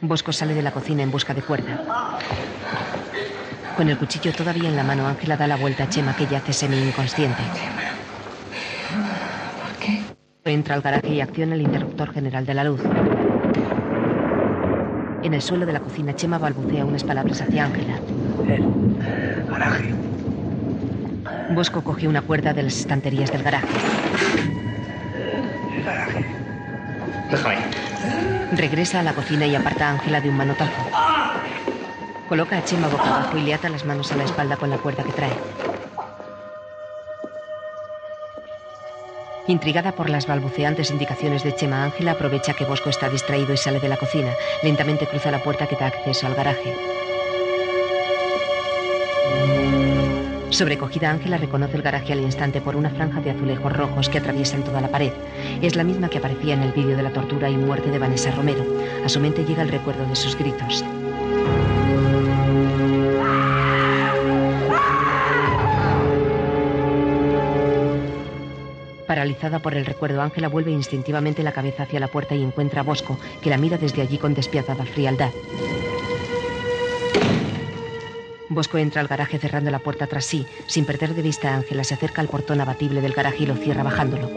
Bosco sale de la cocina en busca de cuerda. Con el cuchillo todavía en la mano, Ángela da la vuelta a Chema que yace semi-inconsciente. Entra al garaje y acciona el interruptor general de la luz. En el suelo de la cocina, Chema balbucea unas palabras hacia Ángela. Eh. El garaje. Bosco coge una cuerda de las estanterías del garaje. El garaje. Déjame. Regresa a la cocina y aparta a Ángela de un manotazo. Coloca a Chema boca abajo y le ata las manos a la espalda con la cuerda que trae. Intrigada por las balbuceantes indicaciones de Chema, Ángela aprovecha que Bosco está distraído y sale de la cocina. Lentamente cruza la puerta que da acceso al garaje. Sobrecogida, Ángela reconoce el garaje al instante por una franja de azulejos rojos que atraviesan toda la pared. Es la misma que aparecía en el vídeo de la tortura y muerte de Vanessa Romero. A su mente llega el recuerdo de sus gritos. Paralizada por el recuerdo, Ángela vuelve instintivamente la cabeza hacia la puerta y encuentra a Bosco, que la mira desde allí con despiadada frialdad. Bosco entra al garaje cerrando la puerta tras sí. Sin perder de vista a Ángela, se acerca al portón abatible del garaje y lo cierra bajándolo.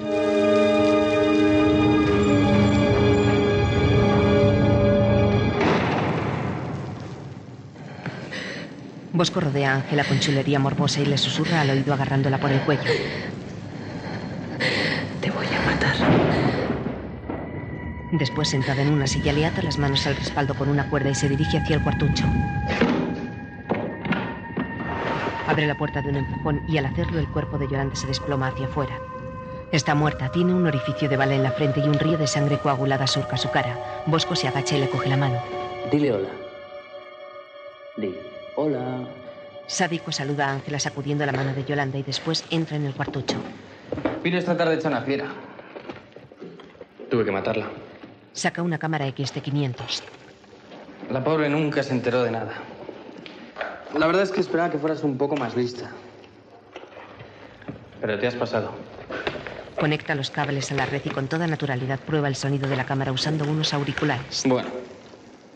Bosco rodea a Ángela con chulería morbosa y le susurra al oído agarrándola por el cuello. Te voy a matar. Después, sentada en una silla, le ata las manos al respaldo con una cuerda y se dirige hacia el cuartucho. Abre la puerta de un empujón y al hacerlo el cuerpo de Yolanda se desploma hacia afuera. Está muerta, tiene un orificio de bala en la frente y un río de sangre coagulada surca su cara. Bosco se agacha y le coge la mano. Dile hola. Dile hola. Sádico saluda a Ángela sacudiendo la mano de Yolanda y después entra en el cuartucho. Vino esta tarde hecha una fiera. Tuve que matarla. Saca una cámara XT500. La pobre nunca se enteró de nada. La verdad es que esperaba que fueras un poco más lista. Pero te has pasado. Conecta los cables a la red y con toda naturalidad prueba el sonido de la cámara usando unos auriculares. Bueno,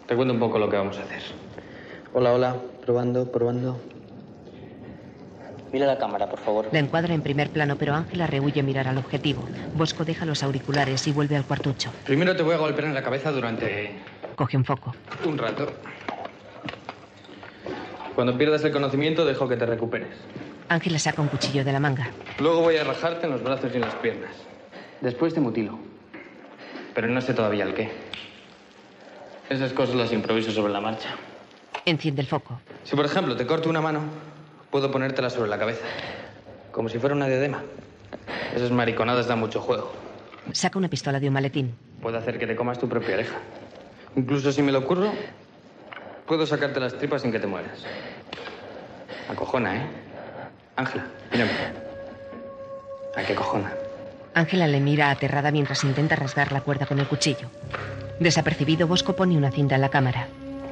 te cuento un poco lo que vamos a hacer. Hola, hola. Probando, probando. Mira la cámara, por favor. La encuadra en primer plano, pero Ángela rehuye mirar al objetivo. Bosco deja los auriculares y vuelve al cuartucho. Primero te voy a golpear en la cabeza durante... Coge un foco. Un rato. Cuando pierdas el conocimiento, dejo que te recuperes. Ángela saca un cuchillo de la manga. Luego voy a rajarte en los brazos y en las piernas. Después te mutilo. Pero no sé todavía el qué. Esas cosas las improviso sobre la marcha. Enciende el foco. Si, por ejemplo, te corto una mano, puedo ponértela sobre la cabeza. Como si fuera una diadema. Esas mariconadas dan mucho juego. Saca una pistola de un maletín. Puedo hacer que te comas tu propia oreja. Incluso si me lo ocurro, puedo sacarte las tripas sin que te mueras. Acojona, ¿eh? Ángela, mírame. ¿A qué cojona? Ángela le mira aterrada mientras intenta rasgar la cuerda con el cuchillo. Desapercibido, Bosco pone una cinta en la cámara.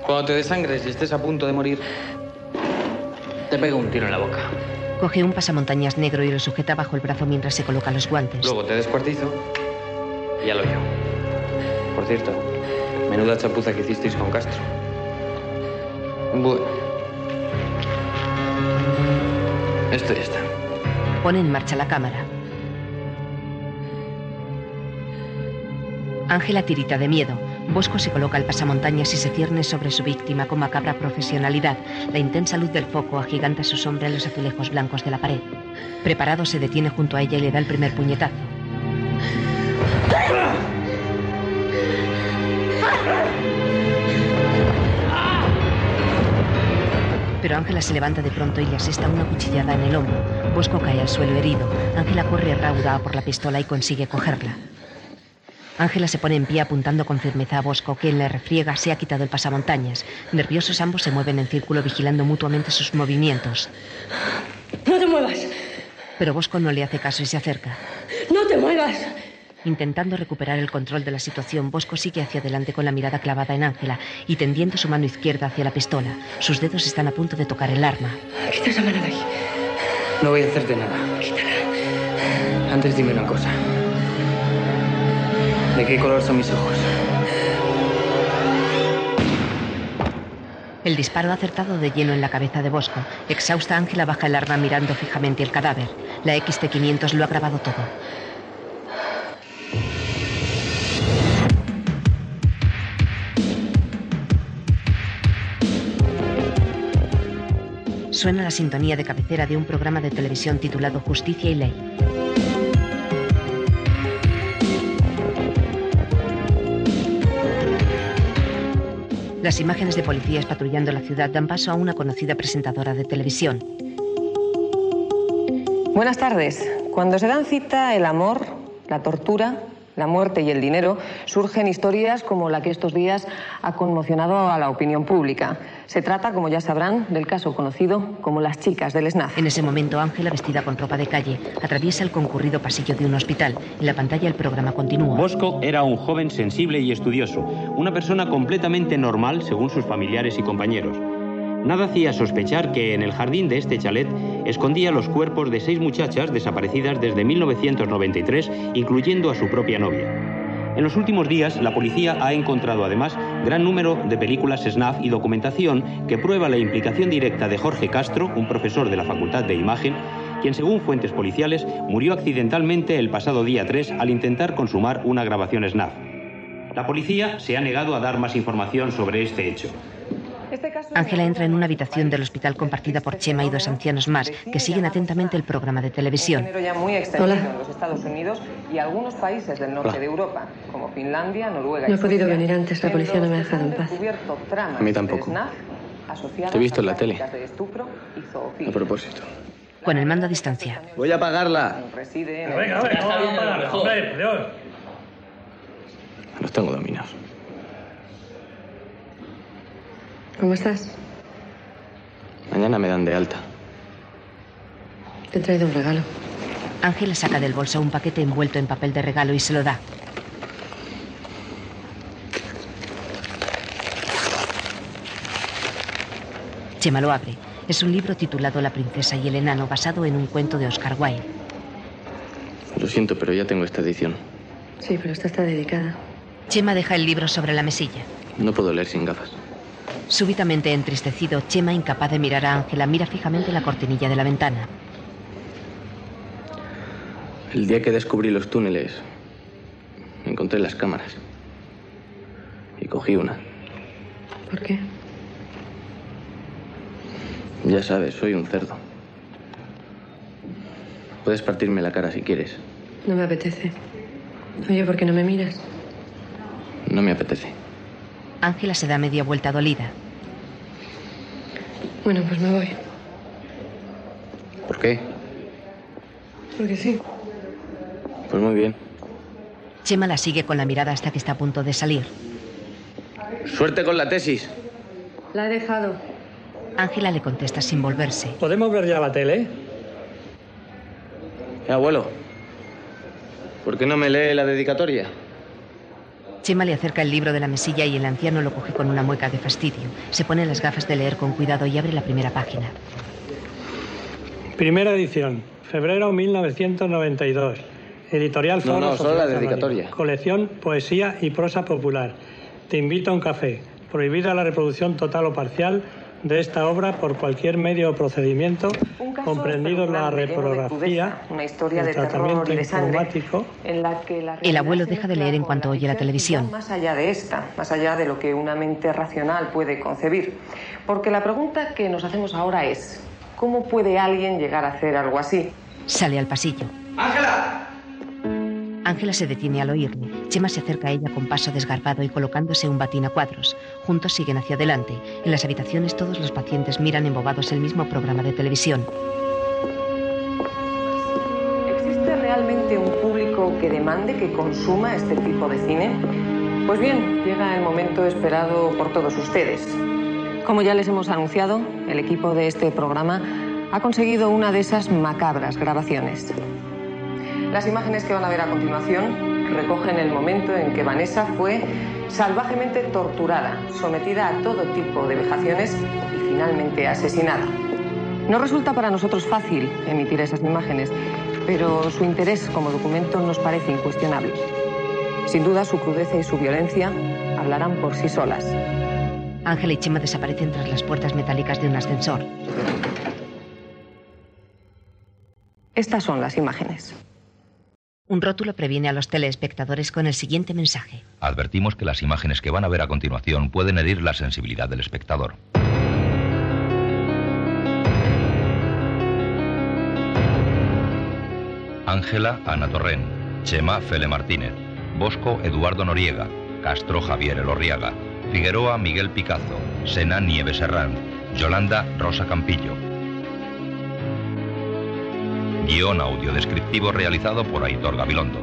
Cuando te desangres y estés a punto de morir, te pego un tiro en la boca. Coge un pasamontañas negro y lo sujeta bajo el brazo mientras se coloca los guantes. Luego te descuartizo y al hoyo. Por cierto, menuda chapuza que hicisteis con Castro. Bueno. Esto ya está. Pone en marcha la cámara. Ángela tirita de miedo. Bosco se coloca el pasamontañas y se cierne sobre su víctima con macabra profesionalidad. La intensa luz del foco agiganta su sombra en los azulejos blancos de la pared. Preparado se detiene junto a ella y le da el primer puñetazo. Pero Ángela se levanta de pronto y le asesta una cuchillada en el hombro. Bosco cae al suelo herido. Ángela corre rauda por la pistola y consigue cogerla. Ángela se pone en pie apuntando con firmeza a Bosco, quien le refriega se ha quitado el pasamontañas. Nerviosos ambos se mueven en círculo vigilando mutuamente sus movimientos. ¡No te muevas! Pero Bosco no le hace caso y se acerca. ¡No te muevas! Intentando recuperar el control de la situación, Bosco sigue hacia adelante con la mirada clavada en Ángela y tendiendo su mano izquierda hacia la pistola. Sus dedos están a punto de tocar el arma. Quita esa mano de ahí. No voy a hacerte nada. Antes dime una cosa. ¿De qué color son mis ojos? El disparo ha acertado de lleno en la cabeza de Bosco. Exhausta, Ángela baja el arma mirando fijamente el cadáver. La XT-500 lo ha grabado todo. Suena la sintonía de cabecera de un programa de televisión titulado Justicia y Ley. Las imágenes de policías patrullando la ciudad dan paso a una conocida presentadora de televisión. Buenas tardes. Cuando se dan cita el amor, la tortura, la muerte y el dinero, surgen historias como la que estos días ha conmocionado a la opinión pública. Se trata, como ya sabrán, del caso conocido como las chicas del SNAF. En ese momento, Ángela, vestida con ropa de calle, atraviesa el concurrido pasillo de un hospital. En la pantalla el programa continúa. Bosco era un joven sensible y estudioso, una persona completamente normal según sus familiares y compañeros. Nada hacía sospechar que en el jardín de este chalet escondía los cuerpos de seis muchachas desaparecidas desde 1993, incluyendo a su propia novia. En los últimos días, la policía ha encontrado además gran número de películas SNAF y documentación que prueba la implicación directa de Jorge Castro, un profesor de la Facultad de Imagen, quien según fuentes policiales murió accidentalmente el pasado día 3 al intentar consumar una grabación SNAF. La policía se ha negado a dar más información sobre este hecho. Ángela entra en una habitación del hospital compartida por Chema y dos ancianos más, que siguen atentamente el programa de televisión. Género ya muy extendido en los Estados Unidos y algunos países del norte Hola. de Europa, como Finlandia, Noruega y No he podido Suecia, venir antes, la policía no me ha en los que dejado en se han paz. descubierto tramas A mí de tampoco. SNAF asociadas Te he visto en la a tele. prácticas de estupro y zoofilia. A propósito. Con el mando a distancia. Voy a pagarla. Reside en Pero venga, a ver, vamos a parar, hombre, por Dios. Los tengo dominados. ¿Cómo estás? Mañana me dan de alta. Te he traído un regalo. Ángela saca del bolso un paquete envuelto en papel de regalo y se lo da. Chema lo abre. Es un libro titulado La princesa y el enano, basado en un cuento de Oscar Wilde. Lo siento, pero ya tengo esta edición. Sí, pero esta está dedicada. Chema deja el libro sobre la mesilla. No puedo leer sin gafas. Súbitamente entristecido, Chema, incapaz de mirar a Ángela, mira fijamente la cortinilla de la ventana. El día que descubrí los túneles, encontré las cámaras. Y cogí una. ¿Por qué? Ya sabes, soy un cerdo. Puedes partirme la cara si quieres. No me apetece. Oye, ¿por qué no me miras? No me apetece. Ángela se da media vuelta dolida. Bueno, pues me voy. ¿Por qué? Porque sí. Pues muy bien. Chema la sigue con la mirada hasta que está a punto de salir. Suerte con la tesis. La he dejado. Ángela le contesta sin volverse. ¿Podemos ver ya la tele? Eh, abuelo, ¿por qué no me lee la dedicatoria? Chema le acerca el libro de la mesilla y el anciano lo coge con una mueca de fastidio. Se pone las gafas de leer con cuidado y abre la primera página. Primera edición, febrero 1992. Editorial No, Foro no, solo la Social dedicatoria. Anónimo. Colección Poesía y Prosa Popular. Te invito a un café. Prohibida la reproducción total o parcial de esta obra por cualquier medio o procedimiento, comprendido la reprografía, Una historia el de terror tratamiento y de sangre informático en la que la El realidad abuelo deja de leer en cuanto oye la televisión. más allá de esta, más allá de lo que una mente racional puede concebir. Porque la pregunta que nos hacemos ahora es, ¿cómo puede alguien llegar a hacer algo así? Sale al pasillo. ¡Ángela! Ángela se detiene al oírle. Chema se acerca a ella con paso desgarbado y colocándose un batín a cuadros. Juntos siguen hacia adelante. En las habitaciones todos los pacientes miran embobados el mismo programa de televisión. ¿Existe realmente un público que demande que consuma este tipo de cine? Pues bien, llega el momento esperado por todos ustedes. Como ya les hemos anunciado, el equipo de este programa ha conseguido una de esas macabras grabaciones. Las imágenes que van a ver a continuación recogen el momento en que Vanessa fue salvajemente torturada, sometida a todo tipo de vejaciones y finalmente asesinada. No resulta para nosotros fácil emitir esas imágenes, pero su interés como documento nos parece incuestionable. Sin duda, su crudeza y su violencia hablarán por sí solas. Ángela y Chema desaparecen tras las puertas metálicas de un ascensor. Estas son las imágenes. Un rótulo previene a los teleespectadores con el siguiente mensaje. Advertimos que las imágenes que van a ver a continuación pueden herir la sensibilidad del espectador. Ángela Ana Torrén, Chema Fele Martínez, Bosco Eduardo Noriega, Castro Javier Elorriaga, Figueroa Miguel Picazo, Sena Nieves Herranz, Yolanda Rosa Campillo. Guión audio descriptivo realizado por Aitor Gabilondo.